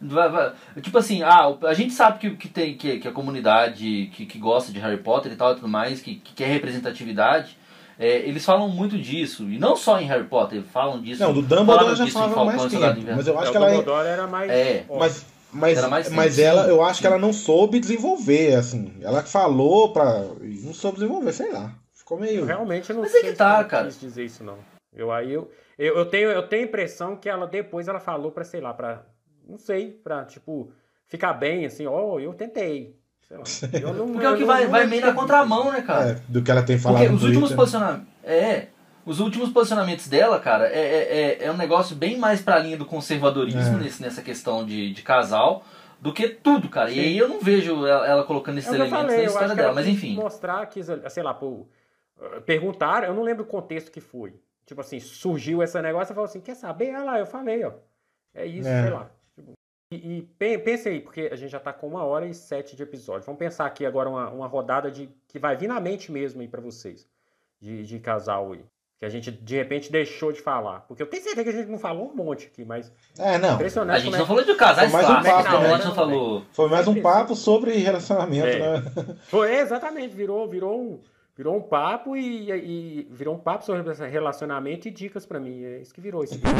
Speaker 5: vai- vai- tipo assim, ah, o- a gente sabe que, que tem que, que a comunidade que, que gosta de Harry Potter e tal e tudo mais, que, que quer representatividade, é, eles falam muito disso. E não só em Harry Potter, falam disso.
Speaker 3: Não, do
Speaker 5: falaram
Speaker 3: Dumbledore já
Speaker 5: disso em
Speaker 3: falava
Speaker 5: Falcão e
Speaker 3: mais
Speaker 5: Soldado
Speaker 3: tempo.
Speaker 5: Invernal.
Speaker 3: Mas eu acho
Speaker 2: o
Speaker 3: que ela.
Speaker 2: Dumbledore era mais.
Speaker 5: É.
Speaker 2: ó,
Speaker 3: Mas, mas,
Speaker 5: Era mais
Speaker 3: mas
Speaker 5: tempo,
Speaker 3: ela,
Speaker 5: sim.
Speaker 3: eu acho que ela não soube desenvolver, assim. Ela falou pra. Não soube desenvolver, sei lá. Ficou meio.
Speaker 2: eu realmente não
Speaker 5: Mas é
Speaker 2: sei
Speaker 5: que tá,
Speaker 2: se eu
Speaker 5: cara.
Speaker 2: quis dizer isso, não. Eu, aí eu, eu, eu tenho, eu tenho a impressão que ela depois ela falou pra, sei lá, pra. Não sei, pra, tipo, ficar bem, assim, ó, eu tentei. Sei lá. Eu não-
Speaker 5: Porque é o que
Speaker 2: eu
Speaker 5: vai,
Speaker 2: não-
Speaker 5: vai meio na contramão, né, cara?
Speaker 3: é, do que ela tem falado
Speaker 5: Porque
Speaker 3: no
Speaker 5: os últimos,
Speaker 3: Twitter.
Speaker 5: posiciona... é, os últimos posicionamentos dela, cara, é, é, é, é um negócio bem mais pra linha do conservadorismo
Speaker 3: É.
Speaker 5: nesse, nessa questão de, de casal do que tudo, cara. E aí eu não vejo ela, ela colocando esses
Speaker 2: É o que eu
Speaker 5: elementos
Speaker 2: falei,
Speaker 5: na
Speaker 2: eu
Speaker 5: história
Speaker 2: acho
Speaker 5: dela,
Speaker 2: que ela
Speaker 5: mas
Speaker 2: quis
Speaker 5: enfim.
Speaker 2: Mostrar, quis, sei lá, pô, eh, perguntaram, eu não lembro o contexto que foi. Tipo assim, surgiu esse negócio e falou assim: quer saber? Ah lá, eu falei, ó. É isso,
Speaker 3: É.
Speaker 2: sei lá. Tipo, E, e pe- pense aí, porque a gente já tá com uma hora e sete de episódio. Vamos pensar aqui agora uma, uma rodada de que vai vir na mente mesmo aí pra vocês, de, de casal aí. Que a gente de repente deixou de falar. Porque eu tenho certeza que a gente não falou um monte aqui, mas
Speaker 3: É, não.
Speaker 2: impressionante.
Speaker 5: A gente
Speaker 2: como
Speaker 5: não falou de casais
Speaker 3: Mas o
Speaker 5: clássicos,
Speaker 3: papo,
Speaker 5: não,
Speaker 3: né?
Speaker 5: a gente não falou.
Speaker 3: Foi mais um papo sobre relacionamento,
Speaker 2: É.
Speaker 3: né?
Speaker 2: é... Foi, é, exatamente, virou, virou, um, virou um papo e, e virou um papo sobre esse relacionamento e dicas pra mim. É isso que virou esse vídeo.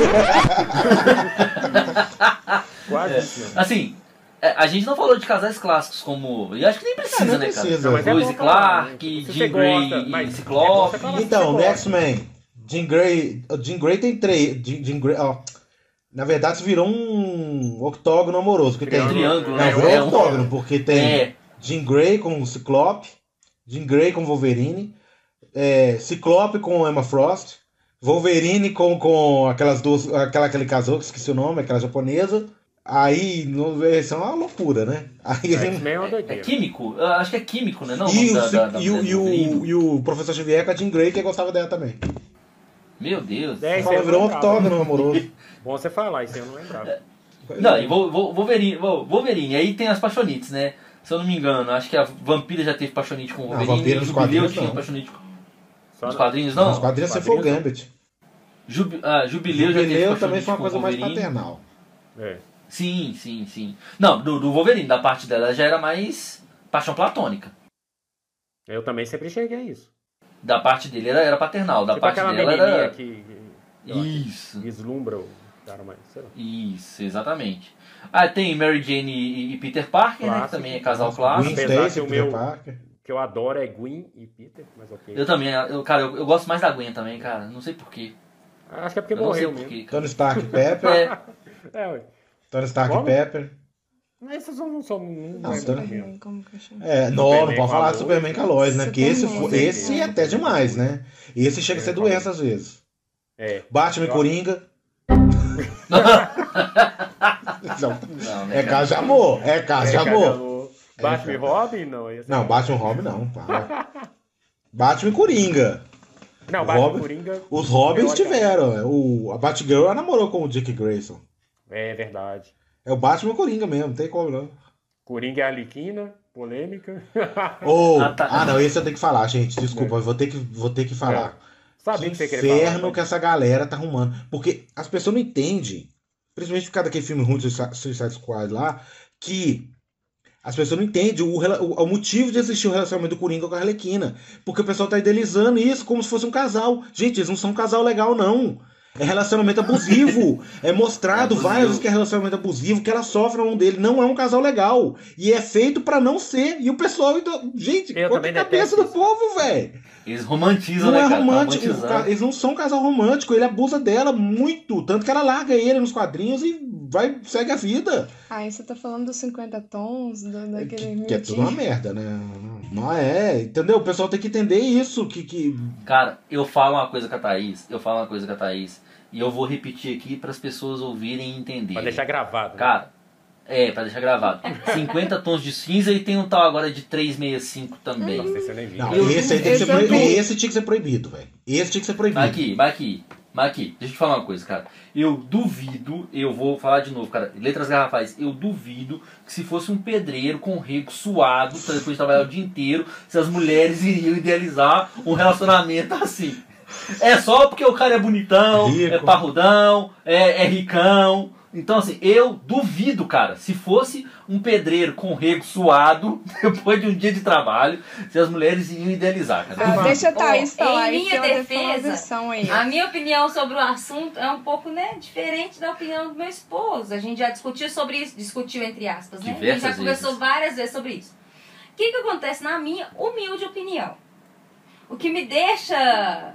Speaker 2: Quase isso, mesmo.
Speaker 5: Assim, é, a gente não falou de casais clássicos como. E acho que nem precisa,
Speaker 3: Ah, não
Speaker 5: né,
Speaker 3: precisa.
Speaker 5: cara?
Speaker 3: Não, mas é
Speaker 5: Rose
Speaker 2: bom falar, né?
Speaker 5: Clark,
Speaker 2: Se você
Speaker 5: Jim Gray
Speaker 2: gosta, mas
Speaker 5: e
Speaker 2: é
Speaker 5: Ciclope.
Speaker 2: bom você falar.
Speaker 3: Então,
Speaker 2: Você
Speaker 3: Next Man. Jim Gray. o Jim Gray tem três. Jim, Jim Grey, ó. Na verdade, isso virou um octógono amoroso. Que tem.
Speaker 5: É um
Speaker 3: Não,
Speaker 5: triângulo, né?
Speaker 3: virou
Speaker 5: É
Speaker 3: um
Speaker 5: um-
Speaker 3: octógono, porque tem
Speaker 5: É,
Speaker 3: Jim Gray com o Ciclope, Jim Gray com Wolverine, é, Ciclope com Emma Frost, Wolverine com, com aquelas duas. Aquela que ele casou, que esqueci o nome, aquela japonesa. Aí, no, isso é uma loucura, né? Aí ele-
Speaker 2: X-Men é uma
Speaker 5: é
Speaker 2: doideira.
Speaker 5: químico? Eu acho que é químico, né? Não,
Speaker 3: e,
Speaker 5: o
Speaker 3: o,
Speaker 5: da-
Speaker 3: Ci-
Speaker 5: da- da
Speaker 3: e, o,
Speaker 5: mulher
Speaker 3: e,
Speaker 5: do
Speaker 3: o,
Speaker 5: Wolverine.
Speaker 3: e o professor Xavier com a Jean Grey, que gostava dela também.
Speaker 5: Meu Deus.
Speaker 2: É, isso aí
Speaker 3: Fala,
Speaker 2: eu
Speaker 3: virou um
Speaker 2: lembrava.
Speaker 3: octógono amoroso.
Speaker 2: Bom você falar, isso aí eu não
Speaker 5: É,
Speaker 2: lembrava.
Speaker 5: Não, e Vol- Vol- Wolverine, Vol- Wolverine, aí tem as paixonites, né? Se eu não me engano, acho que a vampira já teve paixonite com
Speaker 3: Não,
Speaker 5: o Wolverine.
Speaker 3: vampira nos
Speaker 5: Jubileu
Speaker 3: quadrinhos,
Speaker 5: tinha
Speaker 3: não.
Speaker 5: paixonite com...
Speaker 2: Só
Speaker 5: Nos
Speaker 2: não.
Speaker 5: quadrinhos, não?
Speaker 3: Os quadrinhos sempre foi o
Speaker 2: quadrinhos-
Speaker 3: Gambit.
Speaker 5: Jubi- ah, Jubileu, já teve
Speaker 3: Jubileu
Speaker 5: paixonite
Speaker 3: também foi uma
Speaker 5: com o
Speaker 3: coisa mais
Speaker 5: Wolverine.
Speaker 3: paternal.
Speaker 2: É.
Speaker 5: Sim, sim, sim. Não, do, do Wolverine, da parte dela já era mais paixão platônica.
Speaker 2: Eu também sempre enxerguei isso.
Speaker 5: Da parte dele era, era paternal, da
Speaker 2: tipo
Speaker 5: parte
Speaker 2: aquela
Speaker 5: dela
Speaker 2: menininha
Speaker 5: era.
Speaker 2: que sei lá, que
Speaker 5: Isso,
Speaker 2: vislumbra o cara, mas sei lá.
Speaker 5: isso, exatamente. Ah, tem Mary Jane e, e Peter Parker, né? Que
Speaker 2: Clássico.
Speaker 5: também é casal
Speaker 3: Gwen
Speaker 5: clássico.
Speaker 2: Apesar
Speaker 3: Stacy,
Speaker 2: que o
Speaker 3: Peter
Speaker 2: meu-
Speaker 3: Parker.
Speaker 2: O que eu adoro é Gwen e Peter, mas ok.
Speaker 5: Eu também, eu, cara, eu, eu gosto mais da Gwen também, cara. Não sei porquê.
Speaker 2: Acho que é porque
Speaker 5: Eu não sei
Speaker 2: morreu mesmo.
Speaker 5: porquê, cara.
Speaker 3: Tony Stark Pepper.
Speaker 5: É,
Speaker 2: É, ué.
Speaker 3: Tony Stark
Speaker 2: Como?
Speaker 3: Pepper.
Speaker 2: Mas Essas não são. Não
Speaker 3: Não,
Speaker 2: é
Speaker 3: Superman.
Speaker 2: mesmo.
Speaker 4: Superman, como que eu chamo?
Speaker 3: É, não, não
Speaker 2: Superman
Speaker 3: pode falar de
Speaker 2: com a
Speaker 3: Superman com a Lois, né? Porque esse,
Speaker 4: Superman,
Speaker 3: foi-
Speaker 4: Superman.
Speaker 3: esse é até demais, né? Esse chega a ser
Speaker 2: Superman.
Speaker 3: doença às vezes.
Speaker 2: É.
Speaker 3: Batman e
Speaker 2: Eu-
Speaker 3: Coringa. Não,
Speaker 5: não, né,
Speaker 3: é
Speaker 5: cara?
Speaker 3: caso de amor. É caso de
Speaker 2: É,
Speaker 3: amor.
Speaker 2: Cagalô. Batman e Robin? Não, esse é-
Speaker 3: Não, Batman e Robin não. para. Batman e Coringa.
Speaker 2: Não, Batman
Speaker 3: Robin-
Speaker 2: e Coringa.
Speaker 3: Os Robins
Speaker 2: Eu acho-
Speaker 3: tiveram. é, O, a Batgirl ela namorou com o Dick Grayson.
Speaker 2: É verdade.
Speaker 3: É o Batman e o Coringa mesmo, não tem como não.
Speaker 2: Coringa e Arlequina, polêmica.
Speaker 3: Ou, ah,
Speaker 5: Ah, tá.
Speaker 3: não, esse eu tenho que falar, gente. Desculpa, eu vou ter que, vou ter que falar.
Speaker 2: Sabia que
Speaker 3: que
Speaker 2: você queria
Speaker 3: inferno
Speaker 2: falar. mas-
Speaker 3: que essa galera tá arrumando. Porque as pessoas não entendem, principalmente por causa daquele filme ruim do Suicide- Suicide Squad lá, que as pessoas não entendem o, rela- o- o motivo de existir o relacionamento do Coringa com a Arlequina. Porque o pessoal tá idealizando isso como se fosse um casal. Gente, eles não são um casal legal, não. É relacionamento abusivo. É mostrado
Speaker 5: É abusivo.
Speaker 3: várias vezes que é relacionamento abusivo, que ela sofre na mão dele. Não é um casal legal. E é feito pra não ser. E o pessoal. então, Gente,
Speaker 2: Eu
Speaker 3: qual que é
Speaker 2: também
Speaker 3: a cabeça do
Speaker 2: detesto
Speaker 3: povo, velho?
Speaker 5: Eles romantizam,
Speaker 3: Não
Speaker 5: né,
Speaker 3: é
Speaker 5: cara? Tá
Speaker 3: romântico. o
Speaker 5: romantizando.
Speaker 3: ca- Eles não são um casal romântico. Ele abusa dela muito. Tanto que ela larga ele nos quadrinhos e vai, segue a vida.
Speaker 4: Ah, e você tá falando dos 50 tons, do, daquele
Speaker 3: Que, que é tudo uma
Speaker 4: minutinho.
Speaker 3: merda, né? Não é, entendeu? O pessoal tem que entender isso. Que, que...
Speaker 5: Cara, eu falo uma coisa com a Thaís, eu falo uma coisa com a Thaís, e eu vou repetir aqui para as pessoas ouvirem e
Speaker 2: Pra
Speaker 5: entenderem.
Speaker 2: deixar gravado. né?
Speaker 5: Cara, é, pra deixar gravado. 50 tons de cinza e tem um tal agora de 365 também.
Speaker 2: Nossa, esse eu nem vi.
Speaker 3: Não,
Speaker 5: Eu-
Speaker 3: esse aí tem que
Speaker 4: esse
Speaker 3: ser
Speaker 4: é
Speaker 3: proibido.
Speaker 4: do-
Speaker 3: Esse tinha que ser proibido, velho. Esse tinha que ser proibido.
Speaker 5: Mas Tá aqui, mas aqui, mas aqui, deixa eu te falar uma coisa, cara. Eu duvido, eu vou falar de novo, cara, letras garrafais, eu duvido que se fosse um pedreiro com um rego suado, pra depois de trabalhar o dia inteiro, se as mulheres iriam idealizar um relacionamento assim. É só porque o cara é bonitão,
Speaker 3: Rico.
Speaker 5: é parrudão, é, é ricão. Então, assim, eu duvido, cara, se fosse um pedreiro com um rego suado, depois de um dia de trabalho, se as mulheres iriam idealizar, cara.
Speaker 4: Ah, deixa a Thaís
Speaker 6: Ó,
Speaker 4: falar
Speaker 6: em
Speaker 4: aí,
Speaker 6: minha
Speaker 4: que ela deve ter uma
Speaker 6: defesa,
Speaker 4: versão aí.
Speaker 6: A minha opinião sobre o assunto é um pouco né, diferente da opinião do meu esposo. A gente já discutiu sobre isso, discutiu entre aspas, né? a gente já
Speaker 5: Diversas
Speaker 6: conversou
Speaker 5: vezes.
Speaker 6: várias vezes sobre isso. O que, que acontece na minha humilde opinião? O que me deixa.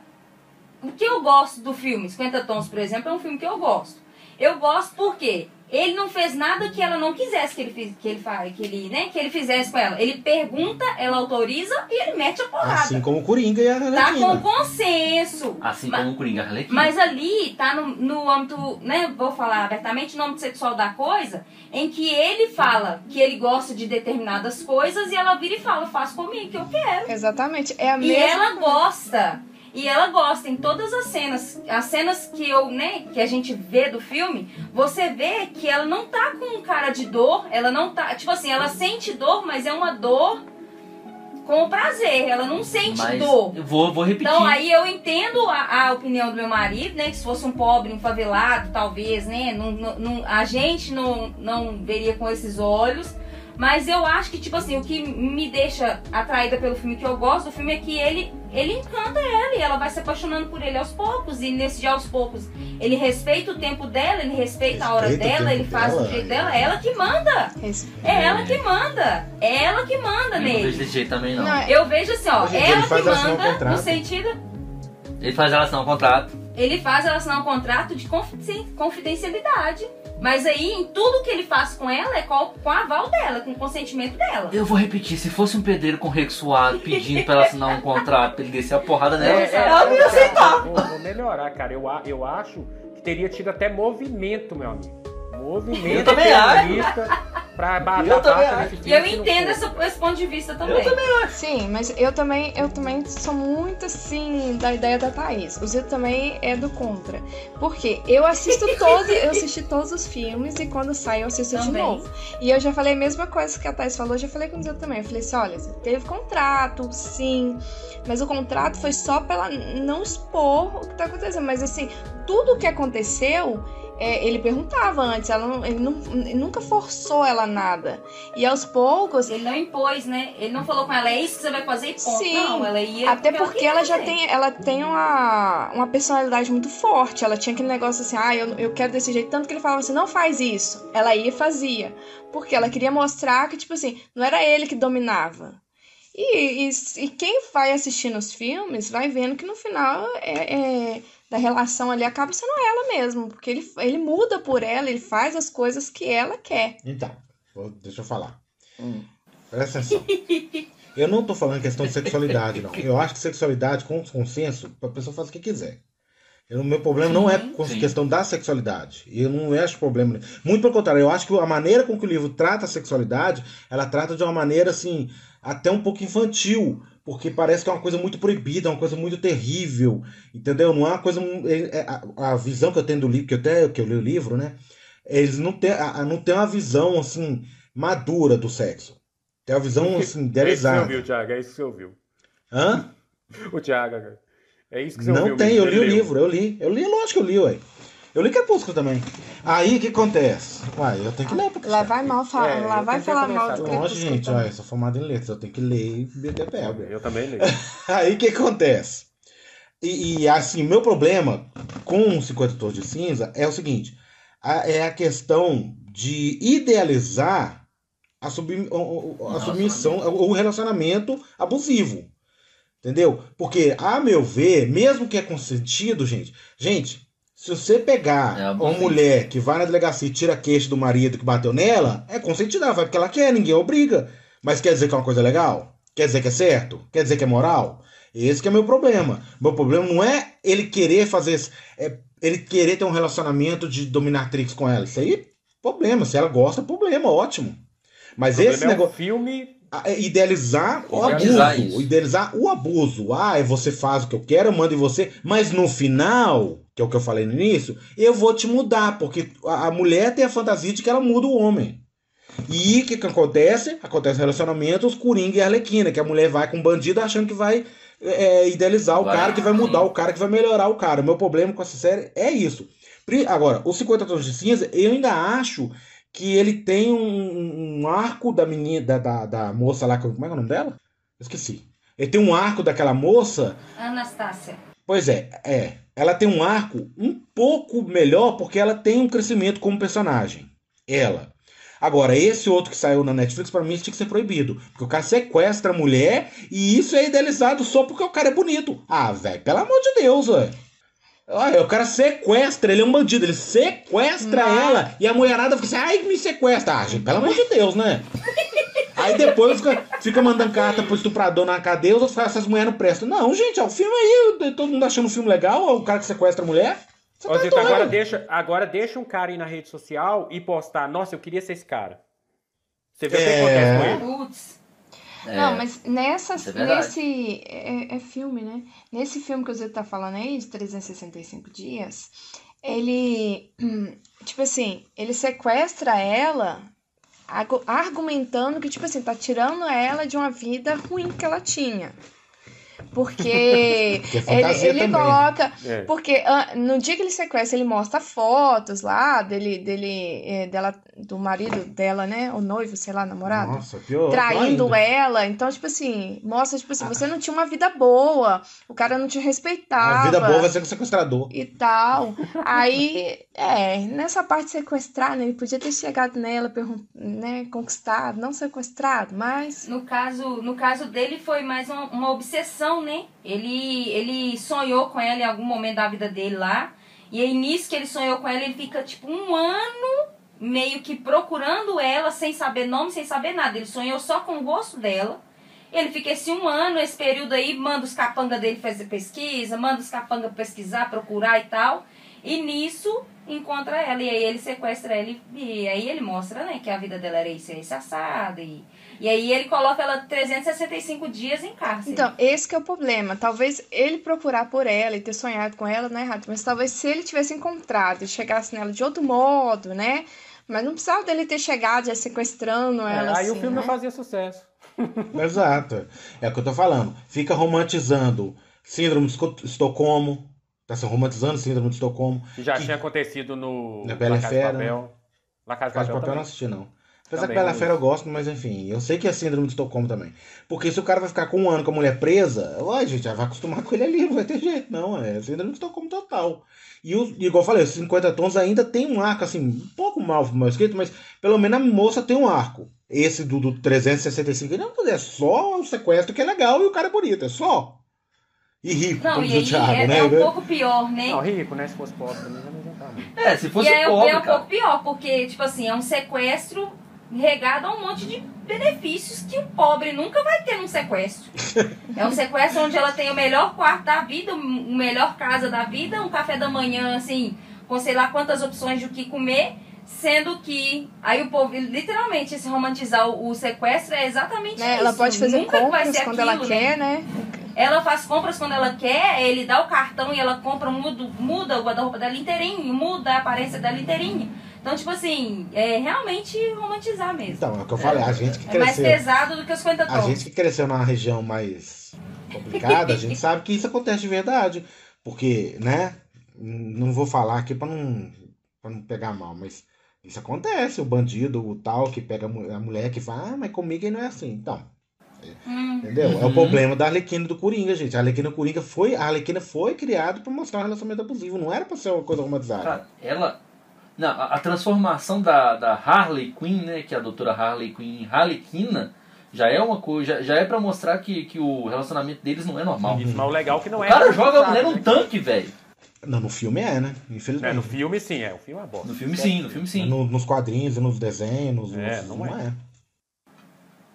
Speaker 6: O que eu gosto do filme, 50 Tons, por exemplo, é um filme que eu gosto. Eu gosto porque ele não fez nada que ela não quisesse que ele, fiz, que ele, fa- que ele, né, que ele fizesse com ela. Ele pergunta, ela autoriza e ele mete a porrada.
Speaker 3: Assim como o Coringa e a
Speaker 6: tá com
Speaker 3: Arlequina.
Speaker 6: consenso.
Speaker 5: Assim
Speaker 6: Ma-
Speaker 5: como o Coringa Arlequina.
Speaker 6: mas ali tá no, no âmbito, né? Vou falar abertamente, no âmbito sexual da coisa, em que ele fala que ele gosta de determinadas coisas e ela vira e fala, faz comigo que eu quero.
Speaker 4: Exatamente. É a
Speaker 6: E
Speaker 4: mesma.
Speaker 6: ela gosta. E ela gosta em todas as cenas. As cenas que eu, né, que a gente vê do filme, você vê que ela não tá com cara de dor, ela não tá. Tipo assim, ela sente dor, mas é uma dor com prazer. Ela não sente
Speaker 5: Mas
Speaker 6: dor.
Speaker 5: eu vou, vou repetir.
Speaker 6: Então aí eu entendo a, a opinião do meu marido, né? Que se fosse um pobre, um favelado, talvez, né? Não, não- não- a gente não, não veria com esses olhos. Mas eu acho que, tipo assim, o que me deixa atraída pelo filme que eu gosto, o filme é que ele, ele encanta ela e ela vai se apaixonando por ele aos poucos. E nesse dia aos poucos, ele respeita o tempo dela, ele respeita, a hora
Speaker 3: Respeita o
Speaker 6: dela,
Speaker 3: tempo
Speaker 6: ele faz
Speaker 3: dela.
Speaker 6: o jeito dela, é ela que manda.
Speaker 4: Esse-
Speaker 6: É ela que manda. É ela que manda
Speaker 5: eu não vejo
Speaker 6: nele.
Speaker 5: desse jeito também, não.
Speaker 4: Não, é-
Speaker 6: Eu vejo assim, ó,
Speaker 3: Hoje em dia ele
Speaker 6: ela que
Speaker 3: faz assinar um
Speaker 6: manda no
Speaker 3: contrato.
Speaker 6: sentido
Speaker 5: Ele faz ela assinar um contrato.
Speaker 6: ele faz ela assinar um contrato de confi- confidencialidade. Mas aí, em tudo que ele faz com ela, é com, com a aval dela, com o consentimento dela.
Speaker 5: Eu vou repetir, se fosse um pedreiro com rei suado pedindo pra ela assinar um contrato, pra ele descer a porrada nela,
Speaker 6: É,
Speaker 5: ela não ia aceitar.
Speaker 2: Vou, vou melhorar, cara. Eu, a- eu acho que teria tido até movimento, meu amigo. Movimento
Speaker 5: Eu também acho.
Speaker 2: feminista pra bater
Speaker 5: Eu também
Speaker 2: pata
Speaker 5: acho.
Speaker 2: nesse
Speaker 6: E eu
Speaker 2: filme, se não
Speaker 6: entendo
Speaker 2: for.
Speaker 6: essa- esse ponto de vista também.
Speaker 4: Sim, mas eu também, eu também sou muito assim da ideia da Thaís. O Zito também é do contra. Porque eu assisto todos, eu assisti todos os filmes e quando sai eu assisto de
Speaker 6: Também.
Speaker 4: novo. E eu já falei a mesma coisa que a Thaís falou, eu já falei com o Zito também. Eu falei assim, olha, Zito, teve contrato, sim, mas o contrato foi só pra ela não expor o que tá acontecendo. Mas assim, tudo o que aconteceu, é, ele perguntava antes, ela não- ele, não- ele nunca forçou ela nada. E aos poucos,
Speaker 6: Ele não impôs, né? Ele não falou com ela, é isso que você vai fazer e ponto.
Speaker 4: Sim.
Speaker 6: Não, ela ia.
Speaker 4: Até
Speaker 6: pelo
Speaker 4: porque
Speaker 6: é que
Speaker 4: ela já
Speaker 6: quer.
Speaker 4: tem, ela tem uma, uma personalidade muito forte. Ela tinha aquele negócio assim, ah, eu, eu quero desse jeito. Tanto que ele falava assim, não faz isso. Ela ia e fazia. Porque ela queria mostrar que, tipo assim, não era ele que dominava. E, e, e quem vai assistindo os filmes vai vendo que no final é, é- da relação ali acaba sendo ela mesmo. Porque ele, ele muda por ela, ele faz as coisas que ela quer.
Speaker 3: Então, vou- deixa eu falar.
Speaker 5: Hum.
Speaker 3: Presta atenção. Eu não tô falando é questão de sexualidade, não. Eu acho que sexualidade, com consenso, a pessoa faz o que quiser. Eu- O meu problema não é com
Speaker 5: Sim.
Speaker 3: questão da sexualidade. Eu não acho problema. nenhum. Muito pelo contrário, eu acho que a maneira com que o livro trata a sexualidade, ela trata de uma maneira, assim, até um pouco infantil. Porque parece que é uma coisa muito proibida, é uma coisa muito terrível. Entendeu? Não é uma coisa. é- é- a, a visão que eu tenho do livro, que eu, até, que eu li o livro, né? Eles não têm, a, a- não têm uma visão, assim, madura do sexo. Tem uma visão, assim,
Speaker 2: É isso que você ouviu,
Speaker 3: idealizada.
Speaker 2: Thiago. É isso que você ouviu.
Speaker 3: Hã?
Speaker 2: O Thiago, cara. É isso que você ouviu.
Speaker 3: Não tem, eu
Speaker 2: mesmo,
Speaker 3: li o
Speaker 2: ele leu.
Speaker 3: livro, eu li. Eu li, lógico que eu li, ué. Eu li Crepúsculo também. Aí o que acontece? Uai, eu tenho que ler, porque.
Speaker 4: Ah, Lá vai mal falar,
Speaker 2: É,
Speaker 4: lá
Speaker 2: eu
Speaker 4: vai
Speaker 2: tentei
Speaker 4: falar mal
Speaker 2: começar
Speaker 4: do
Speaker 2: também.
Speaker 3: Lógico,
Speaker 4: Crepúsculo
Speaker 3: gente,
Speaker 4: também.
Speaker 3: ué, eu sou formado em letras, eu tenho que ler e meter pé.
Speaker 2: Eu também li.
Speaker 3: Aí o que acontece? E, e, assim, meu problema com 50 Tons de Cinza é o seguinte: a- é a questão de idealizar a, sub, a submissão, o relacionamento abusivo. Entendeu? Porque, a meu ver, mesmo que é consentido, gente, gente, se você pegar
Speaker 5: É abusivo.
Speaker 3: uma mulher que vai na delegacia e tira a queixa do marido que bateu nela, é consentida, vai porque ela quer, ninguém obriga. Mas quer dizer que é uma coisa legal? Quer dizer que é certo? Quer dizer que é moral? Esse que é meu problema. Meu problema não é ele querer fazer isso, é ele querer ter um relacionamento de dominatrix com ela. Isso aí, problema. Se ela gosta, problema, ótimo. Mas esse
Speaker 2: Esse é
Speaker 3: negócio.
Speaker 2: um filme.
Speaker 3: Ah, é idealizar o
Speaker 5: Idealizar
Speaker 3: abuso.
Speaker 5: isso.
Speaker 3: Idealizar o abuso. Ah, é você faz o que eu quero, eu mando em você. Mas no final, que é o que eu falei no início, eu vou te mudar. Porque a, a mulher tem a fantasia de que ela muda o homem. E o que, que acontece? Acontece relacionamentos Coringa e Arlequina, que a mulher vai com o bandido achando que vai é, idealizar o
Speaker 5: Vai,
Speaker 3: cara, que vai mudar
Speaker 5: sim.
Speaker 3: o cara, que vai melhorar o cara. O meu problema com essa série é isso. Pri- Agora, os 50 Tons de Cinza, eu ainda acho que ele tem um- um, um arco da menina, da, da, da moça lá, que eu- como é que é o nome dela? Eu esqueci. Ele tem um arco daquela moça.
Speaker 6: Anastácia.
Speaker 3: Pois é, é. Ela tem um arco um pouco melhor porque ela tem um crescimento como personagem. Ela. Agora, esse outro que saiu na Netflix, pra mim, isso tinha que ser proibido. Porque o cara sequestra a mulher e isso é idealizado só porque o cara é bonito. Ah, velho, pelo amor de Deus, velho. Olha, o cara sequestra, ele é um bandido, ele sequestra
Speaker 4: Não.
Speaker 3: ela e a mulherada fica assim, ai, me sequestra. Ah, gente, pelo amor de Deus, né? Aí depois fica, fica mandando carta pro estuprador na cadeia, os- essas mulheres não prestam. Não, gente, ó, o filme aí, todo mundo achando o filme legal, ó, o cara que sequestra a mulher. Você
Speaker 2: Ô,
Speaker 3: tá
Speaker 2: Zito, então agora
Speaker 3: doido.
Speaker 2: deixa, agora deixa um cara ir na rede social e postar. Nossa, eu queria ser esse cara. Você vê o que
Speaker 3: É.
Speaker 2: acontece com ele?
Speaker 6: Putz.
Speaker 5: É,
Speaker 4: Não, mas nessas,
Speaker 5: Isso é verdade.
Speaker 4: nesse. É, é filme, né? Nesse filme que o Zé tá falando aí, de 365 dias, ele. hum, Tipo assim, ele sequestra ela argu- argumentando que, tipo assim, tá tirando ela de uma vida ruim que ela tinha. Porque
Speaker 3: Que é
Speaker 4: ele,
Speaker 3: fantasia
Speaker 4: ele
Speaker 3: também.
Speaker 4: coloca.
Speaker 2: É.
Speaker 4: Porque ah, no dia que ele sequestra, ele mostra fotos lá dele, dele, eh, dela, do marido dela, né? O noivo, sei lá, namorado
Speaker 3: Nossa, pior.
Speaker 4: traindo
Speaker 3: ainda.
Speaker 4: ela. Então, tipo assim, mostra, tipo assim,
Speaker 2: Ah.
Speaker 4: você não tinha uma vida boa, o cara não te respeitava.
Speaker 3: A vida boa vai ser com o sequestrador.
Speaker 4: E tal. Aí, é, nessa parte de sequestrar, né? Ele podia ter chegado nela, pergun- né? Conquistado, não sequestrado, mas.
Speaker 6: No caso, no caso dele foi mais uma, uma obsessão, né? Ele, ele sonhou com ela em algum momento da vida dele lá. E aí nisso que ele sonhou com ela, ele fica tipo um ano meio que procurando ela, sem saber nome, sem saber nada. Ele sonhou só com o rosto dela. Ele fica esse um ano, esse período aí, manda os capanga dele fazer pesquisa, manda os capanga pesquisar, procurar e tal. E nisso encontra ela. E aí ele sequestra ela e, e aí ele mostra, né, que a vida dela era isso, esse assado e e aí ele coloca ela 365 dias em cárcere.
Speaker 4: Então, esse que é o problema. Talvez ele procurar por ela e ter sonhado com ela não é errado, mas talvez se ele tivesse encontrado e chegasse nela de outro modo, né? Mas não precisava dele ter chegado já sequestrando
Speaker 2: É,
Speaker 4: ela.
Speaker 2: aí o
Speaker 4: assim,
Speaker 2: filme
Speaker 4: né?
Speaker 2: não fazia sucesso.
Speaker 3: Exato. É o que eu tô falando. Fica romantizando Síndrome de Esco- Estocolmo. Tá se romantizando Síndrome de Estocolmo.
Speaker 2: Que já
Speaker 3: Que-
Speaker 2: tinha acontecido no
Speaker 3: Na Bela
Speaker 2: La Casa de
Speaker 3: Fera, né?
Speaker 2: Papel. La Casa de
Speaker 3: Casa de
Speaker 2: Papel,
Speaker 3: Papel eu não
Speaker 2: também.
Speaker 3: assisti, não. Apesar que
Speaker 2: Também,
Speaker 3: Bela
Speaker 2: não
Speaker 3: Fera eu
Speaker 2: vi.
Speaker 3: gosto, mas enfim, eu sei que é síndrome de Estocolmo também. Porque se o cara vai ficar com um ano com a mulher presa, ué, gente, já vai acostumar com ele ali, não vai ter jeito, não. É síndrome de Estocolmo total. E os- igual eu falei, os 50 tons ainda tem um arco, assim, um pouco mal, mal escrito, mas pelo menos a moça tem um arco. Esse do, do 365, ele não é só o sequestro que é legal e o cara é bonito, é só. E rico,
Speaker 6: Não,
Speaker 3: como
Speaker 6: e
Speaker 3: diz o
Speaker 6: aí
Speaker 3: Thiago,
Speaker 6: é,
Speaker 3: né?
Speaker 6: é um pouco pior, né?
Speaker 2: Não, rico, né? Se fosse pobre também, já não adiantava.
Speaker 5: É, se
Speaker 6: e
Speaker 5: fosse
Speaker 6: é,
Speaker 5: pobre,
Speaker 6: é um
Speaker 5: cara.
Speaker 6: pouco pior, porque, tipo assim, é um sequestro regado a um monte de benefícios que o pobre nunca vai ter num sequestro. é um sequestro onde ela tem o melhor quarto da vida, o melhor casa da vida, um café da manhã, assim, com sei lá quantas opções de o que comer. Sendo que aí o povo, literalmente, esse romantizar o, o sequestro é exatamente
Speaker 4: Né,
Speaker 6: isso.
Speaker 4: Ela pode fazer
Speaker 6: Nunca que vai
Speaker 4: compras
Speaker 6: ser
Speaker 4: quando
Speaker 6: aquilo,
Speaker 4: ela
Speaker 6: né?
Speaker 4: quer, né?
Speaker 6: Ela faz compras quando ela quer, ele dá o cartão e ela compra, muda, muda o guarda-roupa dela inteirinho, muda a aparência dela inteirinha. Então, tipo assim, é realmente romantizar mesmo.
Speaker 3: Então, é o que eu falei, a gente que
Speaker 6: É mais
Speaker 3: cresceu.
Speaker 6: pesado do que os 50
Speaker 3: A
Speaker 6: tons.
Speaker 3: gente que cresceu numa região mais complicada, a gente sabe que isso acontece de verdade. Porque, né? n- Não vou falar aqui pra não, pra não pegar mal, mas isso acontece. O bandido, o tal, que pega a mu- a mulher que fala, ah, mas comigo aí não é assim. Então,
Speaker 6: Hum.
Speaker 3: entendeu? É o
Speaker 5: Uhum.
Speaker 3: problema da Arlequina e do Coringa, gente. A Arlequina e o Coringa foi. A Arlequina foi criada pra mostrar um relacionamento abusivo. Não era pra ser uma coisa romantizada.
Speaker 5: Cara, ela. Não, a, a transformação da, da Harley Quinn, né? Que é a doutora Harley Quinn em Harlequina, já é uma coisa. Já, já é pra mostrar que, que o relacionamento deles não é normal.
Speaker 2: Isso, mas o legal é que não
Speaker 5: O
Speaker 2: é.
Speaker 5: cara joga a mulher
Speaker 2: não
Speaker 5: num tanque, velho.
Speaker 3: Não, no filme é, né?
Speaker 2: É,
Speaker 3: Infelizmente.
Speaker 2: no filme sim, é. O filme é uma bosta.
Speaker 5: No filme sim, no filme sim.
Speaker 3: No- nos quadrinhos, nos desenhos, nos,
Speaker 2: É,
Speaker 3: nos-
Speaker 2: não
Speaker 3: não
Speaker 2: é.
Speaker 3: é.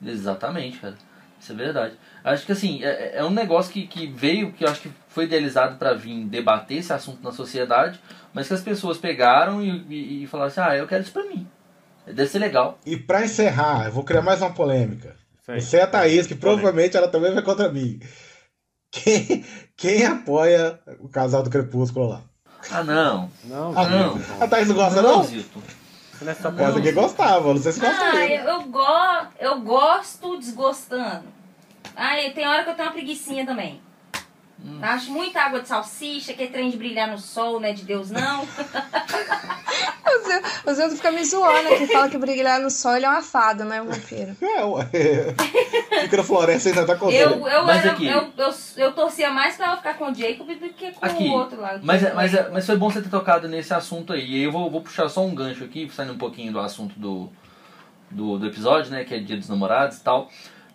Speaker 5: Exatamente, cara. Isso é verdade. Acho que assim, é, é um negócio que, que veio, que eu acho que foi idealizado pra vir debater esse assunto na sociedade, mas que as pessoas pegaram e, e, e falaram assim, ah, eu quero isso pra mim. Deve ser legal.
Speaker 3: E pra encerrar, eu vou criar mais uma polêmica.
Speaker 2: Isso aí.
Speaker 3: Você é a Thaís, que
Speaker 2: Polêmica.
Speaker 3: provavelmente ela também vai contra mim. Quem, quem apoia o casal do Crepúsculo lá?
Speaker 5: Ah não.
Speaker 2: Não,
Speaker 5: Ah,
Speaker 2: não.
Speaker 5: não.
Speaker 3: A Thaís não gosta,
Speaker 5: não,
Speaker 3: não?
Speaker 5: Zito.
Speaker 2: Isso não é só
Speaker 3: Essa
Speaker 2: polêmica.
Speaker 3: aqui gostava, não sei se gosta
Speaker 6: Ah,
Speaker 3: mesmo.
Speaker 6: eu, eu, go, eu gosto desgostando. Ah, e tem hora que eu tenho uma preguicinha também.
Speaker 5: Hum.
Speaker 6: Acho muita água de salsicha, que é trem de brilhar no sol, né? De Deus não.
Speaker 4: O Zildo- O Zildo fica me zoando aqui, fala que brilhar no sol ele é uma fada, não é um vampiro.
Speaker 3: É, ué. Microfloresta ainda tá contando.
Speaker 6: Eu, eu,
Speaker 5: Mas
Speaker 6: era,
Speaker 5: aqui-
Speaker 6: eu, eu, eu torcia mais pra ela ficar com o Jacob do que com
Speaker 5: Aqui.
Speaker 6: o outro lá.
Speaker 5: Mas, é- mas, é- mas foi bom você ter tocado nesse assunto aí. E eu vou, vou puxar só um gancho aqui, saindo um pouquinho do assunto do, do, do episódio, né? Que é Dia dos Namorados e tal.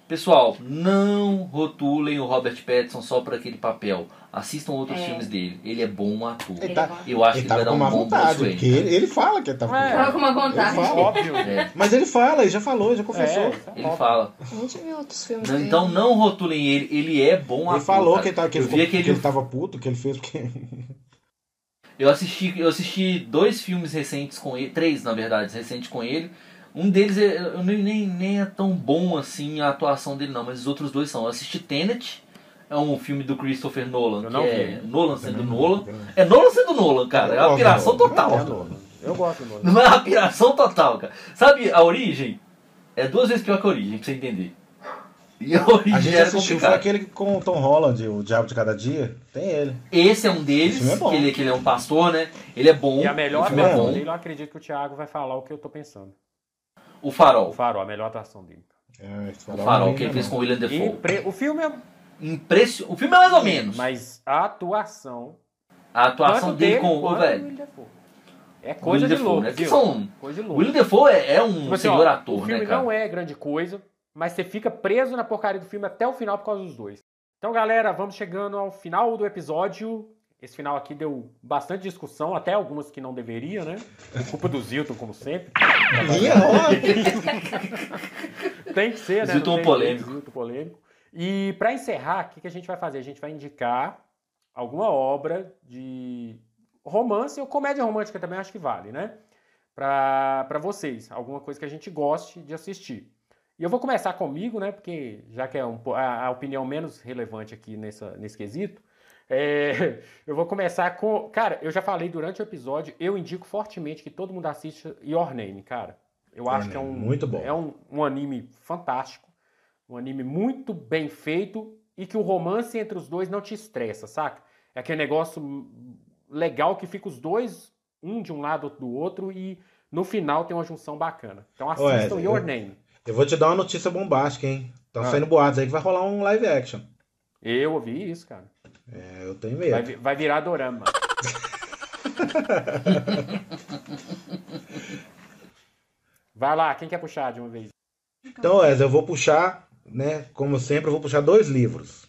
Speaker 5: Pessoal, não rotulem o Robert Pattinson só para aquele papel. Assistam outros filmes dele. Ele é bom ator.
Speaker 3: Ele tá,
Speaker 5: Eu acho
Speaker 3: ele
Speaker 5: que
Speaker 3: tava
Speaker 5: ele vai dar
Speaker 3: com
Speaker 5: um
Speaker 3: má
Speaker 5: bom
Speaker 3: vontade,
Speaker 5: Bruce
Speaker 3: porque
Speaker 5: Wayne.
Speaker 3: ele, ele fala que ele tava
Speaker 2: É.
Speaker 3: com
Speaker 6: Tava com uma
Speaker 3: Ele
Speaker 6: vontade.
Speaker 3: fala.
Speaker 2: Óbvio. É,
Speaker 5: É,
Speaker 3: Mas ele fala, ele já falou, ele já confessou.
Speaker 2: isso é
Speaker 5: ele
Speaker 2: óbvio.
Speaker 5: fala.
Speaker 4: A gente viu outros filmes
Speaker 5: Não,
Speaker 4: dele.
Speaker 5: Então não rotulem ele. Ele é bom ator.
Speaker 3: ele falou
Speaker 5: cara.
Speaker 3: que ele, tá, que,
Speaker 5: eu
Speaker 3: ele
Speaker 5: vi
Speaker 3: ficou- que
Speaker 5: aquele
Speaker 3: ele tava puto, que ele fez porque.
Speaker 5: Eu assisti, eu assisti dois filmes recentes com ele, três na verdade, recentes com ele. Um deles, é- eu nem, nem, nem é tão bom assim a atuação dele, não, mas os outros dois são. Eu assisti Tenet, é um filme do Christopher Nolan,
Speaker 2: Eu
Speaker 5: que
Speaker 2: não
Speaker 5: é
Speaker 2: vi.
Speaker 5: Nolan sendo Nolan. É Nolan sendo Nolan, cara, é uma piração total.
Speaker 2: Eu gosto do Nolan.
Speaker 5: Não é uma piração total, cara. Sabe, a origem é duas vezes pior que a origem, pra você entender. E a origem
Speaker 3: A gente
Speaker 5: era
Speaker 3: assistiu, foi
Speaker 5: complicada.
Speaker 3: aquele com o Tom Holland, o Diabo de Cada Dia. Tem ele.
Speaker 5: Esse é um deles,
Speaker 3: Esse filme é bom.
Speaker 5: que, ele, que ele é um pastor, né? Ele é bom.
Speaker 2: E a melhor
Speaker 5: o filme é
Speaker 2: atuação
Speaker 5: bom.
Speaker 2: dele, eu acredito que o Thiago vai falar o que eu tô pensando.
Speaker 5: O
Speaker 2: O
Speaker 5: Farol.
Speaker 2: Farol, a melhor atuação dele.
Speaker 3: É, esse
Speaker 5: O
Speaker 3: cara é um
Speaker 5: Farol, que
Speaker 3: menino,
Speaker 5: ele fez
Speaker 3: não.
Speaker 5: com o William Defoe.
Speaker 2: Impre- O filme é
Speaker 5: Impression... O filme é mais ou menos.
Speaker 2: Mas a atuação.
Speaker 5: A atuação
Speaker 2: tanto
Speaker 5: dele com
Speaker 2: quanto
Speaker 5: o velho.
Speaker 2: Willem Dafoe. É coisa de
Speaker 5: Willem Dafoe,
Speaker 2: louco,
Speaker 5: né? Que
Speaker 2: viu?
Speaker 5: são-
Speaker 2: Coisa de
Speaker 5: O
Speaker 2: louco.
Speaker 5: William Defoe é, é um
Speaker 2: Tipo assim, ó,
Speaker 5: senhor ator,
Speaker 2: o
Speaker 5: né,
Speaker 2: filme
Speaker 5: cara?
Speaker 2: não é grande coisa, mas você fica preso na porcaria do filme até o final por causa dos dois. Então, galera, vamos chegando ao final do episódio. Esse final aqui deu bastante discussão, até algumas que não deveria, né? Por culpa do Zilton, como sempre.
Speaker 3: Minha hora.
Speaker 2: Tem que ser, né?
Speaker 5: Zilton
Speaker 2: Não tem
Speaker 5: polêmico.
Speaker 2: jeito, Zilton polêmico. E para encerrar, o que, que a gente vai fazer? A gente vai indicar alguma obra de romance ou comédia romântica também, acho que vale, né? Para vocês, alguma coisa que a gente goste de assistir. E eu vou começar comigo, né? Porque já que é um po- a, a opinião menos relevante aqui nessa, nesse quesito, é, eu vou começar com. Cara, eu já falei durante o episódio, eu indico fortemente que todo mundo assista Your Name, cara. Eu
Speaker 3: Your
Speaker 2: acho que é um.
Speaker 3: Name, muito bom.
Speaker 2: É um, um anime fantástico, um anime muito bem feito e que o romance entre os dois não te estressa, saca? É aquele negócio hum, legal que fica os dois, um de um lado, outro do outro, e no final tem uma junção bacana. Então assistam
Speaker 3: Wesley,
Speaker 2: Your
Speaker 3: eu-
Speaker 2: Name.
Speaker 3: Eu vou te dar uma notícia bombástica, hein? Estão
Speaker 2: Ah.
Speaker 3: saindo boatos aí que vai rolar um live action.
Speaker 2: Eu ouvi isso, cara.
Speaker 3: É, eu tenho
Speaker 2: Vai,
Speaker 3: medo.
Speaker 2: vi- vai virar dorama. vai lá, quem quer puxar de uma vez?
Speaker 3: Então, Wesley, eu vou puxar, né? Como sempre, eu vou puxar dois livros.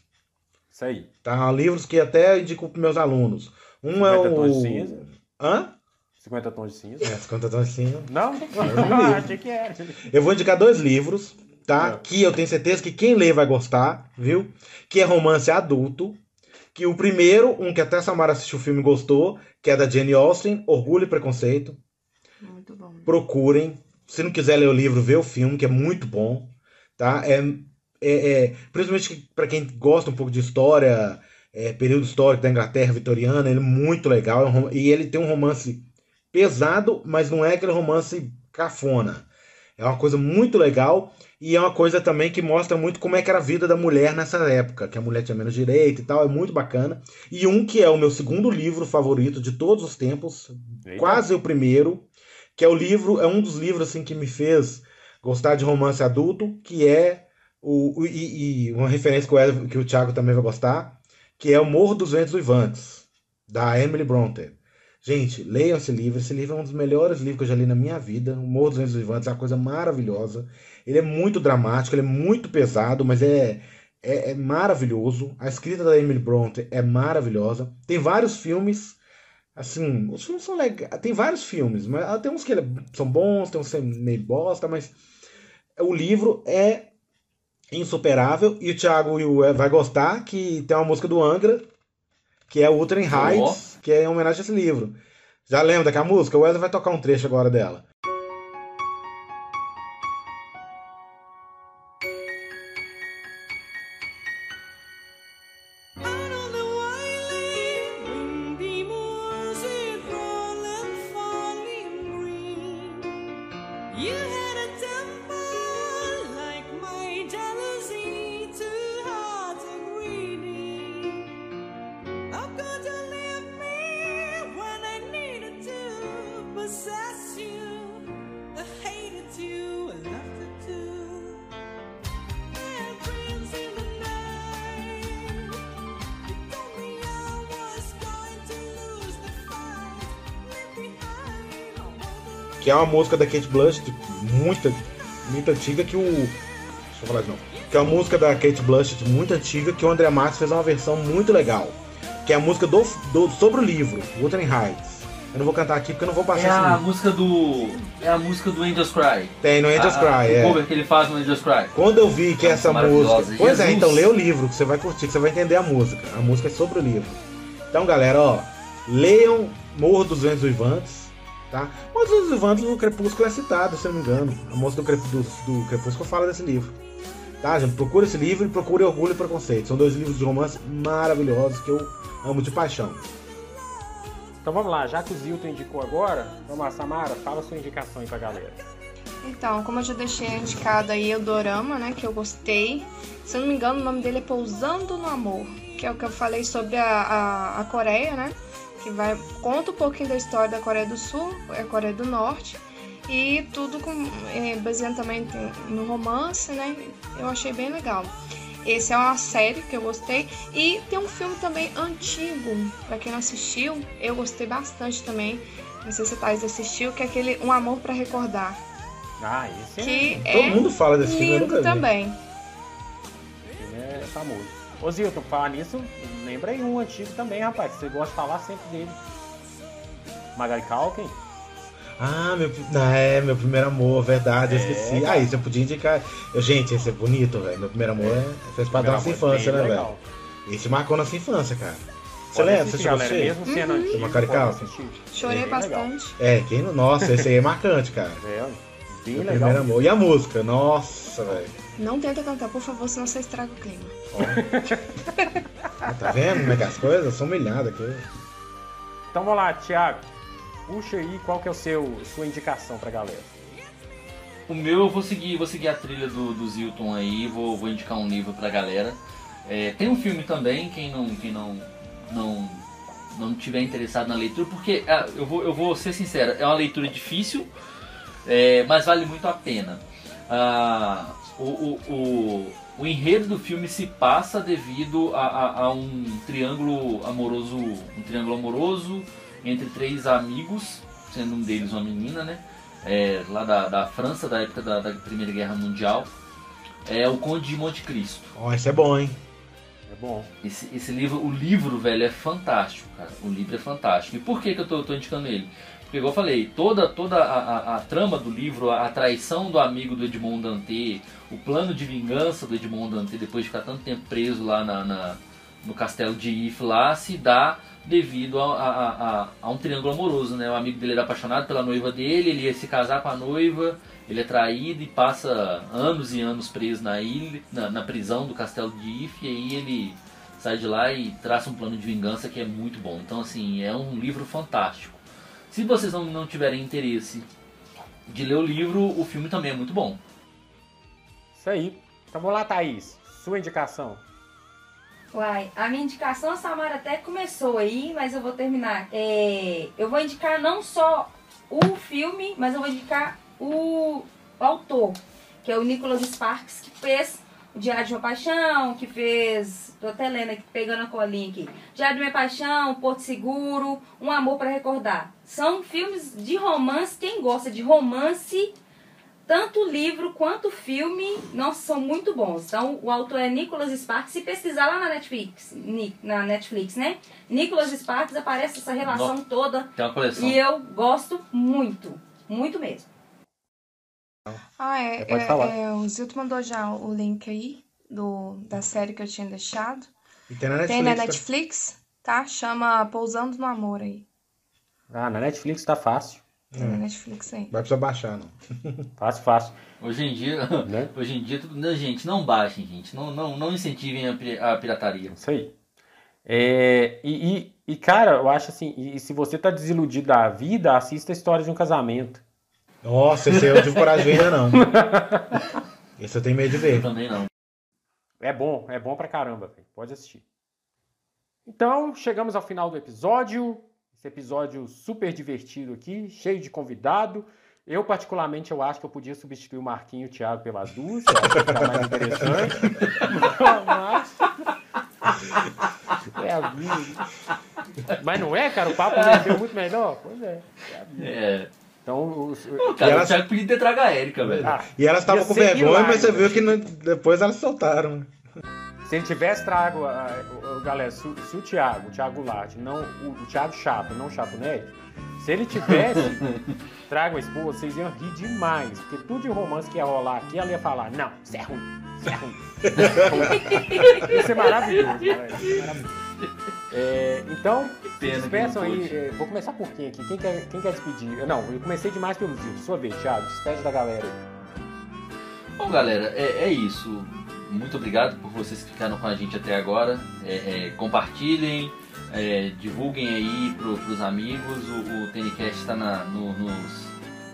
Speaker 2: Isso aí.
Speaker 3: Tá? Livros que até eu indico pros meus alunos. Um é
Speaker 2: 50 tons de
Speaker 3: o.
Speaker 2: cinza.
Speaker 3: Hã?
Speaker 2: 50 tons de cinza.
Speaker 3: É, 50 tons de cinza.
Speaker 2: Não? Ah,
Speaker 3: livro.
Speaker 2: Achei que era.
Speaker 3: Eu vou indicar dois livros, tá?
Speaker 2: É.
Speaker 3: Que eu tenho certeza que quem lê vai gostar, viu? Que é romance adulto. Que o primeiro, um que até a Samara assistiu o filme e gostou, que é da Jane Austen, Orgulho e Preconceito.
Speaker 4: Muito bom.
Speaker 3: Procurem. Se não quiser ler o livro, vê o filme, que é muito bom, tá? É, é, é- principalmente para quem gosta um pouco de história, é, período histórico da Inglaterra vitoriana, ele é muito legal. é um rom- e ele tem um romance pesado, mas não é aquele romance cafona. É uma coisa muito legal e é uma coisa também que mostra muito como é que era a vida da mulher nessa época, que a mulher tinha menos direito e tal, é muito bacana. E um que é o meu segundo livro favorito de todos os tempos,
Speaker 2: Eita.
Speaker 3: quase o primeiro, que é o livro, é um dos livros assim que me fez gostar de romance adulto, que é o, o- e, e uma referência que o, Ed- que o Thiago também vai gostar, que é O Morro dos Ventos Uivantes, da Emily Brontë. Gente, leiam esse livro. Esse livro é um dos melhores livros que eu já li na minha vida. O Morro dos Ventos Uivantes é uma coisa maravilhosa. Ele é muito dramático, ele é muito pesado, mas é, é, é maravilhoso. A escrita da Emily Brontë é maravilhosa. Tem vários filmes. Assim, os filmes são legais. Tem vários filmes, mas ah, tem uns que ele- são bons, tem uns que é meio bosta, mas o livro é insuperável. E o Thiago e o Ed vai gostar que tem uma música do Angra, que é Ultra in
Speaker 5: Ó.
Speaker 3: Heights, que é em homenagem a esse livro. Já lembra daquela música? O Wesley vai tocar um trecho agora dela.
Speaker 7: Oh, Possess you, I hated you, I loved it too. And dreams in the night. You told me I was going to lose the fight. Leave behind all the
Speaker 3: que é uma música da Kate Blush, de- muito, muito antiga, que o. Deixa eu falar de novo. Que é uma música da Kate Blush, de muito antiga, que o André Matos fez uma versão muito legal. Que é a música do, do- sobre o livro, Wuthering Heights. Eu não vou cantar aqui porque eu não
Speaker 2: um
Speaker 3: vou
Speaker 5: É
Speaker 3: passar esse
Speaker 5: a
Speaker 3: livro.
Speaker 5: música do. É a música do Angels Cry.
Speaker 3: Tem no Angels
Speaker 5: A-
Speaker 3: Cry,
Speaker 5: O
Speaker 3: é.
Speaker 5: cover que ele faz no Angels Cry.
Speaker 3: Quando eu vi que essa
Speaker 5: Maravilhosa.
Speaker 3: música. Pois é,
Speaker 5: Jesus.
Speaker 3: então lê o livro, que você vai curtir, que você vai entender a música. A música é sobre o livro. Então, galera, ó, leiam Morro dos Ventos Uivantes, Tá? Mas os Ivandos do Crepúsculo é citado, se eu não me engano. A moça do, Crep- do- do Crepúsculo fala desse livro. Tá, gente? Procura esse livro e procura Orgulho e Preconceito. São dois livros de romance maravilhosos que eu amo de paixão.
Speaker 2: Então vamos lá, já que o Zilton indicou agora, vamos lá, Samara, fala sua indicação aí pra galera.
Speaker 4: Então, como eu já deixei indicado aí o Dorama, né, que eu gostei. Se eu não me engano, o nome dele é Pousando no Amor, que é o que eu falei sobre a, a, a Coreia, né? Que vai conta um pouquinho da história da Coreia do Sul, é a Coreia do Norte. E tudo com, é, baseando também no romance, né? Eu achei bem legal. Esse é uma série que eu gostei. E tem um filme também antigo. Pra quem não assistiu, eu gostei bastante também. Não sei se a Thais assistiu, que é aquele Um Amor pra Recordar.
Speaker 2: Ah, esse
Speaker 4: Que
Speaker 3: um- Todo
Speaker 4: é
Speaker 3: mundo fala desse filme, eu nunca
Speaker 4: lindo
Speaker 3: vi.
Speaker 4: também.
Speaker 2: Ele é famoso. Ô Zilton, falar nisso, lembra aí um antigo também, rapaz. que Você gosta de falar sempre dele. Magali Calkin.
Speaker 3: Ah, meu, pri- ah, é, meu primeiro amor,
Speaker 2: É.
Speaker 3: verdade, eu esqueci. Ah, isso eu podia indicar. Eu, gente, esse é bonito, velho. Meu primeiro amor é, fez parte da nossa infância, né, velho? Esse marcou nossa infância, cara. Você lembra? Você chegou a
Speaker 2: galera, é
Speaker 3: assistir?
Speaker 2: mesmo sendo antigo,
Speaker 3: Magali
Speaker 2: pode
Speaker 3: Calkin.
Speaker 2: assistir.
Speaker 4: Uhum. Chorei
Speaker 2: É bem
Speaker 4: bastante.
Speaker 3: É, quem não. Nossa, esse aí é marcante, cara.
Speaker 2: legal. É, bem
Speaker 3: Meu
Speaker 2: legal.
Speaker 3: primeiro amor. E a música? Nossa, velho.
Speaker 4: Não tenta cantar, por favor, senão você estraga o clima.
Speaker 3: Ah, Tá vendo como é que as coisas? São humilhadas aqui.
Speaker 2: Então vamos lá, Thiago. Puxa aí qual que é o seu sua indicação pra galera.
Speaker 5: O meu eu vou seguir, vou seguir a trilha do, do Zilton aí, vou, vou indicar um livro pra galera. É, tem um filme também, quem não quem não não não tiver interessado na leitura, porque ah, eu vou eu vou ser sincero, é uma leitura difícil, é, mas vale muito a pena. Ah, o, o, o, o enredo do filme se passa devido a, a, a um triângulo amoroso, um triângulo amoroso entre três amigos, sendo um deles uma menina, né? é, lá da, da França, da época da, da Primeira Guerra Mundial, é o Conde de Monte Cristo.
Speaker 3: Ó, esse é bom, hein?
Speaker 2: É bom.
Speaker 5: Esse, esse livro, o livro, velho, é fantástico, cara. O livro é fantástico. E por que, que eu tô, tô indicando ele? Porque, igual eu falei, toda, toda a, a- a trama do livro, a, a traição do amigo do Edmond Dantê, o plano de vingança do Edmond Dantê, depois de ficar tanto tempo preso lá na- na- no castelo de If, lá, se dá devido a, a- a- a- a um triângulo amoroso, né? O amigo dele era apaixonado pela noiva dele, ele ia se casar com a noiva, ele é traído e passa anos e anos preso na ilha, na, na prisão do castelo de If, e aí ele sai de lá e traça um plano de vingança que é muito bom. Então, assim, é um livro fantástico. Se vocês não, não tiverem interesse de ler o livro, o filme também é muito bom.
Speaker 2: Isso aí. Então vamos lá, Thaís. Sua indicação.
Speaker 6: Uai, a minha indicação, a Samara até começou aí, mas eu vou terminar. É, eu vou indicar não só o filme, mas eu vou indicar o, o autor, que é o Nicholas Sparks, que fez o Diário de uma Paixão, que fez. Tô até lendo aqui, pegando a colinha aqui. Diário de uma Paixão, Porto Seguro, Um Amor para Recordar. São filmes de romance, quem gosta de romance tanto livro quanto filme, nossa, são muito bons. Então, o autor é Nicholas Sparks. Se pesquisar lá na Netflix, Ni- na Netflix, né? Nicholas Sparks aparece essa relação toda.
Speaker 5: Tem uma coleção.
Speaker 6: E eu gosto muito. Muito mesmo.
Speaker 4: Ah, é.
Speaker 2: É, pode
Speaker 4: é-
Speaker 2: falar.
Speaker 4: é, o Zilto mandou já o link aí do, da série que eu tinha deixado.
Speaker 3: E tem na
Speaker 4: Tem
Speaker 3: Netflix.
Speaker 4: na
Speaker 3: tá?
Speaker 4: Netflix, tá? Chama Pousando no Amor aí.
Speaker 2: Ah, na Netflix tá fácil.
Speaker 4: Tem na Netflix aí.
Speaker 3: Vai precisar baixar, não.
Speaker 2: Fácil, fácil.
Speaker 5: Hoje em dia,
Speaker 2: Né?
Speaker 5: hoje em dia tudo, não, gente, não baixem, gente, não, não, não incentivem a, pi- a pirataria.
Speaker 2: Isso aí. É, e, e- e, cara, eu acho assim, e, e se você tá desiludido da vida, assista a história de um casamento.
Speaker 3: Nossa, esse aí eu não tive coragem de ver ainda, não. Esse eu tenho medo de
Speaker 5: Eu
Speaker 3: ver.
Speaker 5: também não.
Speaker 2: É bom, é bom pra caramba, velho. Pode assistir. Então, chegamos ao final do episódio. Esse episódio super divertido aqui, cheio de convidado. Eu, particularmente, eu acho que eu podia substituir o Marquinho e o Thiago pelas duas. Eu acho que fica mais interessante. Mas... É a vida. Mas não é, cara? O papo rendeu muito melhor? Pois é.
Speaker 5: É.
Speaker 2: Então, os-
Speaker 5: Pô,
Speaker 3: E
Speaker 5: Cara,
Speaker 3: elas-
Speaker 5: o Thiago podia ter trago a Erika, velho.
Speaker 2: ah,
Speaker 3: E elas estavam
Speaker 2: Ia
Speaker 3: com
Speaker 2: ser né?
Speaker 3: vergonha,
Speaker 2: hilário,
Speaker 3: mas você viu
Speaker 2: velho.
Speaker 3: que não- depois elas soltaram.
Speaker 2: Se ele tivesse trago, a- a- o- galera, se, o- se o Thiago, o Thiago Larte, não, o, o Thiago Chapo, não o Chapo Nerd, se ele tivesse trago a esposa, vocês iam rir demais. Porque tudo de romance que ia rolar aqui, ela ia falar, não, isso é ruim, isso é ruim. isso é maravilhoso, galera. isso é maravilhoso. É, então,
Speaker 5: pena que
Speaker 2: despeçam
Speaker 5: não
Speaker 2: aí.
Speaker 5: pôde.
Speaker 2: é, vou começar por quem aqui? Quem quer, quem quer despedir? Eu Não, eu comecei demais pelo Zil. Sua vez, Thiago. Despede da galera aí.
Speaker 5: Bom, galera, é, é isso. Muito obrigado por vocês que ficaram com a gente até agora. É, é, compartilhem, é, divulguem aí pro, pros amigos. O, o TNCast está nos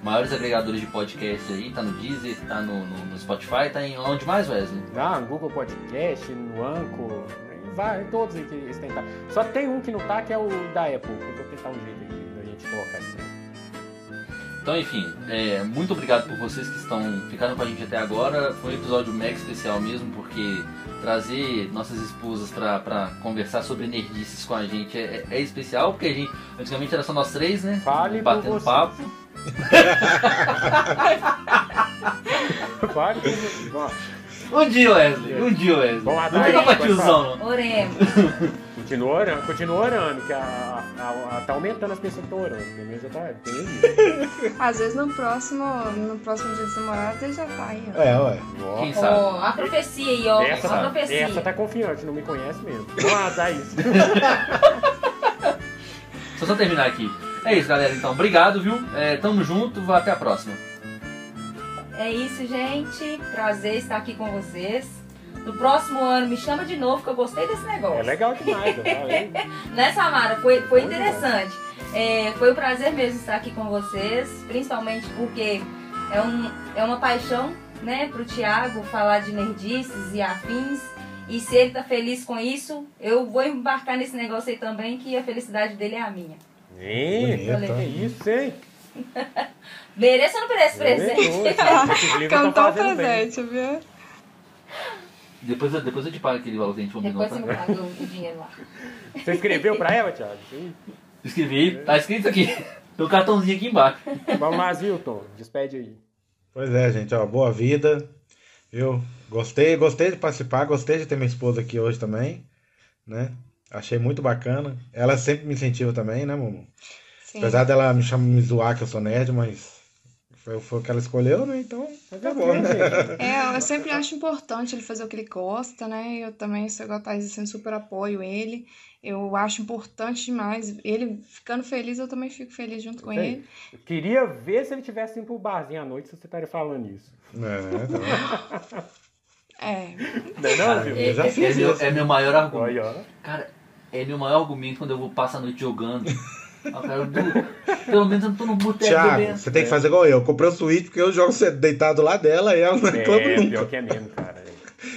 Speaker 5: maiores agregadores de podcast aí. Tá no Deezer, tá no, no- no Spotify, tá em onde mais, Wesley?
Speaker 2: Ah, no Google Podcast, no Anco, vai, todos aí que eles tentaram. Só tem um que não tá, que é o da Apple. Eu vou tentar um jeito aqui da gente colocar esse.
Speaker 5: Então, enfim, é, muito obrigado por vocês que estão ficaram com a gente até agora. Foi um episódio mega especial mesmo, porque trazer nossas esposas para conversar sobre nerdices com a gente é, é especial, porque a gente, antigamente era só nós três, né?
Speaker 2: Fale por
Speaker 5: Batendo
Speaker 2: você.
Speaker 5: papo.
Speaker 2: Vale. Bom,
Speaker 5: Um dia, Wesley, um dia, Wesley.
Speaker 2: Bom,
Speaker 5: não
Speaker 2: adorei,
Speaker 5: fica pra
Speaker 2: pode
Speaker 5: tiozão, não.
Speaker 6: Oremos.
Speaker 2: Continua orando, continua orando, que a, a- a- tá aumentando as pessoas que estão orando. Pelo menos já tá. Tem
Speaker 4: Às vezes no próximo, no próximo dia dos namorados ele já tá aí, ó.
Speaker 3: É, ué.
Speaker 5: Quem sabe?
Speaker 6: Ó, a profecia aí, ó.
Speaker 2: Essa,
Speaker 6: a profecia.
Speaker 2: essa tá confiante, não me conhece mesmo. Não azar isso.
Speaker 5: Só só terminar aqui. É isso, galera. Então, obrigado, viu? É, tamo junto, vá- até a próxima.
Speaker 6: É isso, gente. Prazer estar aqui com vocês. No próximo ano, me chama de novo, que eu gostei desse negócio.
Speaker 2: É legal demais, tá vendo?
Speaker 6: Né, Samara? Foi, foi
Speaker 2: Foi
Speaker 6: interessante. É, foi um prazer mesmo estar aqui com vocês, principalmente porque é, um, é uma paixão, né, pro Thiago falar de nerdices e afins. E se ele tá feliz com isso, eu vou embarcar nesse negócio aí também, que a felicidade dele é a minha.
Speaker 2: Ih,
Speaker 3: Bonito.
Speaker 2: que isso, hein?
Speaker 6: Mereço ou não mereço presente?
Speaker 3: tá
Speaker 4: Cantou
Speaker 2: Cantou
Speaker 4: o presente, viu?
Speaker 5: Depois, eu- depois eu te pago aquele valor que a gente combinou,
Speaker 6: Depois você
Speaker 5: tá?
Speaker 6: me paga o dinheiro lá.
Speaker 2: Você escreveu pra ela, Thiago? Ih,
Speaker 5: Escrevi, tá escrito aqui. Tem um cartãozinho aqui embaixo.
Speaker 2: Vamos lá, Zilton. Despede aí.
Speaker 3: Pois é, gente, ó, boa vida. Eu gostei, gostei de participar, gostei de ter minha esposa aqui hoje também, né? Achei muito bacana. Ela sempre me incentiva também, né, Mumu?
Speaker 4: Sim.
Speaker 3: Apesar dela me chamar, me zoar que eu sou nerd, mas foi, foi o que ela escolheu, né? Então, tá bom, né?
Speaker 4: É, eu sempre acho importante ele fazer o que ele gosta, né? Eu também sou igual a Thaís, assim, super apoio ele. Eu acho importante demais. Ele ficando feliz, eu também fico feliz junto com
Speaker 2: Isso aí.
Speaker 4: ele.
Speaker 2: Eu queria ver se ele tivesse indo pro barzinho à noite, se você estaria falando isso.
Speaker 3: É, tá bom.
Speaker 4: É,
Speaker 2: Não é não, Zilton?
Speaker 3: Eu já
Speaker 5: É
Speaker 3: fiz
Speaker 5: meu,
Speaker 3: isso.
Speaker 5: é meu maior argumento.
Speaker 2: Olha, ó.
Speaker 5: Cara, é meu maior argumento quando eu vou passar a noite jogando. Ah, cara, eu du- pelo menos eu não tô no boteco
Speaker 3: Thiago,
Speaker 5: bebendo.
Speaker 3: você tem que fazer igual eu. Eu comprei o Switch porque eu jogo deitado lá dela e ela não reclama
Speaker 2: É,
Speaker 3: nunca.
Speaker 2: pior que é mesmo, cara.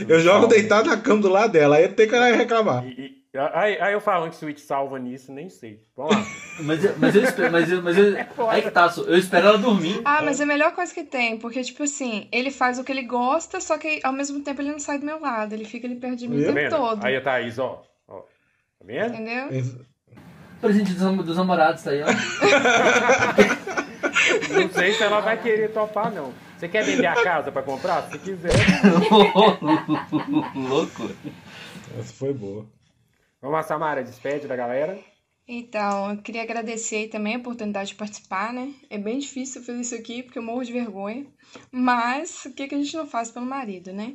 Speaker 3: Eu jogo
Speaker 2: Salva.
Speaker 3: deitado na cama do lado dela, aí não tem que ela reclamar.
Speaker 2: E- e- aí, aí eu falando que Switch salva nisso, nem sei. Vamos lá. tá
Speaker 5: Mas eu, mas eu espero. Mas eu, mas eu, aí que tá, eu espero ela dormir.
Speaker 4: Ah, mas é a melhor coisa que tem, porque, tipo assim, ele faz o que ele gosta, só que ao mesmo tempo ele não sai do meu lado, ele fica ali perto de mim o
Speaker 3: Viu?
Speaker 2: Tá
Speaker 4: tempo
Speaker 2: vendo?
Speaker 4: todo,
Speaker 2: Aí a Thaís, ó. ó. Tá vendo?
Speaker 4: entendeu?
Speaker 5: Presente dos, nam- dos namorados tá aí, ó.
Speaker 2: Não sei se ela vai querer topar, não. Você quer vender a casa pra comprar? Se quiser.
Speaker 5: Louco.
Speaker 3: Essa foi boa.
Speaker 2: Vamos lá, Samara, despede da galera.
Speaker 4: Então, eu queria agradecer aí também a oportunidade de participar, né? É bem difícil eu fazer isso aqui, porque eu morro de vergonha, mas o que que a gente não faz pelo marido, né?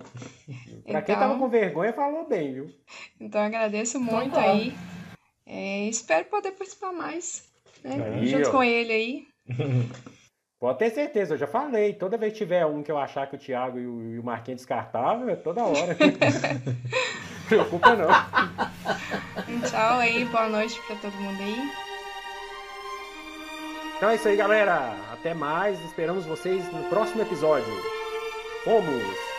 Speaker 2: Pra quem
Speaker 4: Então-
Speaker 2: tava com vergonha, falou bem, viu?
Speaker 4: Então, eu agradeço muito
Speaker 6: tá.
Speaker 4: aí. É, espero poder participar mais, né?
Speaker 2: Aí,
Speaker 4: Junto
Speaker 2: ó.
Speaker 4: com ele aí.
Speaker 2: Pode ter certeza, eu já falei. Toda vez que tiver um que eu achar que o Thiago e o, e o Marquinhos descartável, é toda hora. Preocupa não.
Speaker 4: Tchau aí, boa noite pra todo mundo aí.
Speaker 2: Então é isso aí, galera. Até mais. Esperamos vocês no próximo episódio. Fomos!